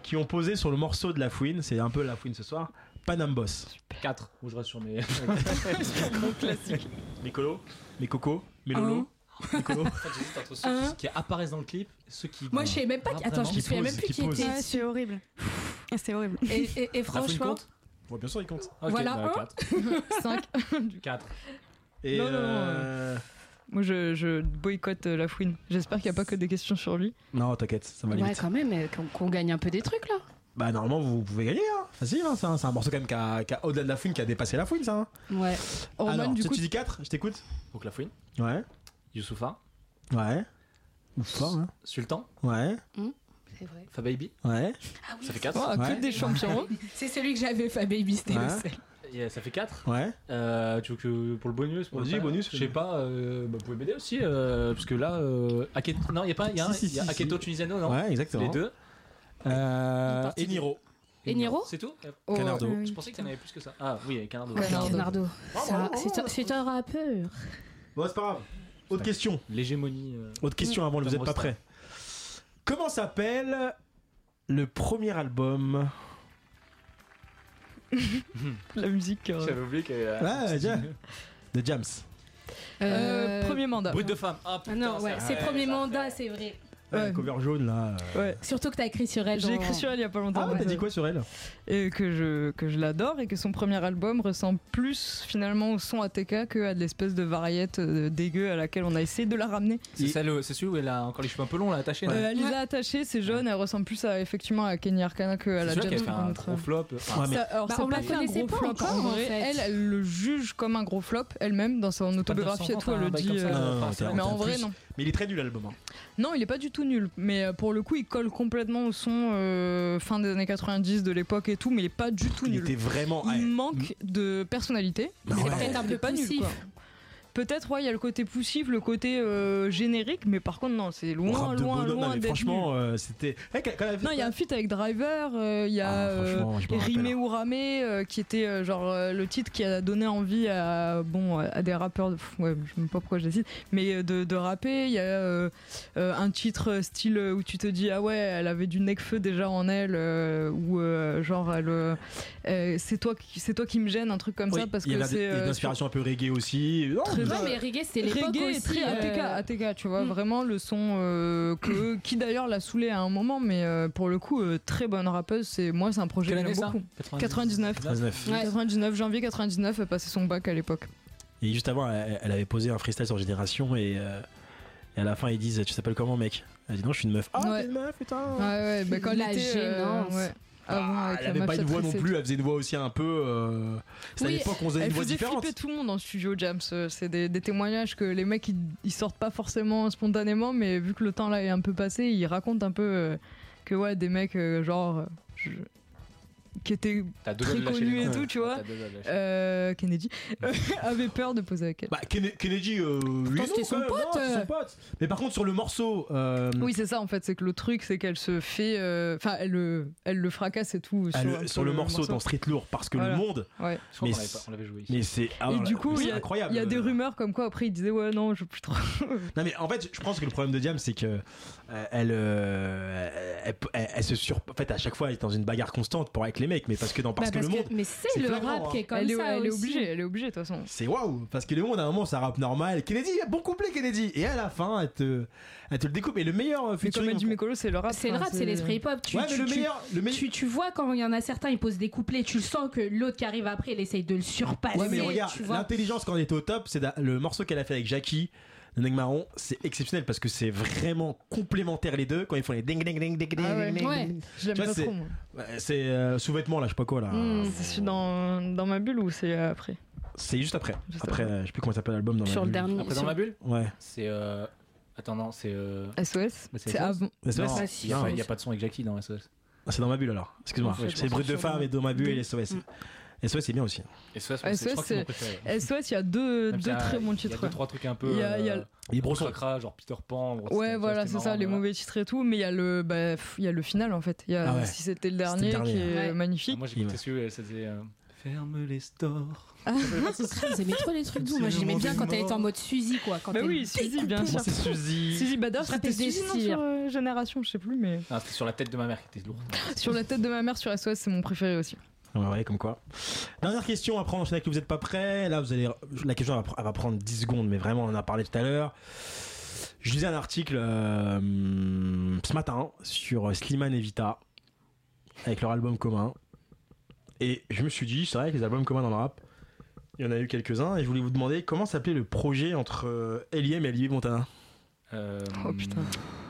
Speaker 2: qui ont posé sur le morceau de La Fouine, c'est un peu La Fouine ce soir, Panambos.
Speaker 6: 4, où je reste sur mes.
Speaker 3: classique.
Speaker 6: Mes colos.
Speaker 2: Mes cocos. Mes
Speaker 6: Un.
Speaker 2: lolos. Mes colos.
Speaker 6: En fait, j'hésite entre ceux
Speaker 4: Un.
Speaker 6: qui- qui apparaissent dans le clip, ceux qui.
Speaker 4: Moi, je sais même pas.
Speaker 2: Ah,
Speaker 4: qui- Attends, je me souviens même plus qui était.
Speaker 5: Ouais, c'est horrible. C'est horrible.
Speaker 4: Et, et- et franchement,
Speaker 2: Ouais, bien sûr, il compte.
Speaker 4: Ok, Voilà,
Speaker 6: Hein
Speaker 4: bah, un.
Speaker 3: 5.
Speaker 6: 4.
Speaker 2: Et.
Speaker 3: Non, non, non,
Speaker 2: euh,
Speaker 3: Moi, je, je boycotte euh, la fouine. J'espère qu'il n'y a pas que des questions sur lui.
Speaker 2: Non, t'inquiète, ça va aller
Speaker 4: ouais,
Speaker 2: vite.
Speaker 4: quand même, euh, qu'on qu'on gagne un peu des trucs là.
Speaker 2: Bah, normalement, vous pouvez gagner, hein. Facile, hein, ça, hein. C'est un morceau quand même qui a, qui a- au-delà de la fouine, qui a dépassé la fouine, ça. hein.
Speaker 4: Ouais.
Speaker 2: Alors, tu- tu dis 4, je t'écoute.
Speaker 6: Donc la fouine,
Speaker 2: Ouais.
Speaker 6: Youssoufa,
Speaker 2: Ouais. Ou pas, hein.
Speaker 6: Sultan,
Speaker 2: Ouais.
Speaker 6: Fababy.
Speaker 2: Ouais.
Speaker 6: Ça fait 4.
Speaker 2: Oh, que Ouais. des champions.
Speaker 4: C'est celui que j'avais, Fababy, c'était le
Speaker 6: Ouais.
Speaker 4: seul.
Speaker 6: ça fait 4.
Speaker 2: Ouais.
Speaker 6: Euh, tu veux que pour le bonus pour le
Speaker 2: Vas-y,
Speaker 6: final,
Speaker 2: bonus.
Speaker 6: Je sais pas, euh, bah, vous pouvez m'aider aussi. euh, parce que là, euh, Aketo- non, il n'y a pas. Il y a, un-
Speaker 2: Si, si,
Speaker 6: y a
Speaker 2: si,
Speaker 6: Aketo Tunisiano, non
Speaker 2: Ouais, exactement.
Speaker 6: Les deux.
Speaker 2: Euh,
Speaker 6: Et Niro.
Speaker 4: Et Niro
Speaker 6: C'est tout Euh,
Speaker 4: Oh, Canardo.
Speaker 6: Je pensais qu'il y en avait plus que ça. Ah oui, il y avait Canardo.
Speaker 4: Leonardo.
Speaker 6: Bravo,
Speaker 4: Ça-
Speaker 6: bravo,
Speaker 4: c'est un- C'est un rappeur.
Speaker 2: Bon, c'est pas grave. Autre question.
Speaker 6: L'hégémonie. euh.
Speaker 2: Autre question avant, vous êtes pas prêts. Comment s'appelle le premier album
Speaker 3: La musique. euh,
Speaker 6: J'avais oublié que.
Speaker 2: Ah, déjà. de James
Speaker 3: Euh, premier mandat.
Speaker 6: Brut de femme. Ah, putain,
Speaker 4: non, ouais,
Speaker 6: ça-
Speaker 4: c'est
Speaker 6: ouais,
Speaker 4: premier
Speaker 6: ça-
Speaker 4: mandat, c'est vrai.
Speaker 3: Euh,
Speaker 2: Ouais, Cover jaune là. euh.
Speaker 3: Ouais.
Speaker 4: Surtout que t'as écrit sur elle.
Speaker 3: J'ai
Speaker 4: dans-
Speaker 3: écrit sur elle il y a pas longtemps.
Speaker 2: Ah, t'as dit quoi sur elle
Speaker 3: Et que je, que je l'adore et que son premier album ressemble plus finalement au son ATK que à de l'espèce de variette euh, dégueu à laquelle on a essayé de la ramener.
Speaker 6: C'est celle- c'est celui où elle a encore les cheveux un peu longs, là, attachés. là.
Speaker 3: Euh, elle les a attachés, c'est jaune, elle ressemble plus à effectivement à Kenny Arcana que à
Speaker 6: C'est
Speaker 3: la
Speaker 6: sûr
Speaker 3: James
Speaker 6: qu'elle fait un
Speaker 3: Bond.
Speaker 6: gros flop. Enfin,
Speaker 3: Ça- alors,
Speaker 4: Bah,
Speaker 3: c'est
Speaker 4: on
Speaker 3: pas
Speaker 4: la
Speaker 3: fait un
Speaker 4: connaissait
Speaker 3: gros
Speaker 4: pas
Speaker 3: flop
Speaker 4: encore,
Speaker 3: en
Speaker 4: en
Speaker 3: vrai.
Speaker 4: fait.
Speaker 3: Elle, elle le juge comme un gros flop elle-même dans son autobiographie et tout. Elle le dit. euh,
Speaker 6: Ah,
Speaker 3: mais en vrai, non.
Speaker 2: Mais il est très nul l'album. hein.
Speaker 3: Non, il est pas du tout nul. Mais euh, pour le coup, il colle complètement au son euh, fin des années 90 de l'époque et tout. Mais il est pas du tout
Speaker 2: Il
Speaker 3: nul.
Speaker 2: était vraiment-
Speaker 3: Il
Speaker 2: ouais.
Speaker 3: manque de personnalité.
Speaker 2: Bah
Speaker 3: mais
Speaker 2: ouais.
Speaker 3: par
Speaker 2: Peut-être
Speaker 3: contre,
Speaker 4: un
Speaker 3: il
Speaker 4: peu
Speaker 3: est pas nul.
Speaker 4: poussif.
Speaker 3: quoi. Peut-être, ouais, il y a le côté poussif, le côté euh, générique, mais par contre, non, c'est
Speaker 2: Rap
Speaker 3: loin,
Speaker 2: de
Speaker 3: loin,
Speaker 2: bonhomme, non,
Speaker 3: loin d'être
Speaker 2: mais
Speaker 3: nul.
Speaker 2: franchement, euh, c'était. Eh, quand- quand elle a fait-
Speaker 3: Non, il y a un feat avec Driver, euh, il y a
Speaker 2: Ah, franchement, je me rappelle. hein.
Speaker 3: Rimé ou Ramé, euh, qui était euh, genre euh, le titre qui a donné envie à bon euh, à des rappeurs, de- pff, ouais, je sais même pas pourquoi je décide, mais euh, de, de rapper. Il y a euh, euh, un titre euh, style euh, où tu te dis ah ouais, elle avait du nec-feu déjà en elle, euh, ou euh, genre elle, euh, euh, c'est toi qui c'est toi qui me gêne, un truc comme
Speaker 2: Oui,
Speaker 3: ça parce
Speaker 2: il y
Speaker 3: que
Speaker 2: en a des-
Speaker 3: c'est
Speaker 2: des
Speaker 3: euh,
Speaker 2: inspirations un peu reggae aussi. Non,
Speaker 3: Très
Speaker 2: mais-
Speaker 4: Non, mais reggae, c'était l'époque
Speaker 3: Reggae et
Speaker 4: aussi.
Speaker 3: très ATK,
Speaker 4: euh,
Speaker 3: ATK, tu vois, vraiment le son euh, que, qui d'ailleurs l'a saoulé à un moment, mais euh, pour le coup, euh, très bonne rappeuse. C'est moi, c'est un projet
Speaker 6: Quelle
Speaker 3: que j'aime
Speaker 6: année, ça
Speaker 3: beaucoup.
Speaker 6: 99.
Speaker 3: 99.
Speaker 2: 99. Ouais.
Speaker 3: 99, janvier 99, elle passait son bac à l'époque.
Speaker 2: Et juste avant, elle, elle avait posé un freestyle sur Génération et, euh, et à la fin, ils disent Tu t'appelles comment, mec Elle dit Non, je suis une meuf. Ah,
Speaker 3: ouais. Ouais, ouais, bah, quand elle
Speaker 4: La
Speaker 3: était, euh,
Speaker 4: gênance.
Speaker 3: ouais, avant, avec
Speaker 2: elle
Speaker 3: la
Speaker 2: avait
Speaker 3: meuf,
Speaker 2: pas
Speaker 3: ça
Speaker 2: une voix non
Speaker 3: pressait.
Speaker 2: plus, elle faisait une voix aussi un peu. euh, C'était à
Speaker 3: Oui,
Speaker 2: l'époque où on faisait
Speaker 3: elle
Speaker 2: une voix
Speaker 3: faisait
Speaker 2: différente.
Speaker 3: flipper tout le monde en studio, James. Euh, C'est des, des témoignages que les mecs ils, ils sortent pas forcément spontanément, mais vu que le temps là est un peu passé, ils racontent un peu euh, que ouais, des mecs euh, genre euh, je- qui étaient
Speaker 6: T'as deux doigts
Speaker 3: très
Speaker 6: de lâcher
Speaker 3: connus
Speaker 6: les
Speaker 3: et
Speaker 6: gars.
Speaker 3: tout, tu
Speaker 6: Ouais,
Speaker 3: vois,
Speaker 6: t'as deux doigts de lâcher.
Speaker 3: euh, Kennedy euh, avait peur de poser avec elle.
Speaker 2: Bah, Kenne- Kennedy, euh, lui, non,
Speaker 3: c'était son
Speaker 2: quand même, non,
Speaker 3: pote,
Speaker 2: c'est
Speaker 3: euh.
Speaker 2: son pote. Mais par contre, sur le morceau. euh,
Speaker 3: Oui, c'est ça en fait, c'est que le truc, c'est qu'elle se fait. euh, Enfin, elle, le- elle le fracasse et tout.
Speaker 2: elle- sur, le, morceau, dans Street Lourd, parce que
Speaker 3: Voilà.
Speaker 2: le monde.
Speaker 3: Ouais.
Speaker 6: Je crois
Speaker 2: Mais
Speaker 6: qu'on l'avait
Speaker 2: c'est-
Speaker 6: pas- on l'avait joué ici.
Speaker 2: Mais c'est ah,
Speaker 3: et
Speaker 2: voilà,
Speaker 3: du coup,
Speaker 2: mais
Speaker 3: il y
Speaker 2: c'est
Speaker 3: a,
Speaker 2: incroyable.
Speaker 3: il
Speaker 2: euh,
Speaker 3: y a des rumeurs comme quoi après il disait ouais, non, je veux plus trop.
Speaker 2: Non mais en fait, je pense que le problème de Diam, c'est que euh, elle, euh, elle, elle- elle se sur, en fait à chaque fois elle est dans une bagarre constante pour avec les mecs, mais parce que dans parce,
Speaker 4: bah,
Speaker 2: que le monde,
Speaker 4: Mais c'est
Speaker 2: c'est
Speaker 4: le
Speaker 2: flagrant,
Speaker 4: rap
Speaker 2: hein.
Speaker 4: qui est comme
Speaker 3: elle est,
Speaker 4: ça.
Speaker 3: elle est
Speaker 4: aussi.
Speaker 3: obligée, elle est obligée de toute façon.
Speaker 2: c'est waouh, parce que le monde à un moment ça rappe normal. Kennedy, il a bon couplet Kennedy, et à la fin elle te, elle te le découpe. Et le meilleur euh,
Speaker 3: Mais comme
Speaker 2: featuring,
Speaker 3: elle dit Mécolo, c'est le rap.
Speaker 4: C'est le
Speaker 3: enfin,
Speaker 4: rap, c'est l'esprit hip-hop. Tu,
Speaker 2: Ouais, mais
Speaker 4: tu-
Speaker 2: le
Speaker 4: tu-
Speaker 2: meilleur- le meilleur-
Speaker 4: tu- tu vois quand il y en a certains, ils posent des couplets, tu le sens que l'autre qui arrive après, il essaye de le surpasser.
Speaker 2: ouais mais regarde,
Speaker 4: tu vois.
Speaker 2: l'intelligence quand on était au top, c'est da- le morceau qu'elle a fait avec Jackie. Le Neg Marron, c'est exceptionnel parce que c'est vraiment complémentaire les deux quand ils font les ding ding ding ding ding.
Speaker 3: Ah ouais.
Speaker 2: ding, ding,
Speaker 3: Ouais,
Speaker 2: ding.
Speaker 3: je l'aime
Speaker 2: Tu vois,
Speaker 3: pas
Speaker 2: c'est-
Speaker 3: trop, moi.
Speaker 2: ouais, C'est euh, sous-vêtements là, je sais pas quoi là.
Speaker 3: Je suis dans, dans ma bulle ou c'est euh, après
Speaker 2: C'est juste après. après, euh, je sais plus comment s'appelle l'album dans ma
Speaker 4: Sur le
Speaker 2: bulle.
Speaker 4: dernier.
Speaker 6: Après, dans ma bulle
Speaker 2: Ouais.
Speaker 6: C'est. euh, Attends, non, c'est. euh,
Speaker 3: SOS
Speaker 6: Mais
Speaker 3: C'est avant.
Speaker 6: Non,
Speaker 2: SOS? Ah,
Speaker 6: Il
Speaker 2: si.
Speaker 6: n'y a, pas-
Speaker 2: Non.
Speaker 6: il y a pas de son avec Jackie dans SOS.
Speaker 2: Ah, c'est dans ma bulle alors. Excuse-moi.
Speaker 6: Ouais, je
Speaker 2: c'est
Speaker 6: pense
Speaker 2: Brut de
Speaker 6: que
Speaker 2: Femme et dans ma bulle et les SOS.
Speaker 3: Mm.
Speaker 2: SOS c'est bien aussi.
Speaker 6: SOS, moi, c'est- je
Speaker 3: SOS,
Speaker 6: crois que c'est mon
Speaker 3: c'est-
Speaker 6: préféré.
Speaker 3: SOS, il y a deux,
Speaker 6: Même s'il
Speaker 3: deux
Speaker 6: y a-
Speaker 3: très bons
Speaker 6: Il y a
Speaker 3: titres.
Speaker 6: deux, trois trucs un peu.
Speaker 3: Il y a- il y a-
Speaker 6: euh,
Speaker 2: Les brossons.
Speaker 6: cracra, genre Peter Pan. gros,
Speaker 3: Ouais,
Speaker 6: c'était-
Speaker 3: voilà,
Speaker 6: c'était
Speaker 3: c'est ça,
Speaker 6: marrant,
Speaker 3: les
Speaker 6: voilà.
Speaker 3: mauvais titres et tout, mais il y a le, bah, pff, il y a le final en fait. Il y a,
Speaker 2: Ah ouais.
Speaker 3: Si c'était le
Speaker 2: C'était le
Speaker 3: dernier, qui
Speaker 2: dernier.
Speaker 3: est euh,
Speaker 4: Ouais.
Speaker 3: magnifique.
Speaker 6: Moi, j'ai écouté celui où c'était. euh, Ferme les stores.
Speaker 4: Vous aimez trop les trucs doux. Moi, j'aimais bien quand elle était en mode Suzy, quoi. Quand
Speaker 3: bah
Speaker 4: elle
Speaker 3: oui, Suzy, bien
Speaker 2: Moi
Speaker 3: sûr.
Speaker 2: c'est Suzy.
Speaker 3: Suzy, bah d'ailleurs,
Speaker 4: Je répète
Speaker 3: c'était
Speaker 4: des
Speaker 3: Suzy non,
Speaker 4: cires.
Speaker 3: sur euh, Génération, je sais plus, mais.
Speaker 6: Ah, c'était sur la tête de ma mère qui était lourde.
Speaker 3: Sur la tête de ma mère sur SOS, c'est mon préféré aussi.
Speaker 2: Ouais, ouais, comme quoi. Dernière question, après on enchaîne avec vous n'êtes pas prêt. Là, vous allez. La question, elle va, pr- elle va prendre 10 secondes, mais vraiment, on en a parlé tout à l'heure. Je lisais un article euh, ce matin sur Slimane et Vita, avec leur album commun. Et je me suis dit, c'est vrai que les albums communs dans le rap, il y en a eu quelques-uns, et je voulais vous demander comment s'appelait le projet entre euh, Eliem et Olivier Montana
Speaker 6: Oh putain.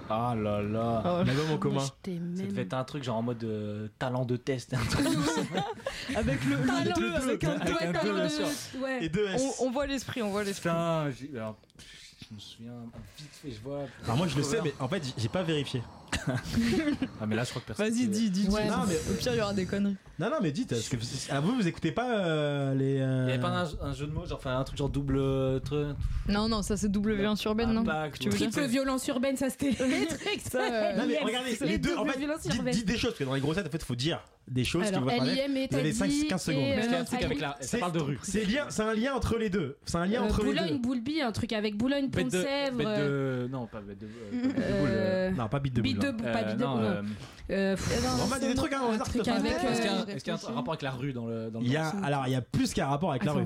Speaker 6: Ah là là.
Speaker 2: Oh. L'album en
Speaker 6: Moi,
Speaker 2: commun.
Speaker 6: je t'ai Ça devait être un truc genre en mode euh, talent de test. Un truc comme ça.
Speaker 3: Avec le, le
Speaker 6: Talent,
Speaker 3: deux, avec un
Speaker 6: Ah, avec un deux, bien sûr.
Speaker 3: Ouais.
Speaker 6: Et deux S.
Speaker 3: On, on voit l'esprit, on voit l'esprit.
Speaker 6: Putain, j'ai- alors, je me souviens vite fait, je vois.
Speaker 2: Alors moi je le sais, mais en fait j'ai pas vérifié.
Speaker 6: Ah, mais là je crois que personne.
Speaker 3: Vas-y, dis, dis, dis.
Speaker 2: Ouais, non, mais-
Speaker 3: Au pire, il y aura des conneries.
Speaker 2: Non, non, mais dites, parce que vous- à vous, vous écoutez pas euh, les. euh,
Speaker 6: Il y avait pas un, un jeu de mots, genre enfin, un truc genre double euh, truc.
Speaker 3: Non, non, ça c'est W1 sur Ben, non
Speaker 6: Impact,
Speaker 3: Tu veux
Speaker 6: Ah, ouais.
Speaker 3: dire
Speaker 4: Triple violence urbaine, ça c'était les trucs.
Speaker 3: Ça, euh,
Speaker 2: Non, mais
Speaker 4: Yes.
Speaker 2: regardez, les deux, en
Speaker 4: doubles
Speaker 2: fait,
Speaker 4: violences
Speaker 2: dites,
Speaker 4: urbaines.
Speaker 2: dites des choses, parce que dans les grossettes, en fait, faut dire des choses
Speaker 4: Alors,
Speaker 2: qui vous
Speaker 4: LIM
Speaker 2: attraverser.
Speaker 4: et
Speaker 2: Vous avez 5,
Speaker 4: Tadi
Speaker 2: 15 secondes.
Speaker 4: et, Parce qu'il y a un euh,
Speaker 6: truc avec la- ça parle de rue.
Speaker 2: C'est lien- c'est un lien entre les deux. C'est un lien entre les
Speaker 4: Euh, Boulogne,
Speaker 2: deux.
Speaker 4: Boulby, un truc avec Boulogne,
Speaker 6: Bête de,
Speaker 4: Pont-de-Sèvres.
Speaker 6: bête
Speaker 4: euh,
Speaker 6: de. Non, pas bête de. euh, pas bête de
Speaker 4: Euh,
Speaker 6: boule, euh,
Speaker 2: Non, pas bite de boule.
Speaker 4: Bite de boule, pas
Speaker 6: Euh,
Speaker 4: bite de
Speaker 6: non,
Speaker 4: boule.
Speaker 6: euh,
Speaker 4: Euh, pff,
Speaker 2: on va dire des trucs, hein, on va
Speaker 4: un
Speaker 2: dire
Speaker 4: truc
Speaker 2: que-
Speaker 4: avec,
Speaker 2: Ouais, parce
Speaker 6: Est-ce qu'il y
Speaker 4: euh,
Speaker 6: a un- est-ce qu'il y a un rapport avec la rue dans le. Dans le
Speaker 2: Il y a, alors, il y a plus qu'un rapport avec la rue.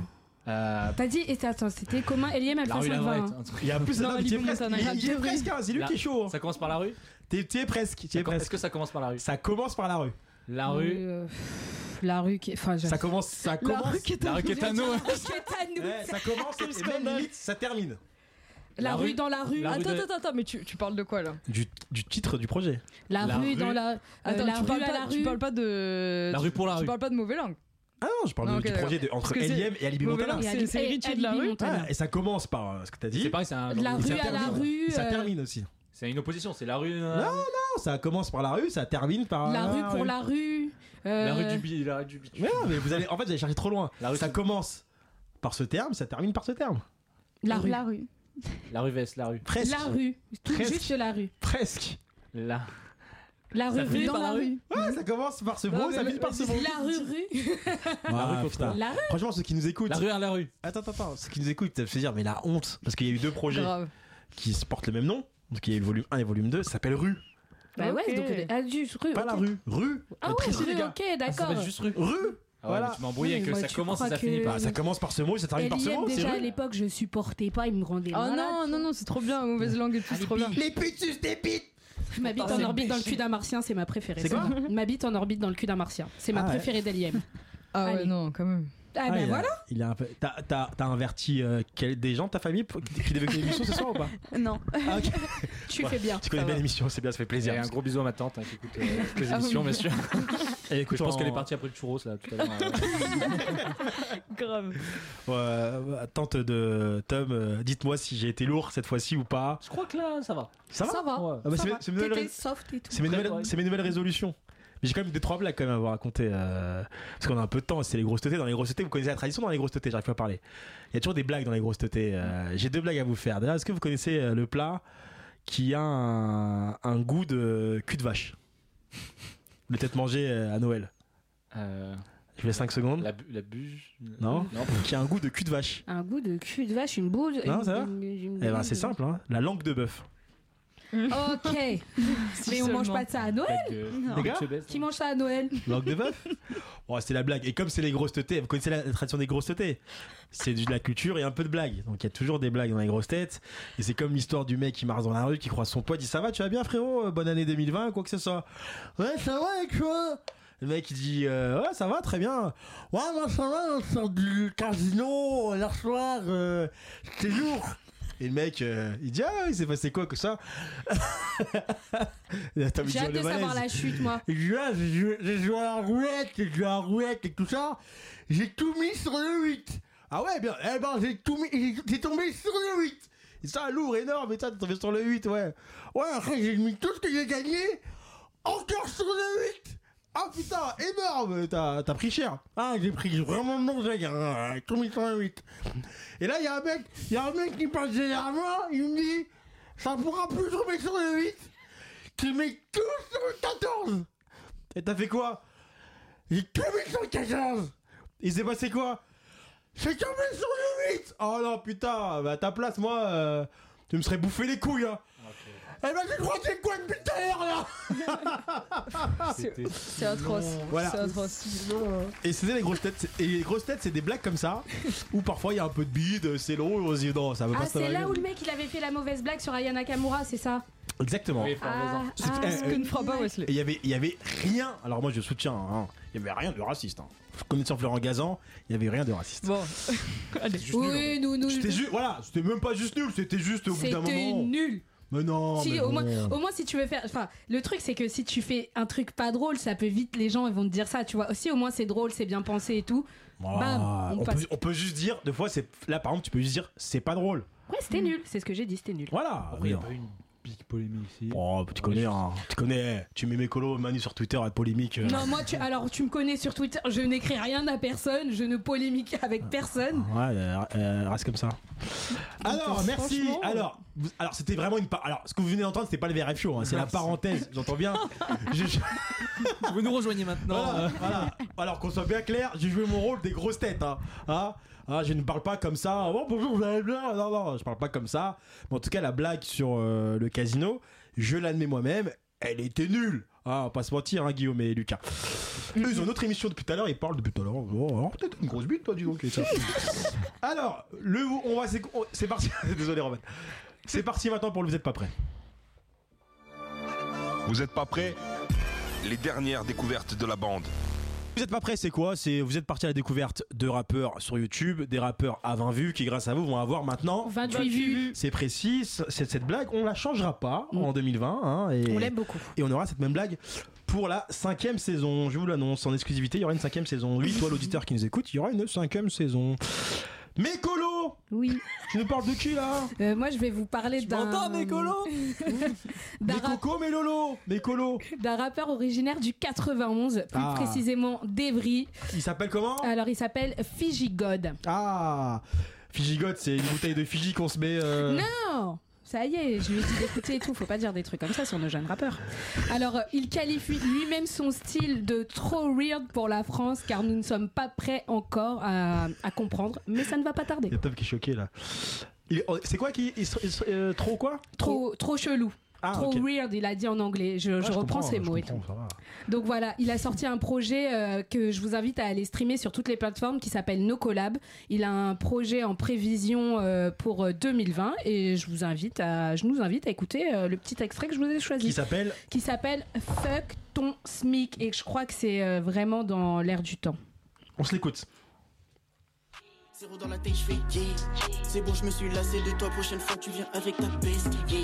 Speaker 6: Euh,
Speaker 4: T'as dit, et t'as- attends, c'était commun Eliam à
Speaker 6: la rue Lavrette.
Speaker 4: 520.
Speaker 6: un truc.
Speaker 2: Il y a plus.
Speaker 4: Non,
Speaker 2: attends, mais
Speaker 4: Olivier
Speaker 2: t'y es presque.
Speaker 4: Montana,
Speaker 2: Il- il est
Speaker 4: de
Speaker 2: presque, hein, c'est lui
Speaker 6: La-
Speaker 2: qui est chaud. hein.
Speaker 6: Ça commence par la rue
Speaker 2: T'es t'y es presque, t'y es
Speaker 6: Est-ce
Speaker 2: presque.
Speaker 6: que ça commence par la rue
Speaker 2: Ça commence par la rue.
Speaker 6: La rue.
Speaker 4: Euh, pff, La rue qui. Enfin, je-
Speaker 2: Ça commence, ça commence.
Speaker 4: rue qui est
Speaker 6: La rue Quétano.
Speaker 2: Ouais, Ça commence et même limite, ça termine.
Speaker 4: La rue dans la rue.
Speaker 3: Attends, attends, attends, mais tu, tu parles de quoi là
Speaker 2: Du, du titre du projet.
Speaker 4: La
Speaker 2: La
Speaker 4: rue
Speaker 2: rue-
Speaker 4: dans la. euh,
Speaker 3: Attends,
Speaker 4: La
Speaker 3: tu,
Speaker 4: rue
Speaker 3: parles
Speaker 4: à
Speaker 3: pas,
Speaker 4: la
Speaker 3: tu
Speaker 4: rue.
Speaker 3: parles pas de.
Speaker 6: La rue pour la
Speaker 3: Tu
Speaker 6: rue.
Speaker 3: parles pas de mauvais langue.
Speaker 2: Ah non, je parle
Speaker 3: Non,
Speaker 2: de-
Speaker 3: ok,
Speaker 2: du projet de,
Speaker 3: d'accord.
Speaker 2: entre
Speaker 3: Parce que c'est-
Speaker 2: Eliem et Alibi
Speaker 3: Mauvais
Speaker 2: Montana.
Speaker 3: langue,
Speaker 4: Ali-
Speaker 3: Ah, c'est c'est héritier de la
Speaker 4: Alibi
Speaker 3: rue.
Speaker 4: Montana.
Speaker 2: Ah, et ça commence par euh, ce que t'as dit.
Speaker 6: C'est pareil, c'est
Speaker 4: La
Speaker 6: un.
Speaker 2: Et ça
Speaker 4: rue à la
Speaker 2: termine.
Speaker 4: rue.
Speaker 2: Ça
Speaker 4: euh,
Speaker 2: termine aussi.
Speaker 6: C'est une opposition, c'est la rue. euh,
Speaker 2: Non, non, ça commence par la rue, ça termine par
Speaker 4: La rue pour la rue.
Speaker 6: La rue
Speaker 4: euh,
Speaker 6: du bi- la rue du bi-
Speaker 2: Mais non, mais vous allez, en fait, vous allez chercher trop loin.
Speaker 6: La rue
Speaker 2: ça
Speaker 6: qui-
Speaker 2: commence par ce terme, ça termine par ce terme.
Speaker 4: La rue.
Speaker 5: La rue.
Speaker 6: La rue Vest, la rue.
Speaker 2: Presque.
Speaker 4: La rue. Tout
Speaker 2: Presque.
Speaker 4: juste la rue.
Speaker 2: Presque.
Speaker 6: La.
Speaker 4: La
Speaker 6: Ça
Speaker 4: rue
Speaker 6: finit
Speaker 4: rue dans
Speaker 6: par
Speaker 4: la
Speaker 6: la
Speaker 4: rue.
Speaker 2: Ouais, ça commence par ce
Speaker 3: Non,
Speaker 2: mot,
Speaker 3: mais
Speaker 2: ça
Speaker 3: le-
Speaker 2: finit par ce mot.
Speaker 4: La rue rue.
Speaker 2: Ah,
Speaker 6: rue,
Speaker 2: putain.
Speaker 4: La rue.
Speaker 2: Franchement, ceux qui nous écoutent.
Speaker 6: La rue à la rue.
Speaker 2: Attends, attends, attends. Ceux qui nous écoutent, ça fait dire, mais la honte. Parce qu'il y a eu deux projets
Speaker 3: Grave.
Speaker 2: qui se portent le même nom. Donc il y a eu le volume 1 et le volume 2, ça s'appelle Rue.
Speaker 4: Bah ouais,
Speaker 3: Ok.
Speaker 4: donc elle est ah, juste rue.
Speaker 2: Pas
Speaker 4: ok.
Speaker 2: la rue. Rue.
Speaker 4: Ah ouais,
Speaker 2: Précis, les
Speaker 4: rue,
Speaker 2: gars.
Speaker 4: ok,
Speaker 6: Ah, Ça s'appelle
Speaker 4: d'accord.
Speaker 6: juste rue.
Speaker 2: Rue.
Speaker 6: Ah ouais,
Speaker 2: Voilà.
Speaker 6: mais tu m'as embrouillé
Speaker 4: Ouais,
Speaker 6: que
Speaker 4: moi,
Speaker 6: ça
Speaker 4: tu
Speaker 6: commence et
Speaker 4: crois
Speaker 6: ça finit
Speaker 4: que-
Speaker 6: par.
Speaker 2: Bah, ça commence par ce mot et ça termine par ce
Speaker 4: Eliane,
Speaker 2: mot. c'est
Speaker 4: déjà à
Speaker 2: Rue.
Speaker 4: l'époque, je supportais pas, il me rendait
Speaker 3: Ah
Speaker 4: malade.
Speaker 3: non, non, non, c'est trop bien, mauvaise langue
Speaker 4: Ah,
Speaker 3: et tout, c'est trop bien.
Speaker 2: Les putes sus des pites.
Speaker 4: Ma bite
Speaker 3: Attends,
Speaker 4: en
Speaker 3: c'est
Speaker 4: orbite dans le
Speaker 3: péché.
Speaker 4: cul d'un martien, c'est ma préférée.
Speaker 2: Oh, C'est quoi
Speaker 4: Ma bite en orbite dans le cul d'un martien. C'est ma
Speaker 2: Ah ouais.
Speaker 4: préférée d'Eliem.
Speaker 3: Ah ouais,
Speaker 4: Allez.
Speaker 3: non, quand même.
Speaker 4: Ah,
Speaker 2: Ah,
Speaker 4: bah
Speaker 2: il a-
Speaker 4: voilà.
Speaker 2: il a un peu- T'as, t'as- t'as inverti euh, quel- des gens de ta famille pour- qui devaient écouter l'émission ce soir ou pas
Speaker 5: Non.
Speaker 2: Ah, ok.
Speaker 4: Tu
Speaker 2: Ouais.
Speaker 4: fais bien.
Speaker 2: Tu connais
Speaker 4: ça
Speaker 2: bien
Speaker 4: va.
Speaker 2: l'émission, c'est bien, ça fait
Speaker 6: Et
Speaker 2: plaisir.
Speaker 6: un gros bisou à ma tante hein, qui écoute euh, toutes les émissions, bien sûr.
Speaker 2: Et
Speaker 6: Que
Speaker 2: Eh, écoute,
Speaker 6: je pense
Speaker 2: on-
Speaker 6: qu'elle est partie après le churros là tout à l'heure. euh.
Speaker 3: Grave.
Speaker 2: Ouais, euh, tante de Tom, euh, dites-moi si j'ai été lourd cette fois-ci ou pas.
Speaker 6: Je crois que là ça va.
Speaker 2: Ça va
Speaker 4: Ça va.
Speaker 6: Ouais.
Speaker 2: Ah bah,
Speaker 4: ça
Speaker 2: c'est,
Speaker 4: va.
Speaker 2: c'est mes nouvelles,
Speaker 4: T'étais
Speaker 2: rés-
Speaker 4: soft et tout.
Speaker 2: c'est mes nouvelles-
Speaker 6: ouais.
Speaker 2: c'est mes nouvelles résolutions. Mais j'ai quand même des trois blagues quand même à vous raconter. euh, parce qu'on a un peu de temps, c'est les grosses teutés. Dans les grosses teutés, vous connaissez la tradition dans les grosses teutés, j'arrive pas à parler. Il y a toujours des blagues dans les grosses teutés. euh, j'ai deux blagues à vous faire. Déjà, est-ce que vous connaissez euh, le plat qui a un, un goût de cul de vache Le tête mangée euh, à Noël.
Speaker 6: Euh,
Speaker 2: Je vous laisse 5 secondes.
Speaker 6: la, bu- la buge. euh,
Speaker 2: Non. Qui a un goût de cul de vache.
Speaker 4: Un goût de cul de vache, une boule.
Speaker 2: Non,
Speaker 4: une-
Speaker 2: ça va
Speaker 4: une- une-
Speaker 2: Eh ben,
Speaker 4: une-
Speaker 2: c'est simple, hein. la langue de bœuf.
Speaker 4: Ok. Mais on mange
Speaker 3: seulement.
Speaker 4: pas de ça à Noël.
Speaker 6: Blague de-
Speaker 2: Les gars
Speaker 6: de Chebest.
Speaker 4: Qui mange ça à Noël
Speaker 2: Langue de bœuf Bon, c'est la blague. Et comme c'est les grosses têtes, vous connaissez la, la tradition des grosses têtes C'est de la culture et un peu de blague. Donc il y a toujours des blagues dans les grosses têtes. Et c'est comme l'histoire du mec qui marche dans la rue, qui croise son poids, dit Ça va, tu vas bien, frérot Euh, Bonne année 2020, quoi que ce soit. Ouais, ça va, et quoi Le mec il dit euh, Ouais, ça va, très bien. Ouais, moi ça va, on sort du casino, euh, hier soir, euh, c'était lourd. Et le mec euh, il dit Ah, il s'est passé quoi que ça Attends, mais
Speaker 4: J'ai hâte
Speaker 2: dis-le
Speaker 4: de savoir
Speaker 2: malaise.
Speaker 4: la chute, moi.
Speaker 2: Et puis là, J'ai joué, j'ai joué à la roulette, j'ai joué à la roulette et tout ça. J'ai tout mis sur le 8. Ah ouais, bien, eh ben, j'ai tout mis, j'ai- j'ai tombé sur le 8. Et ça, lourd, énorme, et ça, t'es tombé sur le 8, ouais. Ouais, après, j'ai mis tout ce que j'ai gagné, encore sur le 8. Ah putain, énorme, t'as t'as pris cher. Ah, j'ai pris vraiment mon j'ai euh, tout mis sur le 8. Et là, il y a un mec, il y a un mec qui passe derrière moi, il me dit, ça pourra plus tomber sur le 8. Tu mets tout sur le 14 Et t'as fait quoi J'ai tout mis sur le 14 Il s'est passé quoi J'ai tout mis sur le 8 Oh non putain, bah à ta place moi, euh, tu me serais bouffé les couilles hein
Speaker 9: Eh ben, j'ai croisé quoi une putain là
Speaker 3: C'était C'est atroce.
Speaker 2: Voilà.
Speaker 3: C'est atroce.
Speaker 2: Et c'était les grosses têtes. Et les grosses têtes, c'est des blagues comme ça, où parfois il y a un peu de bide, c'est long, on se dit non, ça va
Speaker 4: Ah,
Speaker 2: pas se
Speaker 4: c'est là
Speaker 2: travailler.
Speaker 4: où le mec il avait fait la mauvaise blague sur Ayana Kamura, c'est ça
Speaker 2: Exactement.
Speaker 4: Oui, parlez-en. Ah, ah,
Speaker 2: eh,
Speaker 4: ce
Speaker 2: eh,
Speaker 4: que ne fera pas
Speaker 2: Et
Speaker 4: Wesley.
Speaker 2: il y avait, il y avait rien. Alors moi, je soutiens. hein, Il y avait rien de raciste. Hein. Connaissant Florent Gazan, il y avait rien de raciste.
Speaker 3: Bon,
Speaker 4: Oui, nous, nous.
Speaker 2: C'était juste, voilà, c'était même pas juste nul, c'était juste au bout d'un
Speaker 4: C'était
Speaker 2: moment.
Speaker 4: nul.
Speaker 2: Mais non.
Speaker 4: si,
Speaker 2: mais
Speaker 4: au,
Speaker 2: bon.
Speaker 4: moins, au moins, si tu veux faire. Enfin, le truc, c'est que si tu fais un truc pas drôle, ça peut vite, les gens ils vont te dire ça, tu vois. Si au moins c'est drôle, c'est bien pensé et tout.
Speaker 2: Ah,
Speaker 4: Bam, on,
Speaker 2: on,
Speaker 4: passe.
Speaker 2: peut, on peut juste dire, des fois, c'est là par exemple, tu peux juste dire, c'est pas drôle.
Speaker 4: Ouais, c'était nul, c'est ce que j'ai dit, c'était nul.
Speaker 6: Ah
Speaker 2: Voilà.
Speaker 4: Après, il y a
Speaker 2: Ah,
Speaker 6: hein.
Speaker 2: Rien.
Speaker 4: pas
Speaker 2: Big polémique ici. Oh, tu connais, hein, tu connais. Tu mets mes colos, Manu sur Twitter à polémique. euh.
Speaker 4: Non, moi, tu, alors tu me connais sur Twitter, je n'écris rien à personne, je ne polémique avec personne.
Speaker 2: Ouais, euh, euh, reste comme ça. Alors, merci. Alors, vous- alors c'était vraiment une. par- Alors, ce que vous venez d'entendre, c'était pas le VRF show, hein, c'est la parenthèse. J'entends bien.
Speaker 6: Vous nous rejoignez maintenant. Euh.
Speaker 2: Voilà, euh, voilà. Alors qu'on soit bien clair, j'ai joué mon rôle des grosses têtes. Hein. Hein Hein, je ne parle pas comme ça. Oh, bonjour, blablabla. Non, non, je parle pas comme ça. Mais en tout cas, la blague sur euh, le casino, je l'admets moi-même, elle était nulle. Ah, on va pas se mentir, hein, Guillaume et Lucas. Eux, ils ont une autre émission depuis tout à l'heure, ils parlent depuis tout à l'heure. Oh, alors, peut-être une grosse bite, toi, dis donc. et ça. alors, le, on va, c'est, on- c'est parti. Désolé, Roman. C'est parti maintenant pour le Vous êtes pas prêt.
Speaker 1: Vous êtes pas prêts Les dernières découvertes de la bande.
Speaker 2: Vous êtes pas prêts, c'est quoi C'est vous êtes parti à la découverte de rappeurs sur YouTube, des rappeurs à 20 vues qui grâce à vous vont avoir maintenant
Speaker 4: 28 vues. Mm.
Speaker 2: C'est précis, c- cette, cette blague on la changera pas en 2020 hein, et
Speaker 4: On l'aime beaucoup.
Speaker 2: Et on aura cette même blague pour la cinquième saison. Je vous l'annonce en exclusivité, il y aura une cinquième saison. Oui, toi l'auditeur qui nous écoute, il y aura une cinquième saison. Mais Colo
Speaker 4: Oui.
Speaker 2: Tu nous parles de qui là
Speaker 4: Euh, moi, je vais vous parler d'un.
Speaker 2: m'entends, mes colos
Speaker 4: D'un
Speaker 2: Mes
Speaker 4: rap-
Speaker 2: cocos, mes lolos, mes colos
Speaker 4: d'un rappeur originaire du 91, plus
Speaker 2: Ah.
Speaker 4: précisément d'Evry.
Speaker 2: Il s'appelle comment
Speaker 4: Alors, il s'appelle Fiji God.
Speaker 2: Ah Fiji God, c'est une bouteille de Fiji qu'on se met. euh,
Speaker 4: Non ça y est, je lui ai dit d'écouter et tout. Faut pas dire des trucs comme ça sur nos jeunes rappeurs. Alors, euh, il qualifie lui-même son style de trop weird pour la France, car nous ne sommes pas prêts encore à, à comprendre, mais ça ne va pas tarder.
Speaker 2: Il y a Tom qui est choqué là. Il- oh, C'est quoi qui. il se- il se- euh, trop quoi
Speaker 4: Trop, trop chelou.
Speaker 2: Ah,
Speaker 4: trop
Speaker 2: ok.
Speaker 4: weird, il a dit en anglais. Je,
Speaker 2: Ah,
Speaker 4: je reprends
Speaker 2: comprends,
Speaker 4: ses
Speaker 2: je
Speaker 4: mots et
Speaker 2: comprends,
Speaker 4: tout.
Speaker 2: ça va.
Speaker 4: Donc voilà, il a sorti un projet euh, que je vous invite à aller streamer sur toutes les plateformes qui s'appelle No Collab. Il a un projet en prévision euh, pour euh, 2020 et je vous invite à, je nous invite à écouter euh, le petit extrait que je vous ai choisi.
Speaker 2: Qui s'appelle
Speaker 4: Qui s'appelle Fuck ton SMIC et je crois que c'est euh, vraiment dans l'air du temps.
Speaker 2: On se l'écoute.
Speaker 18: Zéro dans la tête, je fais yeah. C'est bon, je me suis lassé de toi. Prochaine fois, tu viens avec ta peste. Yeah.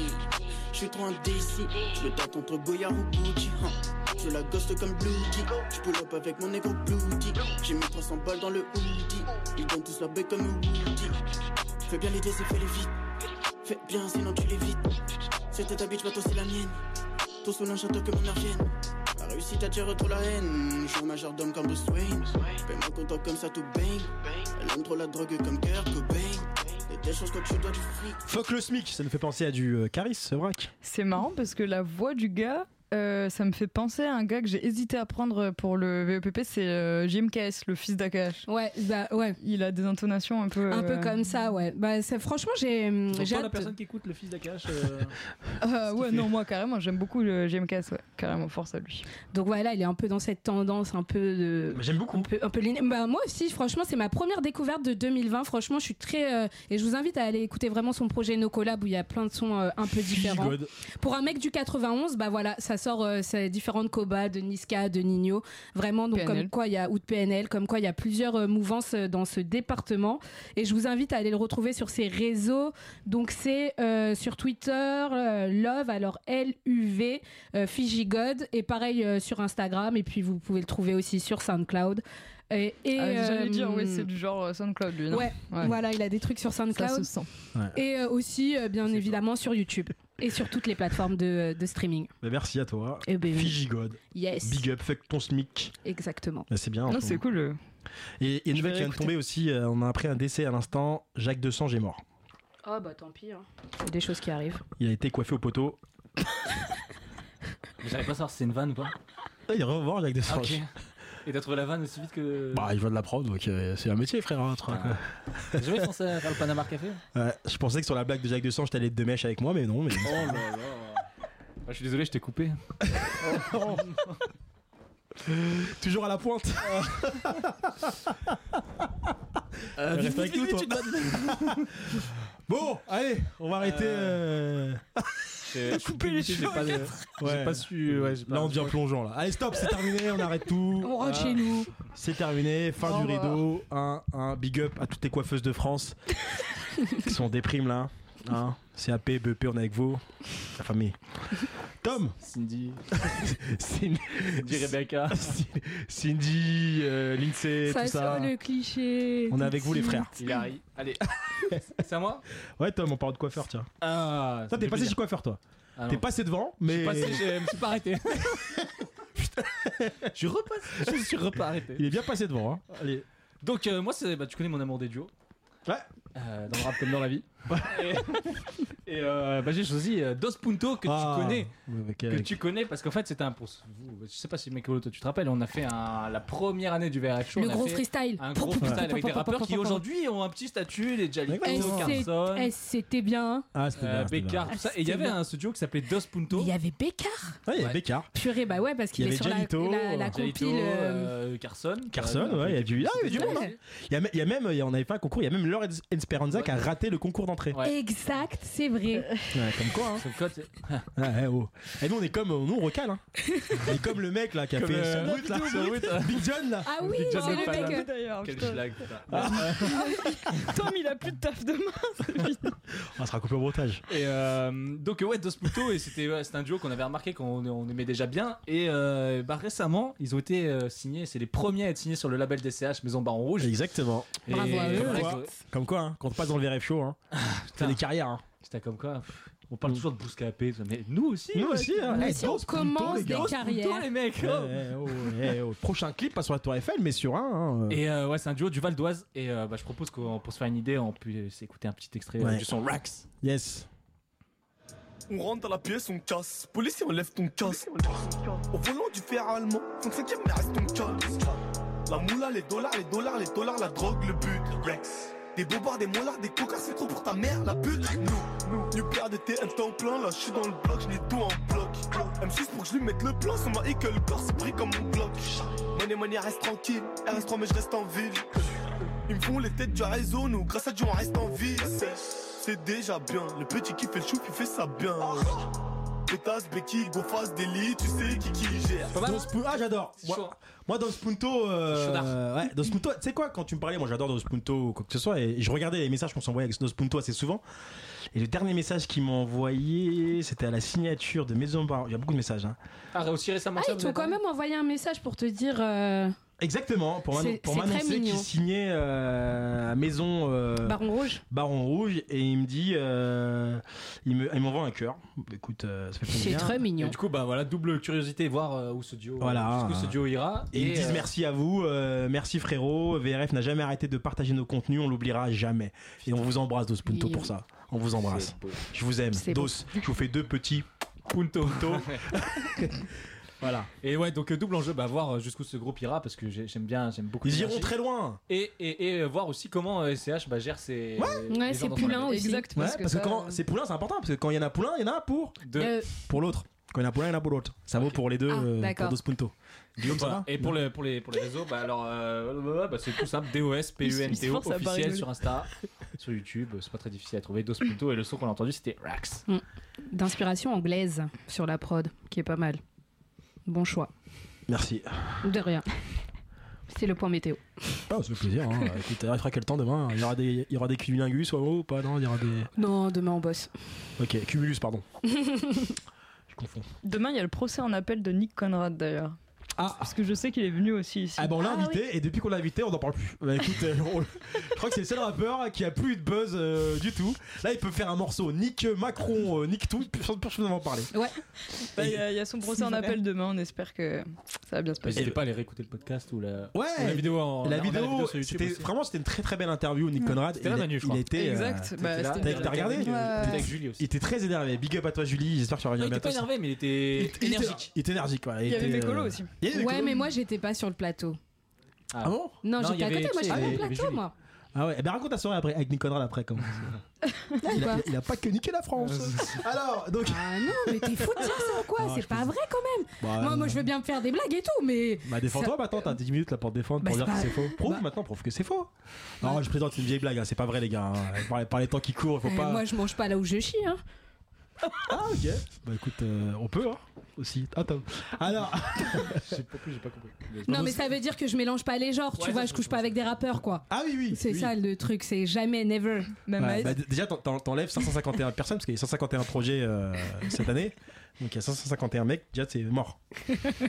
Speaker 18: Je suis trop indécis. Je me tâte entre Goya ou Gucci. hein. Je la goste comme Bloody. Je pull up avec mon négro Bloody. J'ai mis 300 balles dans le hoodie. Ils donnent tous la bec comme Woody. Fais bien les dés et fais-les vite. Fais bien, sinon tu l'évites. C'était ta bitch, maintenant c'est la mienne. Ton solange, j'attends que mon heure vienne. La réussite attire trop la haine. Je suis majordome comme Bruce Wayne. Paye mon content comme ça tout bang. Elle aime trop la drogue comme Kurt Cobain. Et des choses que tu dois du fric.
Speaker 2: Fuck le SMIC, ça nous fait penser à du euh, Caris, c'est vrai.
Speaker 3: C'est marrant parce que la voix du gars, euh, ça me fait penser à un gars que j'ai hésité à prendre pour le VEPP, c'est euh, JMKS, le fils d'AKH.
Speaker 4: Ouais, bah ouais.
Speaker 3: Il a des intonations un peu.
Speaker 4: Un peu
Speaker 3: euh,
Speaker 4: comme ça, ouais. Bah, ça- franchement, j'ai. hum,
Speaker 6: Donc,
Speaker 4: j'ai
Speaker 6: toi, la
Speaker 4: hâte-
Speaker 6: personne qui écoute le fils d'Akash. euh,
Speaker 3: Euh, ouais, non, moi carrément, j'aime beaucoup le JMKS, ouais. Carrément, force à lui.
Speaker 4: Donc voilà, il est un peu dans cette tendance un peu de.
Speaker 2: J'aime beaucoup.
Speaker 4: Un peu, un peu liné- Bah, moi aussi, franchement, c'est ma première découverte de 2020. Franchement, je suis très. euh, et je vous invite à aller écouter vraiment son projet No Collab où il y a plein de sons euh, un peu différents.
Speaker 2: God.
Speaker 4: Pour un mec du 91, bah voilà, ça sort euh, ces différentes cobas de Niska, de Nino. Vraiment, donc
Speaker 3: PNL.
Speaker 4: comme quoi il y a. Ou de PNL, comme quoi il y a plusieurs euh, mouvances euh, dans ce département. Et je vous invite à aller le retrouver sur ses réseaux. Donc c'est euh, sur Twitter, euh, Love, alors L-U-V, euh, Fiji God. Et pareil euh, sur Instagram. Et puis vous pouvez le trouver aussi sur SoundCloud. Et, et,
Speaker 3: Ah, J'allais
Speaker 4: euh,
Speaker 3: dire, ouais, c'est du genre euh, SoundCloud, lui, non
Speaker 4: Ouais, voilà, il a des trucs sur SoundCloud.
Speaker 3: Ça se sent.
Speaker 4: Et euh, aussi, euh, bien évidemment, sur YouTube et sur toutes les plateformes de, euh, de streaming.
Speaker 2: Bah, merci à toi.
Speaker 4: Eh ben oui.
Speaker 2: Fiji God.
Speaker 4: Yes.
Speaker 2: Big up, fuck ton SMIC.
Speaker 4: Exactement.
Speaker 2: Bah, c'est bien.
Speaker 4: Non,
Speaker 2: en ce
Speaker 4: c'est
Speaker 2: moment.
Speaker 3: cool.
Speaker 2: Et il y a une
Speaker 4: Je vais
Speaker 2: nouvelle qui vient de
Speaker 4: réécouter.
Speaker 2: tomber aussi, euh, on a appris un décès à l'instant. Jacques Desange est mort.
Speaker 4: Oh bah tant pis, des choses qui arrivent.
Speaker 2: Il a été coiffé au poteau.
Speaker 6: J'allais pas savoir si c'est une vanne ou pas.
Speaker 2: Ah, il est revoir Jacques
Speaker 6: Ah,
Speaker 2: Desange.
Speaker 6: ok. Et t'as trouvé la vanne aussi vite que.
Speaker 19: Bah, il va de la prod, donc euh, c'est un métier, frère. hein, autre, quoi.
Speaker 6: J'ai jamais pensé à faire le Panama Café.
Speaker 2: Ouais, je pensais que sur la blague de Jacques Desange, t'allais être de mèche avec moi, mais non. Mais...
Speaker 6: Oh là là. je suis désolé, je t'ai coupé.
Speaker 2: Toujours à la pointe.
Speaker 6: Euh,
Speaker 10: Euh,
Speaker 2: Reste
Speaker 10: vite,
Speaker 2: avec
Speaker 10: vite,
Speaker 2: nous,
Speaker 10: vite,
Speaker 2: toi.
Speaker 10: tu dois-
Speaker 2: Bon, allez, on va arrêter. Euh...
Speaker 6: je suis Couper les dégoûté, j'ai cheveux pas de- en quatre. j'ai pas su, ouais, j'ai pas-
Speaker 2: là, on devient plongeon là. Allez, stop, c'est terminé, on arrête tout.
Speaker 4: On rentre
Speaker 2: Ah.
Speaker 4: chez nous.
Speaker 2: C'est terminé, fin
Speaker 4: Au
Speaker 2: du
Speaker 4: revoir.
Speaker 2: rideau. Un, un big up à toutes les coiffeuses de France qui sont en déprime là. Hein CAP, BEP, on est avec vous. La famille. Tom
Speaker 6: Cindy.
Speaker 2: Cindy,
Speaker 6: Rebecca.
Speaker 2: Cindy, euh, Lindsay,
Speaker 4: Ça
Speaker 2: tout ça.
Speaker 4: sort le cliché.
Speaker 2: On est avec vous, les
Speaker 4: Tout de
Speaker 2: frères.
Speaker 4: suite.
Speaker 6: Il arrive. Allez. C'est à moi
Speaker 2: Ouais, Tom, on parle de coiffeur, tiens.
Speaker 6: Ah.
Speaker 2: Toi, t'es passé chez coiffeur, toi. t'es passé devant, mais.
Speaker 6: passé, Ah je me suis pas arrêté. je suis repassé. Je me suis repas arrêté.
Speaker 2: Il est bien passé devant, hein.
Speaker 6: Allez. Donc, euh, moi, c'est, bah, tu connais mon amour des duos. Euh,
Speaker 2: Ouais.
Speaker 6: dans le rap comme dans la vie. Et, et, euh, bah, j'ai choisi euh, Dos Punto que
Speaker 2: Ah,
Speaker 6: tu connais.
Speaker 2: mais avec-
Speaker 6: Que
Speaker 2: avec-
Speaker 6: tu connais parce qu'en fait, c'était un. Pour, vous, je sais pas si, mec, toi, tu te rappelles, on a fait un, la première année du VRF Show.
Speaker 4: Le
Speaker 6: on a
Speaker 4: gros
Speaker 6: fait
Speaker 4: freestyle.
Speaker 6: Un gros
Speaker 4: Pou, pou, pou,
Speaker 6: freestyle
Speaker 4: pou,
Speaker 6: avec
Speaker 4: pou,
Speaker 6: des
Speaker 4: pou, pou,
Speaker 6: rappeurs
Speaker 4: pou,
Speaker 6: qui
Speaker 4: pou, pou.
Speaker 6: aujourd'hui ont un petit statut, les Jalito,
Speaker 4: Eh, c'est-
Speaker 6: Carson.
Speaker 4: eh, C'était bien. hein.
Speaker 2: Ah,
Speaker 6: Euh, Bécard,
Speaker 4: bien.
Speaker 6: tout ça. Et il y
Speaker 4: Ah,
Speaker 6: avait
Speaker 4: c'était
Speaker 6: un, ce duo qui s'appelait Dos Punto. Il y
Speaker 4: avait Bécard.
Speaker 2: Ouais, Ah, il y a Bécard.
Speaker 4: Purée, bah ouais, parce
Speaker 2: Il y
Speaker 4: qu'il est
Speaker 2: avait
Speaker 4: sur la-
Speaker 2: Gianito,
Speaker 4: la
Speaker 2: euh,
Speaker 4: la
Speaker 2: Gianito,
Speaker 4: compile. euh,
Speaker 6: Euh, Carson.
Speaker 2: Carson, ouais, il y a du, ah, il y a du monde. hein. Il y a, me- il y a même, il y a- on avait fait un concours, il y a même Laure Ens- Esperanza qui a raté le concours d'entrée.
Speaker 4: Exact, c'est vrai.
Speaker 2: Ouais, comme quoi, hein. Ouais, ouais, oh. Et nous, on est comme, nous, on recale, hein. On est comme le mec, là, qui a
Speaker 6: Comme,
Speaker 2: fait
Speaker 6: euh,
Speaker 2: ce route, là,
Speaker 6: Big
Speaker 2: ce
Speaker 6: John.
Speaker 2: route. Big John, là.
Speaker 4: Ah oui,
Speaker 2: Big John
Speaker 4: c'est le
Speaker 2: Mcfarlane.
Speaker 4: mec, euh,
Speaker 3: D'ailleurs,
Speaker 6: Quel
Speaker 3: putain.
Speaker 6: schlag,
Speaker 3: Ah, ouais. Tom, il a plus de taf demain.
Speaker 2: On sera coupé au montage.
Speaker 6: Et euh, donc ouais, Dos Puto et c'était ouais, c'était un duo qu'on avait remarqué qu'on on aimait déjà bien et euh, bah récemment ils ont été euh, signés, c'est les premiers à être signés sur le label DCH Maison Baron Rouge.
Speaker 2: Exactement.
Speaker 6: Et comme quoi-
Speaker 2: Comme quoi, comme quoi, hein, quand on passe dans le VRF show, hein. T'as des carrières, hein.
Speaker 6: Ah, Putain, comme quoi, pff, on parle toujours de Bouscapé, mais nous aussi.
Speaker 2: Mm. Nous
Speaker 6: ouais,
Speaker 2: aussi,
Speaker 6: putain,
Speaker 2: hein.
Speaker 6: ouais,
Speaker 2: Eh,
Speaker 6: si
Speaker 2: Dos
Speaker 6: on
Speaker 2: Puto,
Speaker 6: commence
Speaker 2: les
Speaker 6: des
Speaker 2: gars. Dos Puto,
Speaker 6: carrières. les mecs,
Speaker 2: Eh,
Speaker 6: oh.
Speaker 2: eh, oh, eh, oh. Prochain clip, pas sur la Tour Eiffel, mais sur un. hein, euh.
Speaker 6: Et euh, ouais, c'est un duo du Val d'Oise et euh, bah, je propose qu'on pour se faire une idée, on puisse écouter un petit extrait euh,
Speaker 2: Ouais.
Speaker 6: du son Rax.
Speaker 2: Yes.
Speaker 20: On rentre dans la pièce, on casse. Policier, enlève ton casque. Au volant du fer allemand, 35ème, mais reste ton casque. La moula, les dollars, les dollars, les dollars, la drogue, le but. Rex. Des bobards, des molars, des cocards, c'est trop pour ta mère, la pute. Nous, nous, père de TNT en plan, là, je suis dans le bloc, je tout en bloc. M6 pour que je lui mette le plan, sur ma que le corps se brille comme mon bloc. Money, money, reste tranquille. RS3, mais je reste en ville. Ils me font les têtes du réseau, nous, grâce à Dieu, on reste en vie. C'est déjà bien, le petit qui fait le chou, il fait ça bien. Pétasse, béquille, gofasse, délit, tu sais qui qui gère.
Speaker 4: hein
Speaker 2: Dos Pu- ah j'adore. Moi, moi Dos Punto, euh, ouais, Dos Punto, tu sais quoi quand tu me parlais, moi j'adore Dos Punto ou quoi que ce soit et je regardais les messages qu'on s'envoyait avec Dos Punto assez souvent. Et le dernier message qu'ils m'ont envoyé, c'était à la signature de Maison Bar. Il y a beaucoup de messages. hein.
Speaker 6: Ah, aussi récemment.
Speaker 4: Ah,
Speaker 6: ça,
Speaker 4: ils
Speaker 6: vous
Speaker 4: t'ont
Speaker 6: avez-
Speaker 4: quand même envoyé un message pour te dire. euh,
Speaker 2: Exactement, pour m'annon-
Speaker 4: C'est-
Speaker 2: pour
Speaker 4: c'est très
Speaker 2: m'annoncer
Speaker 4: mignon.
Speaker 2: qu'ils signaient euh, à Maison euh,
Speaker 4: Baron Rouge.
Speaker 2: Baron Rouge et il me dit, euh, il me- il m'envoie un cœur. Écoute, euh, ça fait plaisir.
Speaker 6: Et du coup, bah voilà, double curiosité, voir euh, où ce duo,
Speaker 2: Voilà.
Speaker 6: jusqu'où ce duo ira.
Speaker 2: Et ils disent
Speaker 6: euh,
Speaker 2: merci à vous, euh, merci frérot. VRF n'a jamais arrêté de partager nos contenus, on l'oubliera jamais. Et on vous embrasse, Dos Punto, pour ça. On vous embrasse. Je vous aime,
Speaker 6: C'est
Speaker 2: Dos.
Speaker 6: beau.
Speaker 2: Je vous fais deux petits Punto. voilà.
Speaker 6: Et ouais, donc euh, double enjeu, bah voir euh, jusqu'où ce groupe ira parce que j'ai- j'aime bien, j'aime beaucoup.
Speaker 2: Ils
Speaker 6: l'énergie.
Speaker 2: iront très loin.
Speaker 6: Et, et, et, euh, voir aussi comment euh, SCH bah, gère ses. les gens dans son label.
Speaker 2: Ouais, parce, que, euh, quand c'est poulain, c'est important. Parce que quand il y en a poulain, il y en a un pour
Speaker 6: Deux. Euh.
Speaker 2: pour l'autre. Quand il y en a poulain, il y en a pour l'autre. Ça vaut pour les deux,
Speaker 6: Ah,
Speaker 2: euh, pour
Speaker 6: d'accord.
Speaker 2: Dos Punto. Guillaume, ça
Speaker 6: Voilà.
Speaker 2: va
Speaker 6: Et pour, les, pour, les, pour les réseaux, bah alors, euh, bah, c'est tout simple DOS,
Speaker 2: Ils se
Speaker 6: PUNTO,
Speaker 2: forcent à barrer
Speaker 6: officiel
Speaker 2: nous.
Speaker 6: sur Insta, sur YouTube, euh, c'est pas très difficile à trouver. Dos Punto, et le son qu'on a entendu, c'était Rax.
Speaker 4: Mm. D'inspiration anglaise sur la prod, qui est pas mal. Bon choix.
Speaker 2: Merci.
Speaker 4: De rien. C'est le point météo.
Speaker 2: Ah, ça fait plaisir. hein. Écoute, il fera quel temps demain Il y aura des, il y aura des cumulingus ou ou pas Non, il y aura des.
Speaker 4: Non, demain on bosse.
Speaker 2: Ok, cumulus, pardon.
Speaker 3: Demain, il y a le procès en appel de Nick Conrad d'ailleurs.
Speaker 2: Ah.
Speaker 3: Parce que je sais qu'il est venu aussi ici.
Speaker 2: Ah bah on l'a invité et depuis qu'on l'a invité on n'en parle plus. Bah écoute, euh, on- je crois que c'est le seul rappeur qui a plus de buzz euh, du tout. Là il peut faire un morceau, nique Macron, euh, nique tout, personne personne n'en parler.
Speaker 4: Ouais.
Speaker 2: Ah,
Speaker 3: Bah, Il y, a- il y a son procès en appel demain, on espère que ça va bien se passer.
Speaker 6: Bah, N'hésitez pas à aller réécouter le podcast ou la,
Speaker 2: Ouais,
Speaker 6: ou la vidéo en
Speaker 2: la
Speaker 6: on a
Speaker 2: vidéo,
Speaker 6: sur YouTube
Speaker 2: c'était
Speaker 6: aussi.
Speaker 2: vraiment c'était une très très belle interview Nick Conrad.
Speaker 6: C'était la
Speaker 2: il, a-
Speaker 6: Manu, je
Speaker 2: il
Speaker 6: crois.
Speaker 2: a été, euh,
Speaker 6: Exact,
Speaker 2: t'étais
Speaker 6: bah,
Speaker 2: là,
Speaker 6: c'était
Speaker 2: t'as
Speaker 6: la-
Speaker 2: regardé
Speaker 6: la- la- la-
Speaker 2: Il
Speaker 6: la-
Speaker 2: était-
Speaker 6: avec Julie aussi.
Speaker 2: Il était très énervé. Big up à toi Julie, j'espère que tu vas
Speaker 6: Non, il
Speaker 2: revenir
Speaker 6: était
Speaker 2: bientôt.
Speaker 6: pas énervé, mais il était
Speaker 2: Il était-
Speaker 6: énergique.
Speaker 2: Il était énergique, ouais.
Speaker 4: Il y avait
Speaker 2: était,
Speaker 4: Mécolo
Speaker 2: euh,
Speaker 4: aussi.
Speaker 2: il y avait
Speaker 4: Ouais,
Speaker 2: Mécolo.
Speaker 4: mais moi j'étais pas sur le plateau.
Speaker 2: Ah bon
Speaker 4: Non,
Speaker 2: Non, il y
Speaker 4: j'étais à
Speaker 2: avait-
Speaker 4: côté, moi
Speaker 2: tu
Speaker 4: j'étais
Speaker 2: sais, Ah, il y
Speaker 4: au
Speaker 2: avait
Speaker 4: plateau,
Speaker 2: Julie.
Speaker 4: moi.
Speaker 2: Ah ouais, eh ben raconte ta soirée après, avec Nick Conrad après. Comme. il, a, il a pas que niqué la France. Alors, donc.
Speaker 4: Ah non, mais t'es fou de dire ça ou quoi
Speaker 2: Ah, je
Speaker 4: C'est pas vrai quand même.
Speaker 2: Bah,
Speaker 4: moi, moi,
Speaker 2: non.
Speaker 4: je veux bien me faire des blagues et tout, mais.
Speaker 2: Bah défends-toi
Speaker 4: ça-
Speaker 2: maintenant, t'as 10 minutes là pour te défendre,
Speaker 4: Bah,
Speaker 2: pour
Speaker 4: c'est
Speaker 2: dire que
Speaker 4: pas-
Speaker 2: c'est faux. Prouve maintenant, prouve que c'est faux. Non, je présente une vieille blague, hein, c'est pas vrai les gars. hein. Par, les- par les temps qui courent, faut
Speaker 4: Euh,
Speaker 2: pas.
Speaker 4: Moi, je mange pas là où je chie. Hein.
Speaker 2: Ah ok. Bah écoute, euh, on peut hein, aussi. Attends. Alors.
Speaker 6: J'ai pas j'ai pas compris.
Speaker 4: Non, mais ça veut dire que je mélange pas les genres, tu
Speaker 2: Ouais,
Speaker 4: vois,
Speaker 2: ça,
Speaker 4: je couche pas avec des rappeurs, quoi.
Speaker 2: Ah oui, oui.
Speaker 4: C'est
Speaker 2: oui.
Speaker 4: ça le truc, c'est jamais, never. Même
Speaker 2: Ouais,
Speaker 4: à-
Speaker 2: bah, d- déjà, t'en- t'en- t'enlèves 551 personnes parce qu'il y a 551 projets euh, cette année. Donc il y a 551 mecs, déjà c'est mort.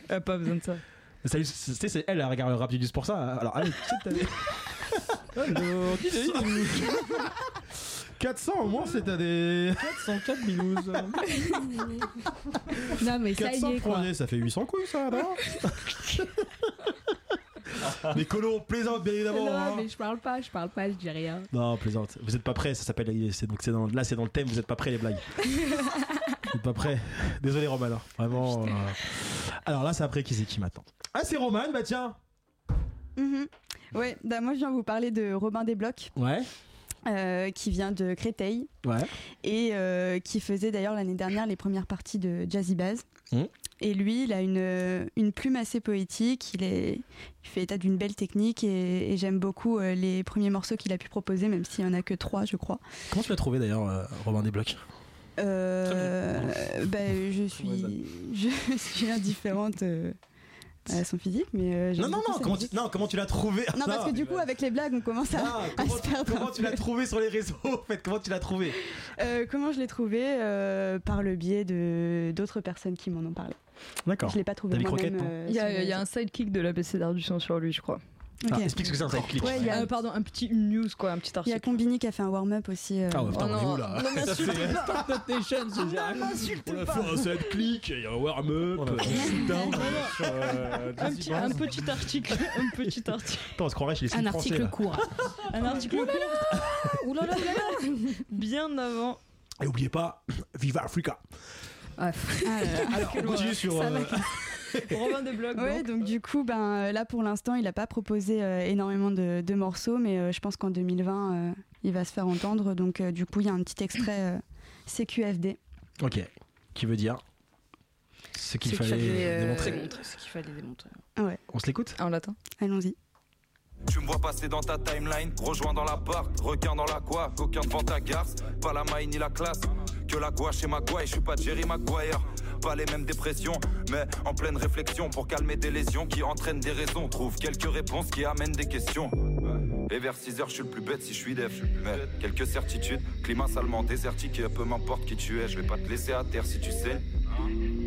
Speaker 3: Ah, pas besoin de ça.
Speaker 2: Salut, c'est c'est- c'est elle, elle regarde le rap du pour ça. Alors, allez, cette année. Alors, qui dit 400 au moins cette année. 404 minous.
Speaker 4: non, mais ça
Speaker 2: 400
Speaker 4: y est, quoi.
Speaker 2: premiers, ça fait 800 couilles ça, non Les colons, plaisante bien évidemment. hein.
Speaker 4: Non, mais je parle pas, je parle pas, je dis rien.
Speaker 2: Non, plaisante. Vous êtes pas prêts, ça s'appelle. c'est- Donc c'est dans, là, c'est dans le thème. Vous êtes pas prêts les blagues. Vous êtes pas prêts. Désolé Roman. alors. Vraiment. euh, Alors là, c'est après qui c'est qui m'attend. Ah, c'est Roman, bah tiens.
Speaker 5: Mhm. Ouais, bah, moi je viens vous parler de Robin Desblocs,
Speaker 2: Ouais.
Speaker 5: euh, qui vient de Créteil
Speaker 2: Ouais.
Speaker 5: et euh, qui faisait d'ailleurs l'année dernière les premières parties de Jazzy Bass.
Speaker 2: Mmh.
Speaker 5: Et lui, il a une, euh, une plume assez poétique, il, est, il fait état d'une belle technique et, et j'aime beaucoup euh, les premiers morceaux qu'il a pu proposer, même s'il n'y en a que trois, je crois.
Speaker 2: Comment tu l'as trouvé d'ailleurs, euh, Robin Desblocs
Speaker 5: Euh, ben, je, suis, je suis indifférente euh, à son physique, mais... euh, j'aime
Speaker 2: Non, non,
Speaker 5: beaucoup
Speaker 2: non.
Speaker 5: sa
Speaker 2: Comment
Speaker 5: musique.
Speaker 2: tu, non, comment tu l'as trouvé
Speaker 5: Non,
Speaker 2: Ça.
Speaker 5: parce que du coup, avec les blagues, on commence à,
Speaker 2: Ah,
Speaker 5: à
Speaker 2: comment,
Speaker 5: se perdre. un
Speaker 2: comment tu
Speaker 5: peu.
Speaker 2: l'as trouvé sur les réseaux en fait Comment tu l'as trouvé
Speaker 5: Euh, Comment je l'ai trouvé Euh, Par le biais de d'autres personnes qui m'en ont parlé.
Speaker 2: D'accord.
Speaker 5: Je l'ai pas trouvé
Speaker 2: T'as mis
Speaker 5: moi-même.
Speaker 2: croquette,
Speaker 5: euh,
Speaker 3: Il y,
Speaker 5: sur les
Speaker 3: a- il y a
Speaker 5: réseaux.
Speaker 3: un sidekick de l'ABC d'art du son sur lui, je crois.
Speaker 5: Ok. Ah, explique
Speaker 2: ce que c'est un sidekick.
Speaker 3: Ouais, il y a, euh, pardon, un petit une news, quoi, un petit
Speaker 5: Il y
Speaker 3: article.
Speaker 5: a Combini qui a fait un warm-up aussi. euh.
Speaker 3: Ah ouais, putain, Oh on est non, où, là non,
Speaker 11: Ça,
Speaker 3: m'insultez
Speaker 11: c'est
Speaker 3: pas.
Speaker 11: Start Up Nation, ce genre. On a fait un set clic, il y a un warm-up,
Speaker 2: a fait
Speaker 11: un down,
Speaker 2: euh,
Speaker 3: Un petit, un petit article, un petit article,
Speaker 2: Attends, on se croirait chez les sites français, là.
Speaker 3: un article court.
Speaker 4: Oulala,
Speaker 3: Bien avant.
Speaker 2: Et oubliez pas, Viva Africa.
Speaker 5: ah,
Speaker 2: Alors, on continue sur.
Speaker 5: Ça va,
Speaker 2: euh,
Speaker 3: Robin des blogs.
Speaker 5: Ah, Ouais, donc du coup, ben, euh, là pour l'instant, il n'a pas proposé euh, énormément de, de morceaux, mais euh, je pense qu'en 2020, euh, il va se faire entendre. Donc euh, du coup, il y a un petit extrait euh, CQFD.
Speaker 2: Ok. Qui veut dire ce qu'il fallait,
Speaker 3: euh,
Speaker 2: démontrer.
Speaker 3: ce qu'il fallait démontrer.
Speaker 5: Ouais.
Speaker 2: On se l'écoute
Speaker 5: Ah,
Speaker 3: On l'attend.
Speaker 5: Allons-y.
Speaker 7: Tu me vois passer dans ta timeline, rejoins dans l'appart, requin dans l'aqua, coquin devant ta garce, pas la maille ni la classe, que la gouache et ma gouaille, je suis pas Jerry Maguire, pas les mêmes dépressions, mais en pleine réflexion pour calmer des lésions qui entraînent des raisons, trouve quelques réponses qui amènent des questions. Et vers 6 heures, je suis le plus bête si je suis def. Mais quelques certitudes, climat salement désertique, et peu m'importe qui tu es, je vais pas te laisser à terre si tu sais.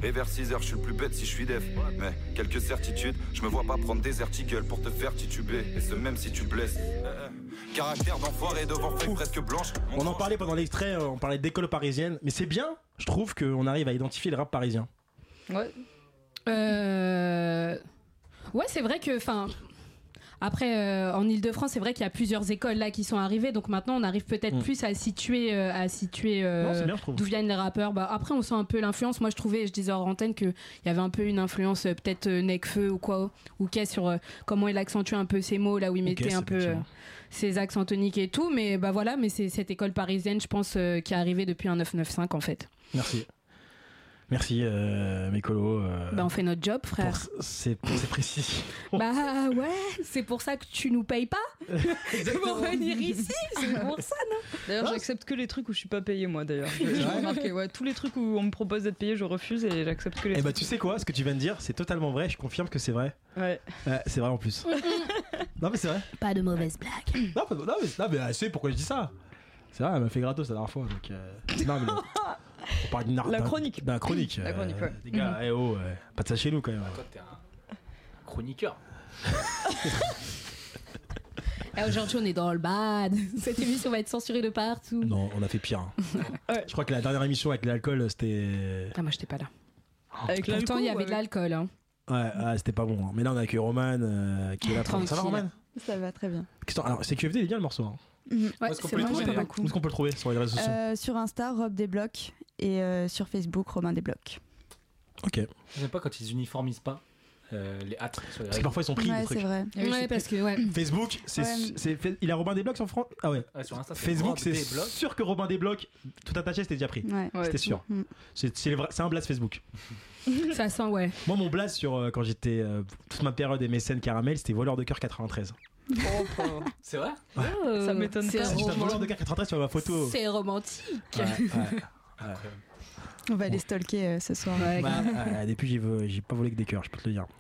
Speaker 7: Et vers 6 heures, je suis le plus bête si je suis def. Mais quelques certitudes, je me vois pas prendre des articles pour te faire tituber. Et ce même si tu blesses. Eh, Caractère d'enfoiré devant feuille presque blanche.
Speaker 2: On en parlait pendant l'extrait, euh, on parlait d'école parisienne, mais c'est bien, je trouve qu'on arrive à identifier le rap parisien.
Speaker 3: Ouais.
Speaker 4: Euh... Ouais, c'est vrai que, enfin. Après, euh, en Ile-de-France, c'est vrai qu'il y a plusieurs écoles là qui sont arrivées, donc maintenant on arrive peut-être
Speaker 2: Hmm.
Speaker 3: Mm.
Speaker 4: plus à situer, euh, à situer euh,
Speaker 3: Non, c'est bien, je trouve.
Speaker 4: d'où viennent les rappeurs. Bah, après, on sent un peu l'influence. Moi, je trouvais, je disais hors antenne que il y avait un peu une influence, euh, peut-être euh, Necfeu ou quoi, ou Kay sur euh, comment il accentuait un peu ses mots là où il
Speaker 3: Ou
Speaker 4: mettait
Speaker 3: Kay,
Speaker 4: un peu euh,
Speaker 3: effectivement.
Speaker 4: ses accents toniques et tout. Mais bah voilà, mais c'est cette école parisienne, je pense, euh, qui est arrivée depuis un 995 en fait.
Speaker 2: Merci. Merci, euh, mes colos. euh,
Speaker 4: Bah, on fait notre job, frère.
Speaker 2: pour- C'est c'est précis.
Speaker 4: Bah ouais, c'est pour ça que tu nous payes pas pour venir ici, c'est pour ça, non
Speaker 3: D'ailleurs, j'accepte que les trucs où je suis pas payé, moi, d'ailleurs. J'ai remarqué, ouais, tous les trucs où on me propose d'être payé, je refuse et j'accepte que les
Speaker 2: Eh bah,
Speaker 3: trucs.
Speaker 2: tu sais quoi, ce que tu viens de dire, c'est totalement vrai, je confirme que c'est vrai.
Speaker 3: Ouais.
Speaker 2: Euh, c'est vrai en plus. non, mais c'est vrai.
Speaker 4: Pas de mauvaise blague.
Speaker 2: Non, pas- non, mais, non, mais elle sait pourquoi je dis ça. C'est vrai, elle m'a fait gratos la dernière fois. Donc, euh, non, mais bon. On parle d'une
Speaker 6: La
Speaker 2: d'un-
Speaker 6: chronique.
Speaker 2: D'un chronique.
Speaker 6: La chronique, ouais.
Speaker 2: Les gars,
Speaker 6: Mhm.
Speaker 2: eh oh, ouais. pas de ça chez nous quand même.
Speaker 6: Toi, t'es un chroniqueur.
Speaker 4: Eh, Aujourd'hui, on est dans le bad. Cette émission va être censurée de partout.
Speaker 2: Non, on a fait pire. hein. Je crois que la dernière émission avec l'alcool, c'était.
Speaker 4: Ah, moi, j'étais pas là.
Speaker 3: Avec euh,
Speaker 4: Pourtant, il y avait de
Speaker 3: l'alcool
Speaker 4: l'alcool. Hein.
Speaker 2: Ouais, ah, c'était pas bon. hein. Mais là, on a accueilli Roman euh, qui est là. Ça va, Roman
Speaker 5: Ça va très bien.
Speaker 2: Qu'est-ce que- Alors, c'est QFD, il est bien le morceau. hein.
Speaker 6: Mm.
Speaker 5: Mhm.
Speaker 2: Où est-ce qu'on peut, le trouver, d'ailleurs Où est-ce qu'on peut le trouver sur les réseaux sociaux
Speaker 5: Euh, sur Insta, Rob Desblocs et euh, sur Facebook, Robin Desblocs.
Speaker 2: Ok.
Speaker 6: J'aime pas quand ils uniformisent pas. euh, les hâtes. sur les
Speaker 2: Parce que
Speaker 6: réseaux.
Speaker 2: parfois ils sont pris. les trucs. Facebook, c'est,
Speaker 6: Ouais,
Speaker 2: c'est fait- il a Robin des blocs en France. Ah ouais.
Speaker 6: Ouais, sur Insta, c'est
Speaker 2: Facebook,
Speaker 6: Robin
Speaker 2: c'est
Speaker 6: Desblocs.
Speaker 2: sûr que Robin des blocs, tout attaché, c'était déjà pris.
Speaker 21: Ouais. Ouais.
Speaker 2: C'était sûr.
Speaker 21: Mm.
Speaker 2: C'est, c'est le vrai- c'est un blast Facebook.
Speaker 4: Ça sent, ouais.
Speaker 2: Moi, mon blast sur euh, quand j'étais euh, toute ma période des mécènes caramel, c'était voleur de cœur 93.
Speaker 6: C'est vrai
Speaker 5: Ça m'étonne
Speaker 4: C'est
Speaker 5: pas.
Speaker 2: Si j'étais un voleur de cœur 93 sur ma photo.
Speaker 4: Ah, oh, C'est romantique.
Speaker 2: Ouais, ouais.
Speaker 21: On va les stalker euh, ce soir.
Speaker 2: Bah, euh, depuis, j'ai, j'ai pas volé que des cœurs, je peux te le dire.